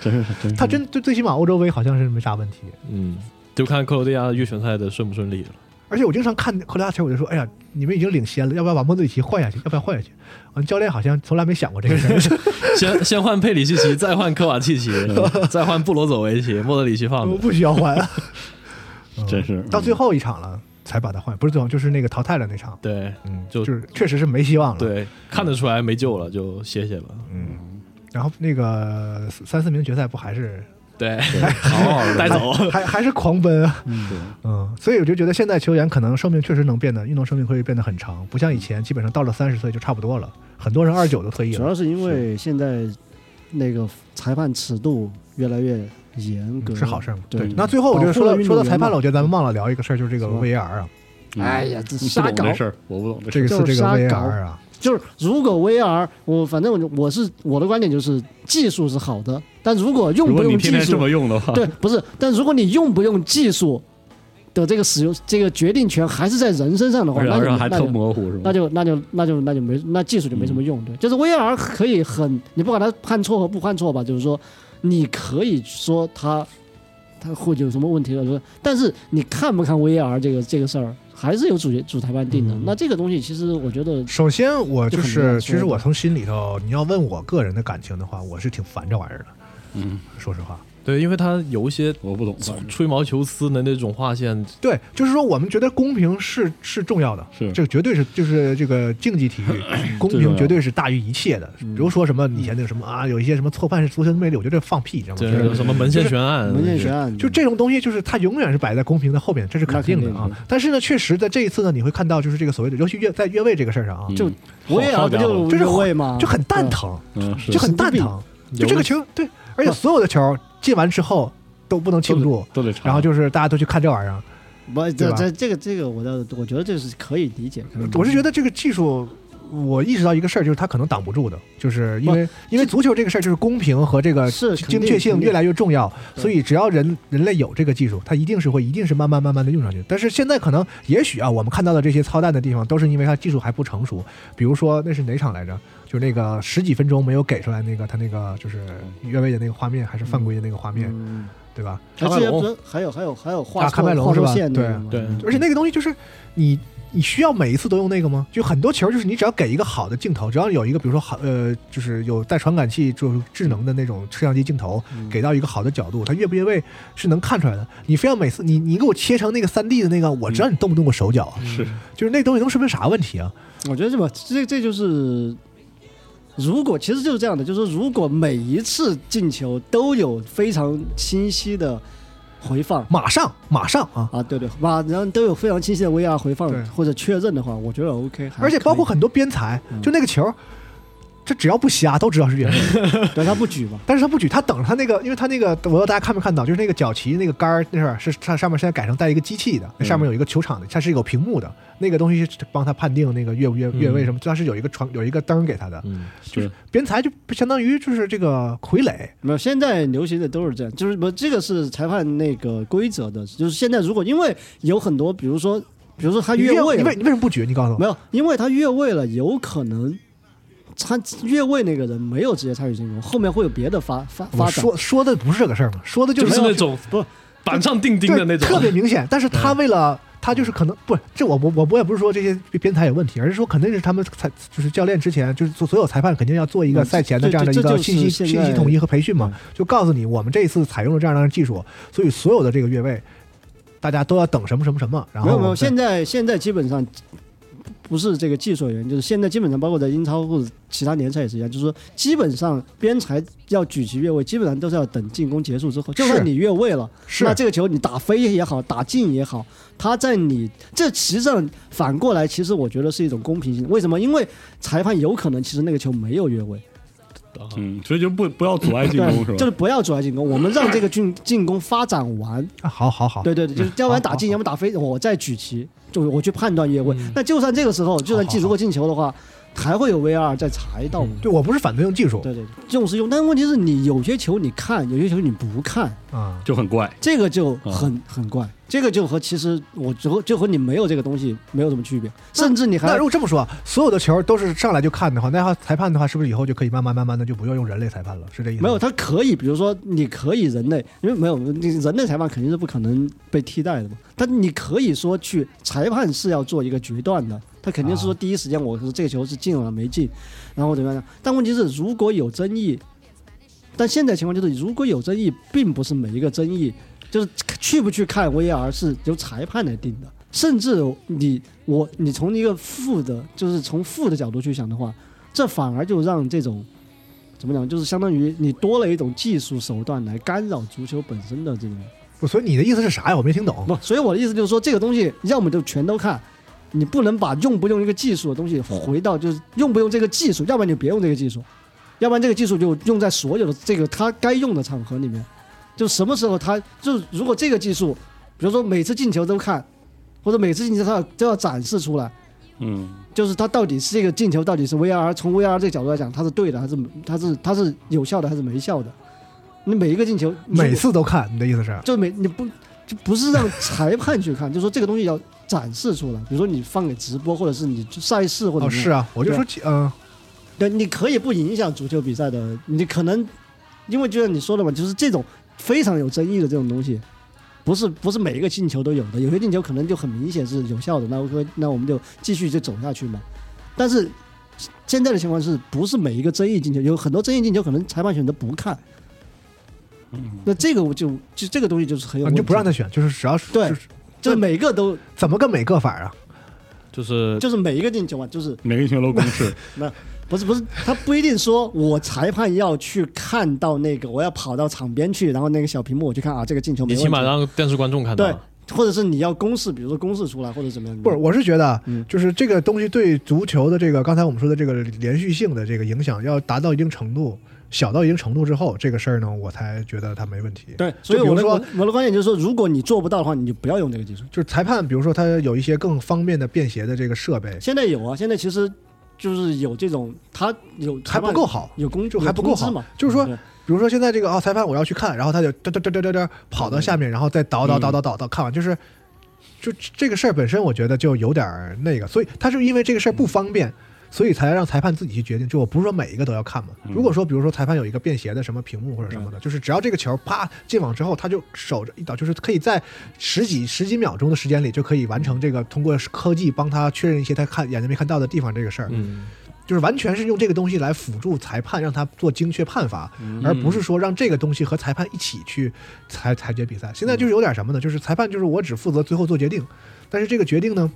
Speaker 5: 真是真是
Speaker 2: 他真最最起码欧洲杯好像是没啥问题，
Speaker 3: 嗯，就看克罗地亚预选赛的顺不顺利了。
Speaker 2: 而且我经常看克罗地亚球，我就说，哎呀，你们已经领先了，要不要把莫德里奇换下去？要不要换下去？嗯，教练好像从来没想过这个事 儿，
Speaker 3: 先 先换佩里西奇，再换科瓦契奇， 再换布罗佐维奇，莫德里奇放
Speaker 2: 我
Speaker 3: 着。
Speaker 2: 不需要 换。嗯
Speaker 5: 真是
Speaker 2: 到最后一场了才把他换，不是最后就是那个淘汰了那场，
Speaker 3: 对
Speaker 2: 嗯，
Speaker 3: 就
Speaker 2: 就是确实是没希望了。，
Speaker 3: 对，看得出来没救了，就歇歇吧。
Speaker 2: 嗯。然后那个三四名决赛不还 是
Speaker 3: 对，好好 带走。
Speaker 2: 还还是狂奔啊？
Speaker 5: 嗯
Speaker 2: 嗯，所以我就觉得现在球员可能寿命确实能变得，运动寿命会变得很长，不像以前基本上到了三十岁就差不多了，很多人二十九都退役
Speaker 4: 主
Speaker 2: 了
Speaker 4: 要。是因为现在那个裁判尺度越来越严格，
Speaker 2: 是好事儿嘛？
Speaker 4: 对，
Speaker 2: 那最后我
Speaker 4: 保
Speaker 2: 就
Speaker 4: 护
Speaker 2: 说
Speaker 4: 了
Speaker 2: 到
Speaker 4: 运
Speaker 2: 说到
Speaker 4: 动员
Speaker 2: 裁判
Speaker 4: 嘛
Speaker 2: 了，我觉得咱们忘了聊一个事儿，就是这个
Speaker 4: 是吧
Speaker 2: VAR 啊，
Speaker 5: 嗯
Speaker 4: 哎呀这
Speaker 5: 你不
Speaker 4: 瞎
Speaker 5: 懂这
Speaker 4: 搞
Speaker 5: 事儿，我不懂这事
Speaker 2: 这
Speaker 5: 儿
Speaker 2: 个次
Speaker 4: 就
Speaker 2: 这
Speaker 4: 是
Speaker 2: 个
Speaker 4: 瞎搞
Speaker 2: VAR 啊，
Speaker 4: 就是如果 VR，我反正我就我是我的观点就是技术是好的，但如果用
Speaker 5: 如
Speaker 4: 不
Speaker 5: 果你
Speaker 4: 用技
Speaker 5: 天天这
Speaker 4: 术，
Speaker 5: 么用的话，
Speaker 4: 对，不是，但如果你用不用技术的这个使用这个决定权还是在人身上的话，
Speaker 5: 而且
Speaker 4: 那
Speaker 5: 而且
Speaker 4: 就
Speaker 5: 还
Speaker 4: 那
Speaker 5: 特
Speaker 4: 就
Speaker 5: 模糊是
Speaker 4: 那
Speaker 5: 吧？
Speaker 4: 就那就那就那就没那技术就没什么用，对，就是 VR 可以很，你不管它判错和不判错吧，就是说你可以说它它会有什么问题了，就是但是你看不看 VR 这个这个事儿，还是由主主裁判定的。那这个东西其实我觉得
Speaker 2: 首先，我就
Speaker 4: 就很难
Speaker 2: 是，
Speaker 4: 说
Speaker 2: 其实我从心里头，你要问我个人的感情的话，我是挺烦这玩意儿的。
Speaker 5: 嗯，
Speaker 2: 说实话，
Speaker 3: 对，因为他有一些
Speaker 5: 我不懂，反正
Speaker 3: 吹毛求疵的那种划线，
Speaker 2: 对，就是说我们觉得公平是是重要的，
Speaker 5: 是
Speaker 2: 这个绝对是就是这个竞技体育公平绝对是大于一切的。比如说什么以前那个什么啊，有一些什么错判是足球的魅力，我觉得这放屁，你知道吗？
Speaker 3: 这
Speaker 2: 就是
Speaker 3: 什么门线悬案，
Speaker 4: 门线悬案
Speaker 2: 呃就这种东西，就是它永远是摆在公平的后面，这是肯定的
Speaker 4: 那
Speaker 2: 啊
Speaker 4: 肯定。
Speaker 2: 但是呢，确实在这一次呢，你会看到就是这个所谓的，尤其越在越位这个事儿上啊，
Speaker 5: 嗯
Speaker 4: 就
Speaker 5: 好
Speaker 4: VR 不
Speaker 5: 家伙
Speaker 4: 就
Speaker 2: 就是
Speaker 4: 越位吗？
Speaker 2: 就很蛋
Speaker 4: 对
Speaker 2: 疼，
Speaker 5: 嗯是
Speaker 2: 就很蛋疼。就这个球，对，而且所有的球进完之后都不能庆祝，
Speaker 5: 都得查，
Speaker 2: 然后就是大家都去看这玩意儿。
Speaker 4: 不，
Speaker 2: 对
Speaker 4: 这
Speaker 2: 吧
Speaker 4: 这这个这个，我倒我觉得这是可以理解。可以理解
Speaker 2: 我是觉得这个技术我意识到一个事儿，就是他可能挡不住的，就是因为因为足球这个事儿，就是公平和这个
Speaker 4: 是肯定
Speaker 2: 呃精确性
Speaker 4: 肯定
Speaker 2: 越来越重要，
Speaker 4: 对
Speaker 2: 所以只要人人类有这个技术，它一定是会一定是慢慢慢慢的用上去。但是现在可能也许啊，我们看到的这些操蛋的地方，都是因为它技术还不成熟。比如说那是哪场来着？就那个十几分钟没有给出来那个他那个就是越位的那个画面，还是犯规的那个画面，
Speaker 4: 嗯，
Speaker 2: 对吧？
Speaker 4: 而
Speaker 3: 麦
Speaker 4: 且
Speaker 3: 隆
Speaker 4: 不是还有还有还有
Speaker 2: 哦
Speaker 4: 画
Speaker 2: 啊
Speaker 4: 错
Speaker 2: 喀麦隆
Speaker 4: 画
Speaker 2: 是
Speaker 4: 错
Speaker 2: 吧
Speaker 4: 线那
Speaker 2: 对
Speaker 4: 个吗
Speaker 5: 对
Speaker 2: 而且那个东西就是你你需要每一次都用那个吗？就很多球就是你只要给一个好的镜头，只要有一个比如说好呃就是有带传感器就是智能的那种摄像机镜头，
Speaker 4: 嗯
Speaker 2: 给到一个好的角度，它越不越位是能看出来的。你非要每次你你给我切成那个三 D 的那个，我知
Speaker 4: 嗯
Speaker 2: 道你动不动过手脚啊，
Speaker 5: 是
Speaker 2: 就是那东西能说明啥问题啊？
Speaker 4: 我觉得这吧，这这就是，如果其实就是这样的，就是如果每一次进球都有非常清晰的回放
Speaker 2: 马上马上啊！
Speaker 4: 啊，对对，哇，然后都有非常清晰的 VR 回放
Speaker 2: 对
Speaker 4: 或者确认的话，我觉得 OK 哎还可以。嗯
Speaker 2: 而且包括很多边裁，就那个球，这只要不瞎都知道是 越位。
Speaker 4: 对他不举吧，
Speaker 2: 但是他不举，他等着他那个，因为他那个，我不知道大家看没看到，就是那个脚旗那个杆儿那是是上上面现在改成带一个机器的，那上面有一个球场的，它是有屏幕的，那个东西是帮他判定那个越不越越位什么，它是有一个传有一个灯给他的，
Speaker 3: 嗯，
Speaker 5: 是
Speaker 2: 边裁就相当于就是这个傀儡，
Speaker 4: 没有，现在流行的都是这样，就是不，这个是裁判那个规则的，就是现在如果因为有很多，比如说，比如说他
Speaker 2: 你
Speaker 4: 越位
Speaker 2: 你
Speaker 4: 了
Speaker 2: 为，你为什么不举？你告诉我，
Speaker 4: 没有，因为他越位了，有可能参越位那个人没有直接参与进攻，后面会有别的发发
Speaker 2: 我
Speaker 4: 发展。
Speaker 2: 说说的不是这个事儿嘛，说的
Speaker 3: 就
Speaker 2: 没
Speaker 3: 是
Speaker 2: 有
Speaker 3: 那种
Speaker 4: 不
Speaker 3: 板上钉钉的那
Speaker 2: 对
Speaker 3: 种，
Speaker 2: 特别明显。但是
Speaker 4: 嗯
Speaker 2: 他为了他就是可能不，这我我我我也不是说这些编裁有问题，而是说肯定是他们裁就是教练之前就是做所有裁判肯定要做一个
Speaker 4: 嗯
Speaker 2: 赛前的
Speaker 4: 这
Speaker 2: 这样的一
Speaker 4: 这
Speaker 2: 个
Speaker 4: 就是
Speaker 2: 信息
Speaker 4: 现在嗯
Speaker 2: 信息统一和培训嘛，就告诉你我们这一次采用了这样的技术，所以所有的这个越位。大家都要等什么什么什么，然后
Speaker 4: 没有
Speaker 2: 我
Speaker 4: 没有，
Speaker 2: 们再
Speaker 4: 现在现在基本上不是这个技术员，就是现在基本上包括在英超或者其他联赛也是一样，就是说基本上边裁要举起越位，基本上都是要等进攻结束之后，就是算你越位了，
Speaker 2: 是
Speaker 4: 那这个球你打飞也好，打进也好，他在你这其实上反过来，其实我觉得是一种公平性。为什么？因为裁判有可能其实那个球没有越位，
Speaker 3: 啊
Speaker 5: 嗯，所以就不不要阻碍进攻是
Speaker 4: 对，就
Speaker 5: 吧？
Speaker 4: 是不要阻碍进攻，我们让这个进 进攻发展完，
Speaker 2: 啊好好好，
Speaker 4: 对对对，就是要不
Speaker 2: 好
Speaker 4: 然打
Speaker 2: 好
Speaker 4: 进，要么打飞，我再举旗，就是我去判断越位
Speaker 3: 嗯。
Speaker 4: 那就算这个时候，就算
Speaker 2: 好好嗯
Speaker 4: 进如果进球的话，还会有 VR 再裁到我们。
Speaker 2: 对我不是反对用技术
Speaker 4: 对对，对用是用，但问题是你有些球你看，有些球你不看，
Speaker 2: 啊，
Speaker 5: 就很怪，
Speaker 4: 这个就很很怪。这个就和其实我就和就和你没有这个东西没有什么区别，甚至你
Speaker 2: 那
Speaker 4: 还
Speaker 2: 如果这么说，所有的球都是上来就看的话，那要裁判的话，是不是以后就可以慢慢慢慢的就不要用人类裁判了？是这意思吗？
Speaker 4: 没有，他可以，比如说你可以人类，因为没有你人类裁判肯定是不可能被替代的嘛。但你可以说去裁判是要做一个决断的，他肯定是说
Speaker 2: 啊
Speaker 4: 第一时间我是这个球是进了没进，然后怎么样？但问题是如果有争议，但现在情况就是如果有争议，并不是每一个争议就是去不去看 VR 是由裁判来定的。甚至你我你从一个负的，就是从负的角度去想的话，这反而就让这种怎么讲，就是相当于你多了一种技术手段来干扰足球本身的这种。
Speaker 2: 不，所以你的意思是啥呀？我没听懂。
Speaker 4: 不，所以我的意思就是说，这个东西要么就全都看，你不能把用不用一个技术的东西回到就是用不用这个技术，要不然你就别用这个技术，要不然这个技术就用在所有的这个它该用的场合里面。就什么时候它就是如果这个技术，比如说每次进球都看，或者每次进球它要都要展示出来，
Speaker 5: 嗯，
Speaker 4: 就是它到底是这个进球到底是 VR 从 VR 这个角度来讲，它是对的还是它是它是有效的还是没效的？你每一个进球，
Speaker 2: 每次都看，你的意思是？
Speaker 4: 就每你不就不是让裁判去看，就说这个东西要展示出来，比如说你放给直播，或者是你赛事或者
Speaker 2: 哦，
Speaker 4: 怎么
Speaker 2: 是
Speaker 4: 样
Speaker 2: 啊，我就说，嗯、
Speaker 4: 对，你可以不影响足球比赛的，你可能因为就像你说的嘛，就是这种非常有争议的这种东西。不是不是每一个进球都有的，有些进球可能就很明显是有效的，那 OK，那我们就继续就走下去嘛。但是现在的情况是不是每一个争议进球，有很多争议进球可能裁判选择不看，那这个我就就这个东西就是很有
Speaker 2: 啊
Speaker 4: 问
Speaker 2: 你
Speaker 4: 题，
Speaker 2: 就不让他选，就是只要
Speaker 4: 对
Speaker 2: 就是
Speaker 4: 就是每个都
Speaker 2: 怎么个每个法啊？
Speaker 3: 就是
Speaker 4: 就是每一个进球嘛，就是
Speaker 5: 每个球都公式，
Speaker 4: 不是不是，他不一定说我裁判要去看到那个，我要跑到场边去，然后那个小屏幕我去看啊，这个进球没
Speaker 3: 你
Speaker 4: 问题。
Speaker 3: 起码让电视观众看到
Speaker 4: 对
Speaker 3: 了，，
Speaker 4: 或者是你要公示，比如说公示出来或者怎么样。
Speaker 2: 不是，我是觉得
Speaker 4: 嗯，
Speaker 2: 就是这个东西对足球的这个刚才我们说的这个连续性的这个影响，要达到一定程度，小到一定程度之后，这个事儿呢，我才觉得它没问题。
Speaker 4: 对，所以
Speaker 2: 就比如
Speaker 4: 我的
Speaker 2: 说
Speaker 4: 我的我的观点就是说，如果你做不到的话，你就不要用这个技术。
Speaker 2: 就是裁判，比如说他有一些更方便的、便携的这个设备，
Speaker 4: 现在有啊，现在其实就是有这种他有
Speaker 2: 还不够，好。
Speaker 4: 有工
Speaker 2: 就还不够好
Speaker 4: 有通知嘛，
Speaker 2: 就是说
Speaker 4: 对
Speaker 2: 比如说现在这个啊，裁判我要去看，然后他就嘚嘚嘚嘚嘚嘚跑到下面，然后再倒倒倒倒倒倒看完，就是就这个事儿本身，我觉得就有点儿那个，所以他是因为这个事儿不方便，所以才让裁判自己去决定。就我不是说每一个都要看嘛，如果说比如说裁判有一个便携的什么屏幕或者什么的，就是只要这个球啪进网之后，他就守着一倒，就是可以在十几十几秒钟的时间里就可以完成这个，通过科技帮他确认一些他看眼睛没看到的地方这个事儿。
Speaker 3: 嗯，
Speaker 2: 就是完全是用这个东西来辅助裁判，让他做精确判罚，而不是说让这个东西和裁判一起去裁裁决比赛。现在就是有点什么呢？就是裁判就是我只负责最后做决定，但是这个决定呢，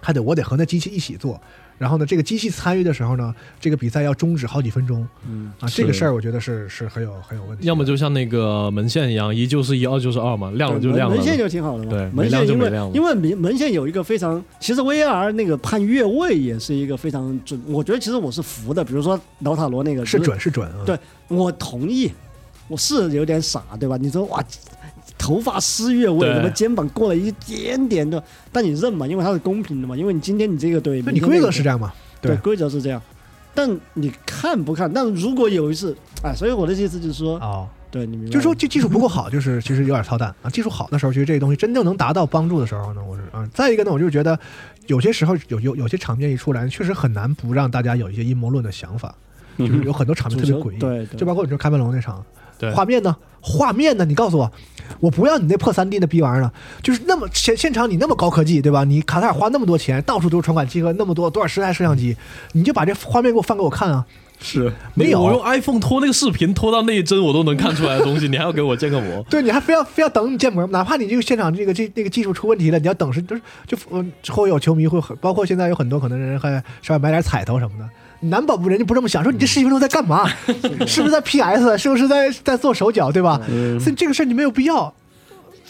Speaker 2: 还得我得和那机器一起做。然后呢，这个机器参与的时候呢，这个比赛要终止好几分钟。嗯啊，这个
Speaker 5: 是
Speaker 2: 事儿我觉得是是很有很有问题的。
Speaker 3: 要么就像那个门线一样，一就是一，二就是二嘛，亮了就亮了。
Speaker 4: 门线就挺好的嘛。
Speaker 3: 对没
Speaker 4: 门
Speaker 3: 亮
Speaker 4: 线
Speaker 3: 就
Speaker 4: 因
Speaker 3: 没
Speaker 4: 为
Speaker 3: 亮嘛
Speaker 4: 因为门门线有一个非常，其实 VR 那个判越位也是一个非常准，我觉得其实我是服的。比如说老塔罗那个
Speaker 2: 是，准是准啊，
Speaker 4: 对我同意，我是有点傻，对吧？你说哇，头发失越位，
Speaker 3: 对
Speaker 4: 怎么肩膀过了一点点的？但你认嘛，因为它是公平的嘛，因为你今天你这个对，
Speaker 2: 那
Speaker 4: 明
Speaker 2: 你
Speaker 4: 天那
Speaker 2: 规
Speaker 4: 个
Speaker 2: 则
Speaker 4: 对
Speaker 2: 是这样吗？对
Speaker 4: 对，规则是这样。但你看不看？但如果有一次，哎，所以我的意思就是说，
Speaker 2: 哦，
Speaker 4: 对你明白吗，
Speaker 2: 就是说这技术不够好，就是其实有点操蛋啊。技术好的时候，其实这个东西真正能达到帮助的时候呢，我是啊。再一个呢，我就觉得有些时候有有有些场面一出来，确实很难不让大家有一些阴谋论的想法，就是有很多场面
Speaker 4: 足
Speaker 2: 特别
Speaker 4: 球
Speaker 2: 诡异，
Speaker 4: 嗯对对
Speaker 2: 就包括你说开门龙那场，
Speaker 3: 对
Speaker 2: 画面呢，画面呢，你告诉我，我不要你那破三 D 那逼玩意儿了，就是那么现现场你那么高科技对吧？你卡塔尔花那么多钱，到处都是传感器和那么多多少十台摄像机，你就把这画面给我放给我看啊，
Speaker 5: 是
Speaker 2: 没有
Speaker 3: 我用 iPhone 拖那个视频，拖到那一帧我都能看出来的东西，你还要给我建个模？
Speaker 2: 对，你还非要非要等你建模，哪怕你这个现场这个这那个技术出问题了，你要等是就是就嗯，会有球迷会很，包括现在有很多可能人还稍微买点彩头什么的，难保不人家不这么想，说你这十几分钟在干嘛？是不是在 PS？是不是在在做手脚，对吧？
Speaker 5: 嗯
Speaker 2: 所以这个事儿你没有必要。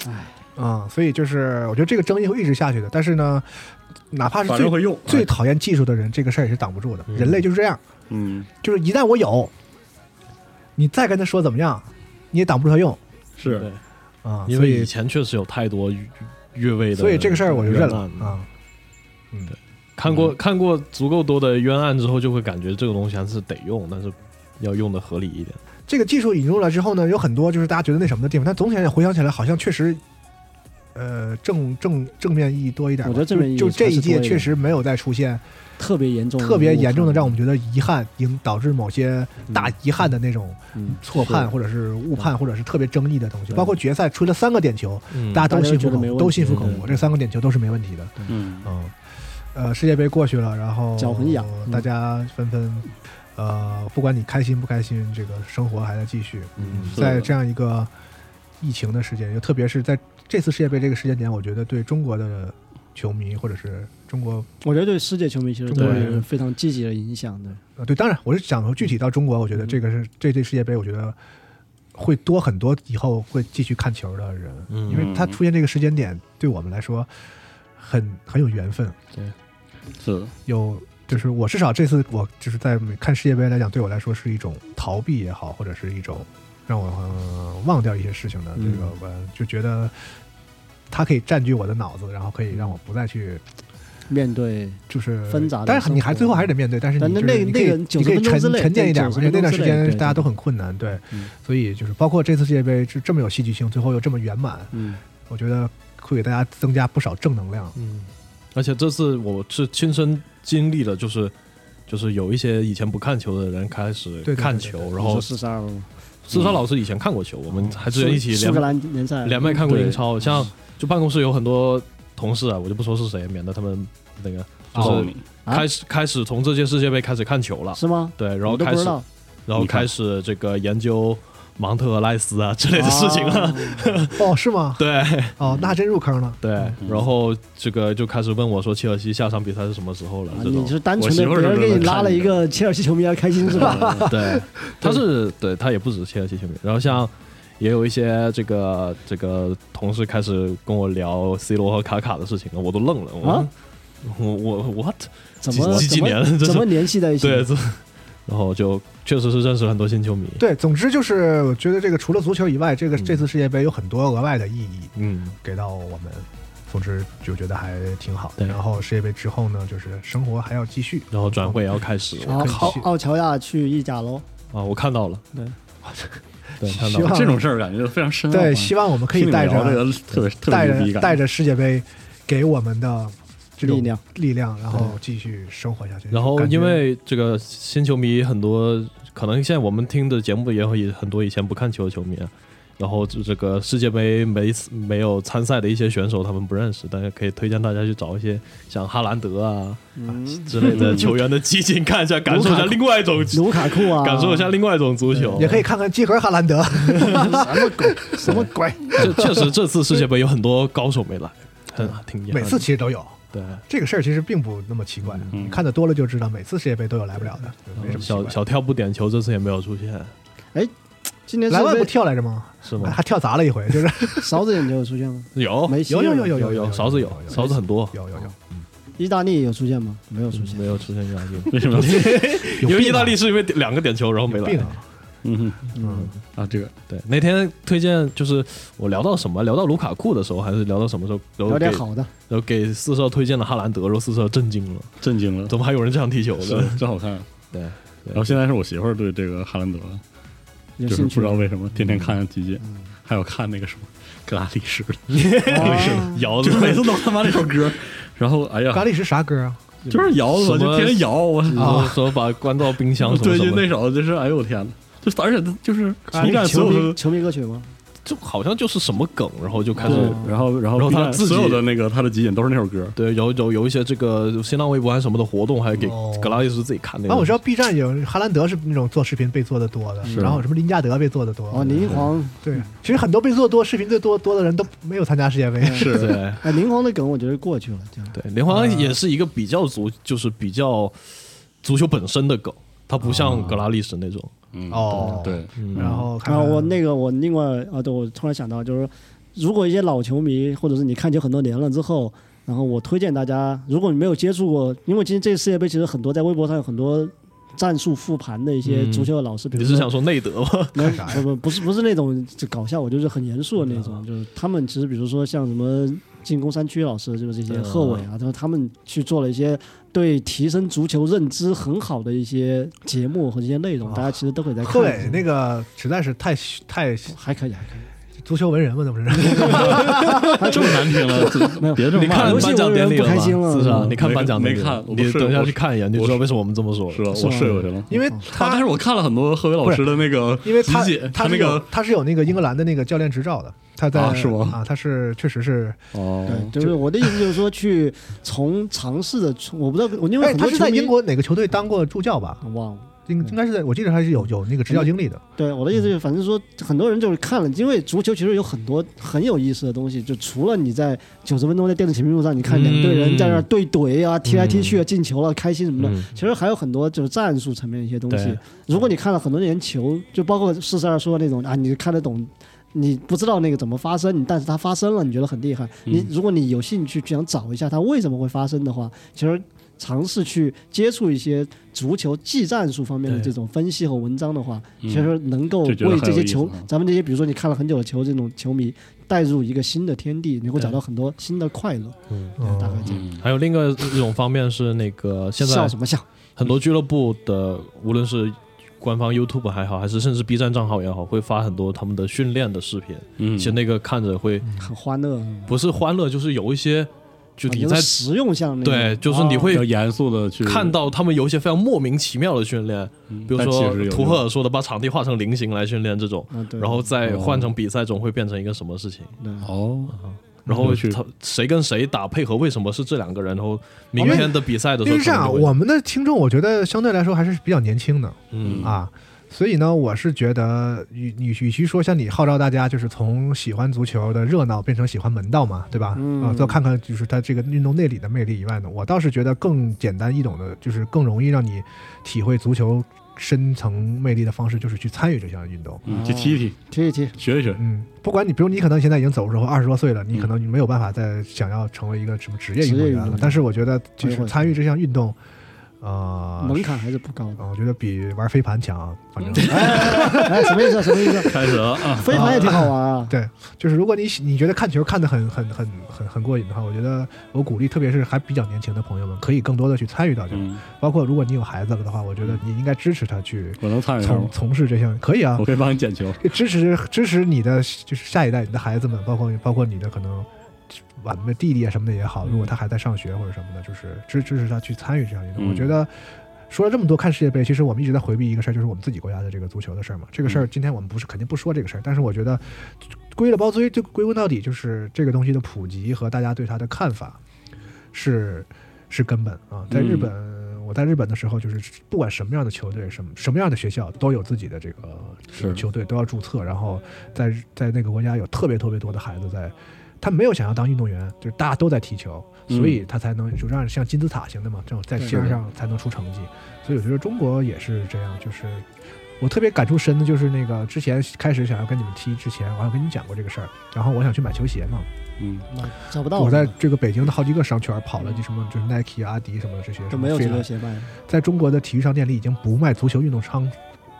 Speaker 2: 唉，啊、所以就是我觉得这个争议会一直下去的，但是呢，哪怕是
Speaker 5: 反
Speaker 2: 最
Speaker 5: 正会用啊
Speaker 2: 最讨厌技术的人，这个事儿也是挡不住的。人类就是这样，
Speaker 5: 嗯
Speaker 2: 就是一旦我有，你再跟他说怎么样，你也挡不住他用。
Speaker 5: 是
Speaker 3: 对
Speaker 2: 啊，
Speaker 3: 因
Speaker 2: 所
Speaker 3: 为
Speaker 2: 以
Speaker 3: 以前确实有太多越越位的，
Speaker 2: 所以这个事儿我就认了嗯
Speaker 3: 冤案。
Speaker 2: 啊。
Speaker 3: 看过看过足够多的冤案之后，就会感觉这个东西还是得用，但是要用的合理一点。
Speaker 2: 这个技术引入了之后呢，有很多就是大家觉得那什么的地方，但总体上回想起来，好像确实，呃，正正正面意义多一点吧。
Speaker 4: 我觉得正面意义
Speaker 2: 就就这一
Speaker 4: 还是多
Speaker 2: 届
Speaker 4: 一点
Speaker 2: 确实没有再出现
Speaker 4: 特别严重，
Speaker 2: 特别严重的让我们觉得遗憾，引导致某些大遗憾的那种
Speaker 4: 嗯
Speaker 2: 错判或者是误判，或者是特别争议的东西。包括决赛出了三个点球，
Speaker 3: 嗯
Speaker 2: 大家都
Speaker 4: 大家都
Speaker 2: 心服
Speaker 4: 觉得
Speaker 2: 口
Speaker 4: 没问
Speaker 2: 服，
Speaker 4: 题
Speaker 2: 都心服口
Speaker 4: 对
Speaker 2: 服，这三个点球都是没问题的。
Speaker 5: 嗯
Speaker 2: 嗯，呃，世界杯过去了，然后呃
Speaker 4: 脚很痒嗯
Speaker 2: 大家纷纷，呃，不管你开心不开心，这个生活还在继续。
Speaker 3: 嗯
Speaker 5: 是的
Speaker 2: 在这样一个疫情的时间，又特别是在这次世界杯这个时间点，我觉得对中国的球迷或者是中国，
Speaker 4: 我觉得对世界球迷其实
Speaker 2: 中
Speaker 4: 都
Speaker 2: 国人
Speaker 4: 有非常积极的影响的。
Speaker 2: 呃，对，当然我是想说具体到中国，我觉得这个是这这世界杯，我觉得。会多很多以后会继续看球的人，因为他出现这个时间点对我们来说很很有缘分，
Speaker 5: 是
Speaker 2: 有，就是我至少这次我就是在每看世界杯来讲，对我来说是一种逃避也好，或者是一种让我、呃忘掉一些事情的这个，我、就觉得它可以占据我的脑子，然后可以让我不再去
Speaker 4: 面对
Speaker 2: 就是
Speaker 4: 纷杂的
Speaker 2: 但是你还
Speaker 4: 生活啊
Speaker 2: 最后还是得面对，但是你
Speaker 4: 但
Speaker 2: 就
Speaker 4: 那
Speaker 2: 是
Speaker 4: 那
Speaker 2: 你可以
Speaker 4: 那个
Speaker 2: 你可以
Speaker 4: 90分钟
Speaker 2: 沉
Speaker 4: 之内
Speaker 2: 沉淀一点，
Speaker 4: 对
Speaker 2: 而且那段时
Speaker 4: 90分钟之
Speaker 2: 间
Speaker 4: 内
Speaker 2: 大家都很困难，对，
Speaker 5: 嗯
Speaker 2: 所以就是包括这次世界杯是这么有戏剧性，最后又这么圆满，
Speaker 5: 嗯
Speaker 2: 我觉得会给大家增加不少正能量。
Speaker 3: 嗯，而且这次我是亲身经历了，就是就是有一些以前不看球的人开始
Speaker 2: 对对
Speaker 3: 看
Speaker 2: 对对
Speaker 3: 球，
Speaker 2: 对嗯
Speaker 3: 然后
Speaker 4: 四十二
Speaker 3: 思川老师以前看过球，我们还之前一起
Speaker 4: 苏格
Speaker 3: 连
Speaker 4: 兰联赛
Speaker 3: 连嗯麦看过
Speaker 5: 对
Speaker 3: 英超，像就办公室有很多同事啊，我就不说是谁，免得他们那个就
Speaker 5: 哦
Speaker 3: 是开始开始从这届世界杯开始看球了，
Speaker 4: 是吗？
Speaker 3: 对，然
Speaker 4: 我
Speaker 3: 后
Speaker 4: 都
Speaker 3: 开
Speaker 4: 不知
Speaker 3: 始
Speaker 4: 道
Speaker 3: 然后开始这个研究芒特和赖斯啊之类的事情了，
Speaker 4: 啊
Speaker 2: 哦，是吗？
Speaker 3: 对
Speaker 2: 哦，那还真入坑了。
Speaker 3: 对，然后这个就开始问我说切尔西下场比赛是什么时候了
Speaker 4: 啊
Speaker 3: 这种
Speaker 4: 你。是单纯
Speaker 5: 我
Speaker 4: 的
Speaker 5: 媳妇
Speaker 4: 别
Speaker 5: 儿
Speaker 4: 人给
Speaker 5: 就是
Speaker 4: 你拉了一个切尔西球迷要开心是吧？
Speaker 3: 对，他是对他也不止切尔西球迷，然后像也有一些这个这个同事开始跟我聊 C 罗和卡卡的事情了，我都愣了，我、
Speaker 4: 啊
Speaker 3: 我我 what
Speaker 4: 怎 么
Speaker 3: 几几
Speaker 4: 怎么
Speaker 3: 年了这是
Speaker 4: 怎么联系在一起？
Speaker 3: 对，这然后就确实是认识了很多新球迷，
Speaker 2: 对，总之就是
Speaker 4: 嗯
Speaker 2: 我觉得这个除了足球以外，这个这次世界杯有很多额外的意义
Speaker 3: 嗯，
Speaker 2: 给到我们。峰值就觉得还挺好。
Speaker 3: 对
Speaker 2: 然后世界杯之后呢，就是生活还要继续。
Speaker 3: 然后转会也要开始
Speaker 4: 然后
Speaker 2: 可以
Speaker 4: 啊奥
Speaker 2: 去
Speaker 4: 奥乔亚去意甲喽，
Speaker 3: 啊，我看到了，
Speaker 4: 对，
Speaker 3: 对，看到
Speaker 2: 希
Speaker 3: 了
Speaker 2: 望
Speaker 5: 这种事儿感觉非常深奥啊。
Speaker 2: 对，希望我们可以
Speaker 5: 听你
Speaker 2: 带
Speaker 5: 聊这
Speaker 2: 着
Speaker 5: 个特别特
Speaker 2: 带
Speaker 5: 别牛逼
Speaker 2: 着
Speaker 5: 感，
Speaker 2: 带着世界杯给我们的这种
Speaker 4: 力量
Speaker 2: 力量，然后继续生活下去。
Speaker 3: 然后
Speaker 2: 感觉
Speaker 3: 因为这个新球迷很多，可能现在我们听的节目也有也很多以前不看球的球迷、啊，然后这这个世界杯没没有参赛的一些选手他们不认识，但是可以推荐大家去找一些像哈兰德啊
Speaker 4: 嗯，
Speaker 3: 之类的球员的激情，看一下，感受一下另外一种，
Speaker 4: 卢卡库 啊，
Speaker 3: 感受一下另外一种足球。
Speaker 2: 也可以看看基和哈兰德，什么 鬼？什么鬼？
Speaker 3: 这确实这次世界杯有很多高手没来，很挺遗憾的。
Speaker 2: 每次其实都有。
Speaker 3: 对。
Speaker 2: 这个事儿其实并不那么奇怪，你看的多了就知道，每次世界杯都有来不了的，没什么奇
Speaker 3: 小
Speaker 2: 怪。
Speaker 3: 小跳步点球这次也没有出现，
Speaker 4: 今年世
Speaker 2: 莱万
Speaker 4: 界
Speaker 2: 不
Speaker 4: 杯
Speaker 2: 跳来着吗？
Speaker 3: 是吗？
Speaker 2: 还跳砸了一回，就是
Speaker 4: 勺子眼睛有出现吗？
Speaker 3: 哦有
Speaker 4: 梅西
Speaker 2: 哎
Speaker 4: 啊
Speaker 2: 有有有有
Speaker 3: 有
Speaker 2: 有
Speaker 3: 勺子有勺子很多，嗯
Speaker 2: 有有有，
Speaker 4: 意大利有出现吗？没有出现。
Speaker 3: 没有出现意大利。
Speaker 5: 为什么要？
Speaker 3: 因为
Speaker 2: 病
Speaker 3: 意大
Speaker 2: 啊
Speaker 3: 利是因为两个点球，然后没
Speaker 2: 有
Speaker 3: 来
Speaker 2: 病。啊！
Speaker 5: 嗯
Speaker 4: 嗯，
Speaker 5: 哼啊，这个
Speaker 3: 对，那天推荐就是我聊到什么，聊到卢卡库的时候，还是聊到什么时候，然后
Speaker 4: 聊点
Speaker 3: 给，
Speaker 4: 好的，
Speaker 3: 然后给四少推荐了哈兰德，然后四少震惊了，
Speaker 5: 震惊了，
Speaker 3: 怎么还有人这样踢球
Speaker 5: 是
Speaker 3: 的？
Speaker 5: 真好看。
Speaker 3: 对，
Speaker 5: 然后现在是我媳妇儿对这个哈兰德，
Speaker 4: 有
Speaker 5: 就是
Speaker 4: 兴
Speaker 5: 不
Speaker 4: 趣
Speaker 5: 知道
Speaker 4: 吗。
Speaker 5: 为什么天天看集锦，还有看那个什么格拉利什，
Speaker 2: 哦
Speaker 4: 啊
Speaker 3: 摇
Speaker 5: 就
Speaker 3: 的
Speaker 5: 是每次都他妈这首歌， 然后哎呀，
Speaker 2: 咖喱是啥歌啊？
Speaker 5: 就是摇
Speaker 3: 什么
Speaker 5: 我就天天摇我，
Speaker 3: 啊，什么把关到冰箱什么
Speaker 5: 对，
Speaker 3: 什
Speaker 5: 就
Speaker 3: 么
Speaker 5: 那
Speaker 3: 的，
Speaker 5: 首就是哎呦我天呐，就是而且就是情感所
Speaker 4: 球
Speaker 5: 有
Speaker 4: 迷
Speaker 5: 的，
Speaker 4: 球迷歌曲吗？
Speaker 3: 就好像就是什么梗，然后就开始
Speaker 5: 对
Speaker 4: 对，
Speaker 5: 然后然后
Speaker 3: 然后他
Speaker 5: B 站
Speaker 3: 自己
Speaker 5: 所有的那个他的集锦都是那首歌，
Speaker 3: 对，有有有一些这个新浪微博还是什么的活动，还给
Speaker 2: 哦
Speaker 3: 格拉利什自己看那个。
Speaker 2: 啊，我知道 B 站有哈兰德是那种做视频被做的多的，然后什么林加德被做的多。
Speaker 4: 哦，林皇，
Speaker 2: 对，其实很多被做多视频最多多的人都没有参加世界杯。
Speaker 3: 嗯
Speaker 5: 是
Speaker 3: 对。
Speaker 4: 哎，林皇的梗我觉得过去了，这样。
Speaker 3: 对，连环也是一个比较足，就是比较足球本身的梗，它不像格拉利什那种。
Speaker 2: 哦，，
Speaker 5: 嗯对，
Speaker 2: 然后看
Speaker 4: 啊，
Speaker 2: 看
Speaker 4: 我那个我另外啊，对，我突然想到，就是说如果一些老球迷，或者是你看球很多年了之后，然后我推荐大家，如果你没有接触过，因为今天这个世界杯其实很多在微博上有很多战术复盘的一些
Speaker 3: 嗯
Speaker 4: 足球的老师，比
Speaker 3: 你
Speaker 4: 如
Speaker 3: 是
Speaker 4: 说
Speaker 3: 想说内德吗？
Speaker 4: 没有不不不是不是那种就搞笑，我就是很严肃的那
Speaker 3: 嗯
Speaker 4: 种，就是他们其实比如说像什么进攻三区老师，就是这些
Speaker 3: 嗯
Speaker 4: 后卫啊，然后他们去做了一些对提升足球认知很好的一些节目和一些内
Speaker 3: 啊
Speaker 4: 容，大家其实都可以在看。
Speaker 2: 贺伟那个实在是太太
Speaker 4: 还可以还可以，
Speaker 2: 足球文人嘛，怎 么是？
Speaker 5: 这么难听了，
Speaker 4: 没有
Speaker 5: 这别这么
Speaker 3: 你看
Speaker 5: 骂
Speaker 4: 游
Speaker 5: 人
Speaker 4: 戏
Speaker 3: 颁奖典礼
Speaker 4: 我有点不开心
Speaker 3: 吗？
Speaker 4: 了
Speaker 3: 是啊，你看
Speaker 5: 没
Speaker 3: 颁奖典礼
Speaker 5: 没看我
Speaker 3: 你
Speaker 5: 是
Speaker 3: 等一下
Speaker 5: 我
Speaker 3: 去看一眼，你就知道为什么我们这么说了。
Speaker 5: 是吧？
Speaker 4: 是
Speaker 5: 我
Speaker 4: 吗
Speaker 5: 睡过去了。
Speaker 2: 因为
Speaker 5: 他但是我看了很多贺炜老师的那个
Speaker 2: 因为
Speaker 5: 集
Speaker 2: 他
Speaker 5: 锦，
Speaker 2: 他
Speaker 5: 那
Speaker 2: 是有
Speaker 5: 个
Speaker 2: 他是有那个英格兰的那个教练执照的，他在
Speaker 5: 啊是吗
Speaker 2: 啊，他是确实是，
Speaker 5: 哦
Speaker 4: 对，就是我的意思就是说，去从尝试的，从我不知道，我因为
Speaker 2: 哎，
Speaker 4: 很多
Speaker 2: 他是
Speaker 4: 球
Speaker 2: 在
Speaker 4: 迷嗯
Speaker 2: 英国哪个球队当过助教吧？
Speaker 4: 我忘了。
Speaker 2: 应应该是在，我记得他是有有那个执教经历的。
Speaker 4: 对，我的意思
Speaker 3: 嗯
Speaker 4: 就是，反正说很多人就是看了，因为足球其实有很多很有意思的东西，就除了你在九十分钟在电视屏幕上，你看两队人在那儿对怼啊、踢来踢去啊、进球了、开心什么的，
Speaker 3: 嗯
Speaker 4: 其实还有很多就是战术层面的一些东西
Speaker 3: 对。
Speaker 4: 如果你看了很多年球，就包括四十二说的那种啊，你看得懂。你不知道那个怎么发生，但是它发生了，你觉得很厉害。
Speaker 3: 嗯
Speaker 4: 你如果你有兴趣去想找一下它为什么会发生的话，其实尝试去接触一些足球技战术方面的
Speaker 3: 对
Speaker 4: 这种分析和文章的话，其实能够
Speaker 5: 嗯就觉得
Speaker 4: 为
Speaker 5: 很
Speaker 4: 这
Speaker 5: 有
Speaker 4: 些
Speaker 5: 意思
Speaker 4: 球
Speaker 5: 啊，
Speaker 4: 咱们这些比如说你看了很久的球这种球迷，带入一个新的天地，你会找到很多新的快乐。
Speaker 3: 嗯
Speaker 4: 对大概这样。
Speaker 3: 还有另一个一种方面是那个现在
Speaker 4: 笑什么笑？
Speaker 3: 很多俱乐部的，无论是官方 YouTube 还好，还是甚至 B 站账号也好，会发很多他们的训练的视频。
Speaker 5: 嗯
Speaker 3: 其实那个看着会
Speaker 4: 很欢乐，啊
Speaker 3: 不是欢乐，就是有一些就你
Speaker 4: 有
Speaker 2: 啊
Speaker 3: 在
Speaker 4: 实用项那种
Speaker 3: 对，就是你
Speaker 4: 哦
Speaker 3: 会
Speaker 5: 要严肃的去
Speaker 3: 看，到他们有一些非常莫名其妙的训练，
Speaker 5: 嗯
Speaker 3: 比如
Speaker 5: 但其实
Speaker 3: 说
Speaker 5: 有
Speaker 3: 图赫尔说的把场地画成菱形来训练这种，
Speaker 4: 啊
Speaker 2: 嗯
Speaker 4: 对，
Speaker 3: 然后再换成比赛中会变成一个什么事情，
Speaker 4: 对
Speaker 5: 哦，
Speaker 3: 然后
Speaker 5: 去
Speaker 3: 他谁跟谁打配合，为什么是这两个人，然后明天的比赛的时
Speaker 2: 因
Speaker 3: 候
Speaker 2: 为是这样啊，
Speaker 3: 可能就会
Speaker 2: 我们的听众我觉得相对来说还是比较年轻的
Speaker 3: 嗯
Speaker 2: 啊，所以呢，我是觉得与与与其说像你号召大家就是从喜欢足球的热闹变成喜欢门道嘛，对吧？
Speaker 4: 嗯
Speaker 2: 啊，再看看就是它这个运动内里的魅力以外呢，我倒是觉得更简单易懂的，就是更容易让你体会足球深层魅力的方式，就是去参与这项运动。
Speaker 5: 嗯，去踢一踢，
Speaker 4: 踢一踢，
Speaker 5: 学一学，
Speaker 2: 嗯，不管你，比如你可能现在已经走出或二十多岁了，你可能嗯没有办法再想要成为一个什么职业运动员
Speaker 4: 职业运动
Speaker 2: 了
Speaker 4: 员。
Speaker 2: 但是我觉得，就是参与这项运动，啊、
Speaker 4: 门槛还是 不高的。
Speaker 2: 啊我觉得比玩飞盘强啊，反 正。
Speaker 4: 哎，什么意思啊？什么意思啊？
Speaker 5: 开始了啊！
Speaker 4: 飞盘也挺好玩啊。
Speaker 2: 对，就是如果你喜你觉得看球看得很很很很很过瘾的话，我觉得我鼓励，特别是还比较年轻的朋友们，可以更多的去参与到这个。
Speaker 5: 嗯，
Speaker 2: 包括如果你有孩子了的话，我觉得你应该支持他去
Speaker 5: 我能参与上
Speaker 2: 从
Speaker 5: 吗？
Speaker 2: 从事这项，可以啊
Speaker 5: 我，可以帮你捡球。
Speaker 2: 支持支持你的就是下一代，你的孩子们，包括包括你的可能晚辈弟弟啊什么的也好，如果他还在上学或者什么的，就是支支持他去参与这项运动。
Speaker 5: 嗯
Speaker 2: 我觉得说了这么多看世界杯，其实我们一直在回避一个事儿，就是我们自己国家的这个足球的事儿嘛。这个事儿今天我们不是肯定不说这个事儿，但是我觉得归了包追，就归根到底就是这个东西的普及和大家对它的看法是是根本啊。在日本。我在日本的时候，就是不管什么样的球队、什么什么样的学校，都有自己的这个
Speaker 5: 是
Speaker 2: 球队都要注册，然后在在那个国家有特别特别多的孩子在，他没有想要当运动员，就是大家都在踢球，所以他才能就让像金字塔型的嘛，这种在
Speaker 4: 嗯对
Speaker 2: 线上才能出成绩。所以我觉得中国也是这样，就是我特别感触深的就是那个之前开始想要跟你们踢之前，我好像跟你讲过这个事儿，然后我想去买球鞋嘛，
Speaker 5: 嗯，
Speaker 4: 找不到
Speaker 2: 我在这个北京的好几个商圈跑了，就什么就是 Nike 啊、阿迪什么的这些
Speaker 4: 都没有足
Speaker 2: 什么
Speaker 4: 球
Speaker 2: 飞
Speaker 4: 鞋卖，
Speaker 2: 在中国的体育商店里已经不卖足球运动商，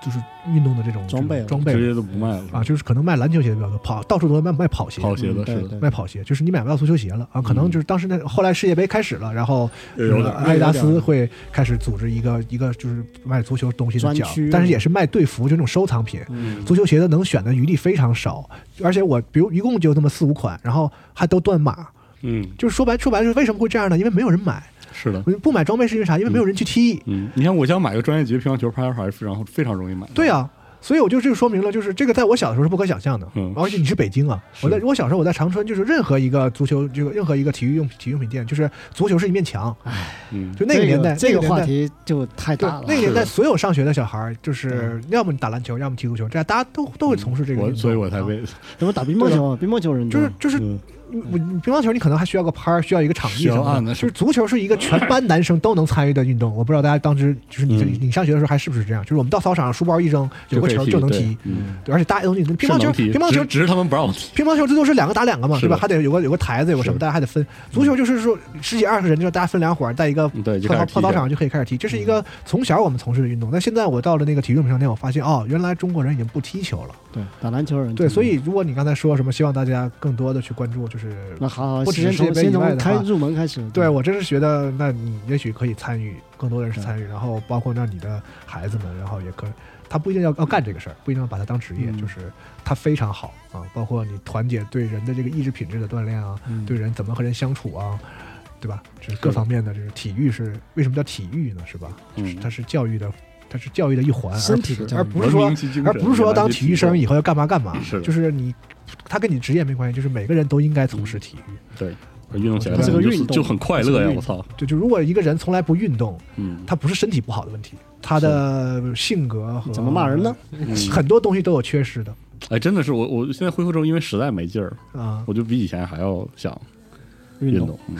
Speaker 2: 就是运动的这种
Speaker 4: 装备
Speaker 2: 这种
Speaker 4: 了
Speaker 2: 装备
Speaker 5: 直
Speaker 2: 了
Speaker 5: 接都不卖了，
Speaker 2: 啊，就是可能卖篮球鞋的比较多，跑到处都卖卖跑鞋，
Speaker 5: 跑鞋的
Speaker 4: 嗯对
Speaker 5: 是的，
Speaker 4: 对
Speaker 2: 卖跑鞋，就是你买不到足球鞋了啊。可能就是当时那后来世界杯开始了，然后
Speaker 5: 又有点
Speaker 2: 呃艾迪达斯会开始组织一个一个就是卖足球东西的
Speaker 4: 专
Speaker 2: 角
Speaker 4: 区，
Speaker 2: 但是也是卖队服，就那种收藏品。
Speaker 4: 嗯，
Speaker 2: 足球鞋的能选的余地非常少，而且我比如一共就那么四五款，然后还都断码。
Speaker 5: 嗯，
Speaker 2: 就是说白说白了，为什么会这样呢？因为没有人买，
Speaker 5: 是的，
Speaker 2: 不买装备是因为啥？因为没有人去踢。
Speaker 5: 嗯，你看我想买个专业级的乒乓球拍还是非常非常容易买，
Speaker 2: 对，啊，所以我就这个说明了，就是这个在我小的时候是不可想象的。
Speaker 5: 嗯
Speaker 2: 而且你是北京啊，我在我小时候我在长春，就是任何一个足球，就任何一个体育用体育用品店，就是足球是一面墙，
Speaker 5: 嗯，
Speaker 2: 就那个年代，
Speaker 4: 这个
Speaker 2: 那
Speaker 4: 这个
Speaker 2: 年
Speaker 4: 话
Speaker 2: 代。
Speaker 4: 题就太
Speaker 2: 对
Speaker 4: 大了，。
Speaker 2: 那个
Speaker 5: 是
Speaker 2: 年代
Speaker 5: 的
Speaker 2: 所有上学的小孩儿，就是要么你打篮球，要么踢足球，这样大家都都会从事这个运
Speaker 5: 我
Speaker 2: 动。
Speaker 5: 所以嗯我才
Speaker 2: 啊
Speaker 5: 被
Speaker 4: 怎么打乒乓球啊？乒乓球人
Speaker 2: 就
Speaker 4: 多
Speaker 2: 是就是
Speaker 5: 嗯
Speaker 2: 你你乒乓球，你可能还需要个拍儿，需要一个场地
Speaker 5: 需
Speaker 2: 什
Speaker 5: 要
Speaker 2: 么
Speaker 5: 啊
Speaker 2: 的。
Speaker 5: 那
Speaker 2: 就是是足球是一个全班男生都能参与的运动，我不知道大家当时就是你
Speaker 5: 嗯
Speaker 2: 你上学的时候还是不是这样？就是我们到操场上书包一扔，有个球就能踢，，
Speaker 5: 嗯，
Speaker 2: 对而且大家都能踢。乒
Speaker 5: 是
Speaker 2: 乓球
Speaker 5: 能踢
Speaker 2: 乒乓球
Speaker 5: 只只是他们不让我踢，
Speaker 2: 乒乓球最多是两个打两个嘛，
Speaker 5: 是
Speaker 2: 对吧？
Speaker 5: 的
Speaker 2: 还得有个有个台子，有个什么，
Speaker 5: 是
Speaker 2: 大家还得分。足球就是说十几二十人，就大家分两伙儿，在一个
Speaker 5: 嗯对，就
Speaker 2: 泡
Speaker 5: 开
Speaker 2: 操
Speaker 5: 始踢
Speaker 2: 泡
Speaker 5: 嗯
Speaker 2: 操场就可以开始踢。这是一个从小我们从事的运动。但现在我到了那个体育用品商店，我发现哦，原来中国人已经不踢球了。
Speaker 4: 对打篮球人
Speaker 5: 嗯
Speaker 2: 对，
Speaker 4: 多
Speaker 2: 所以如果你刚才说什么，希望大家更多的去关注，就是
Speaker 5: 嗯
Speaker 4: 那好好，
Speaker 2: 不只是
Speaker 4: 先从
Speaker 2: 世界杯
Speaker 4: 先
Speaker 2: 以外
Speaker 4: 从
Speaker 2: 的
Speaker 4: 开
Speaker 2: 话
Speaker 4: 入门开始。
Speaker 2: 对我真是觉得，那你也许可以参与，更多的人
Speaker 5: 嗯
Speaker 2: 是参与，然后包括让你的孩子们，然后也可，他不一定要要干这个事儿，不一定要把它当职业，
Speaker 4: 嗯
Speaker 2: 就是他非常好啊，包括你团结对人的这个意志品质的锻炼啊，
Speaker 4: 嗯
Speaker 2: 对人怎么和人相处啊，对吧？这是各方面的，这个体育是为什么叫体育呢？是吧？
Speaker 5: 嗯
Speaker 2: 它是教育的，它是教育的一环，而
Speaker 4: 身
Speaker 2: 不
Speaker 4: 体的
Speaker 2: 是
Speaker 4: 教育
Speaker 2: 而不是说
Speaker 5: 文明及精
Speaker 2: 而
Speaker 5: 神
Speaker 2: 不是说要当体育生
Speaker 5: 也
Speaker 2: 以后要干嘛干嘛，
Speaker 5: 是的
Speaker 2: 就是你，他跟你职业没关系，就是每个人都应该从事体育。
Speaker 5: 运动起来
Speaker 4: 它是个
Speaker 5: 就
Speaker 4: 运动
Speaker 5: 就很快乐
Speaker 4: 它是
Speaker 5: 呀
Speaker 4: 个，运
Speaker 5: 我操，
Speaker 2: 就就如果一个人从来不运动，
Speaker 5: 嗯，
Speaker 2: 他不是身体不好的问题，他的性格和
Speaker 4: 怎么骂人呢？？
Speaker 5: 嗯
Speaker 2: 很多东西都有缺失的
Speaker 5: 哎，真的是我我现在恢复之后，因为实在没劲儿，
Speaker 2: 啊，
Speaker 5: 我就比以前还要想
Speaker 4: 运
Speaker 5: 运
Speaker 4: 动，
Speaker 5: 动，嗯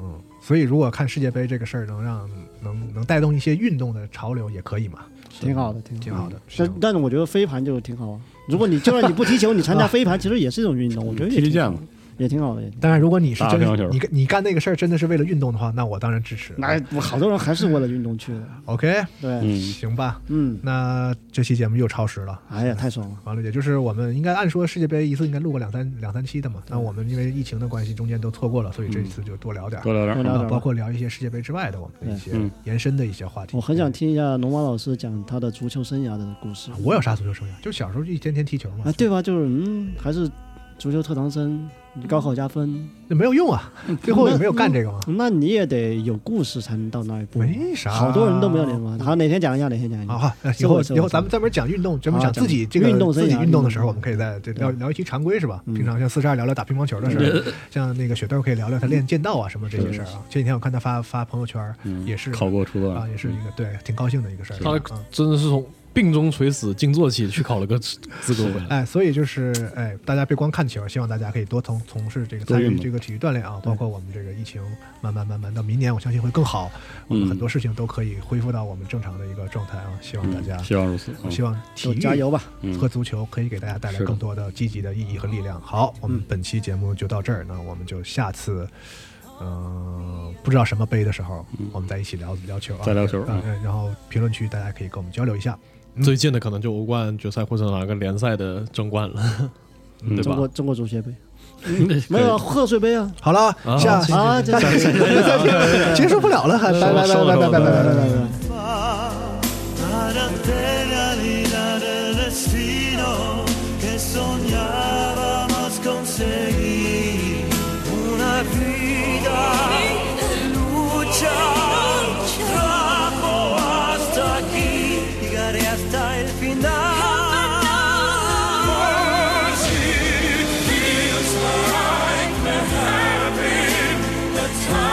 Speaker 2: 嗯，所以如果看世界杯这个事儿能让能能带动一些运动的潮流，也可以嘛，
Speaker 4: 挺好的，挺
Speaker 2: 挺
Speaker 4: 好
Speaker 2: 好
Speaker 4: 的。
Speaker 2: 的。
Speaker 4: 但但是我觉得飞盘就挺好啊。如果你就算你不踢球，你参加飞盘其实也是一种运动，我觉得
Speaker 5: 嗯踢
Speaker 2: 嗯
Speaker 4: 也
Speaker 5: 踢
Speaker 4: 挺
Speaker 5: 毽
Speaker 4: 好
Speaker 5: 子，
Speaker 4: 也挺好的。也挺好
Speaker 2: 当然，如果你是
Speaker 5: 打
Speaker 2: 真
Speaker 5: 乒乓球
Speaker 2: 你你干那个事儿真的是为了运动的话，那我当然支持。
Speaker 4: 那我好多人还是为了运动去的，
Speaker 2: OK，
Speaker 4: 对，
Speaker 5: 嗯，
Speaker 2: 行吧，
Speaker 4: 嗯，
Speaker 2: 那这期节目又超时了。
Speaker 4: 哎呀，太爽了，
Speaker 2: 完了，也就是我们应该按说世界杯一次应该录个两三两三期的嘛，
Speaker 4: 嗯
Speaker 2: 但我们因为疫情的关系，中间都错过了，所以这次就多聊点儿。
Speaker 5: 多聊嗯
Speaker 4: 多
Speaker 5: 点儿，
Speaker 4: 聊
Speaker 2: 啊，
Speaker 4: 点
Speaker 2: 包
Speaker 4: 吧。
Speaker 2: 括聊一些世界杯之外的我们的一些
Speaker 5: 嗯
Speaker 2: 延伸的一些话题。
Speaker 4: 我很想听一下龙马老师讲他的足球生涯的故事
Speaker 2: 我有啥足球生涯？就小时候就一天天踢球嘛
Speaker 4: 啊，，对吧？就是嗯，还是足球特长生，你高考加分，
Speaker 2: 那没有用啊，
Speaker 4: 嗯
Speaker 2: 最后也没有干这个嘛。
Speaker 4: 那你也得有故事才能到那一步。
Speaker 2: 没啥
Speaker 4: 好多人都没有联盟。好，哪天讲一下，哪天讲一
Speaker 2: 啊，
Speaker 4: 下。
Speaker 2: 好，那以
Speaker 4: 是
Speaker 2: 后
Speaker 4: 我是我
Speaker 2: 以后咱们专门讲运动，专门
Speaker 4: 啊
Speaker 2: 讲
Speaker 4: 讲
Speaker 2: 自己这个
Speaker 4: 运动生涯
Speaker 2: 自己运动的时候，
Speaker 4: 运动
Speaker 2: 我们可以再对聊聊一期常规是吧？
Speaker 4: 嗯
Speaker 2: 平常像四十二聊聊打乒乓球的事儿， 像那个雪豆可以聊聊他练剑道啊什么这些事儿啊。前几天我看他发发朋友圈儿，
Speaker 5: 嗯
Speaker 2: 也是
Speaker 5: 考过初
Speaker 2: 啊，
Speaker 5: 段，
Speaker 2: 也是一个对挺高兴的一个事儿。
Speaker 3: 他
Speaker 2: 啊
Speaker 3: 真的是从病中垂死静坐起去考了个资资格回来。
Speaker 2: 哎，所以就是哎，大家别光看球，希望大家可以多从从事这个
Speaker 5: 多
Speaker 2: 参
Speaker 5: 运
Speaker 2: 与
Speaker 5: 动
Speaker 2: 这个体育锻炼啊，包括我们这个疫情慢慢慢慢到明年，我相信会更好，我们
Speaker 5: 嗯
Speaker 2: 很多事情都可以恢复到我们正常的一个状态啊，希望大家
Speaker 5: 嗯，希望如此，
Speaker 2: 我
Speaker 5: 嗯
Speaker 2: 希望体
Speaker 4: 就
Speaker 2: 育
Speaker 4: 加油吧！
Speaker 5: 嗯
Speaker 2: 和足球可以给大家带来
Speaker 5: 是的
Speaker 2: 更多的积极的意义和力量。好，我们本期节目就到这儿，那我们就下次嗯，不知道什么杯的时候，我们再一起聊聊球啊，
Speaker 5: 嗯再聊球
Speaker 2: 啊、嗯然后评论区大家可以跟我们交流一下。
Speaker 3: 最近的可能就欧冠决赛或者哪个联赛的争冠了， 对
Speaker 4: 中
Speaker 3: 吧
Speaker 4: 国？中国足协杯， 没有啊贺岁杯啊
Speaker 2: 好了，下
Speaker 4: 啊！这这这
Speaker 2: 结束不了了，还拜拜
Speaker 3: 收了
Speaker 2: 拜拜拜
Speaker 3: 收了
Speaker 2: 拜拜拜拜
Speaker 4: 拜
Speaker 2: 拜。
Speaker 4: 拜。
Speaker 6: para regalar el destino que soñábamos conseguir. Una vida de lucha trajo hasta aquí, llegaré hasta el final. Mercy feels like the time.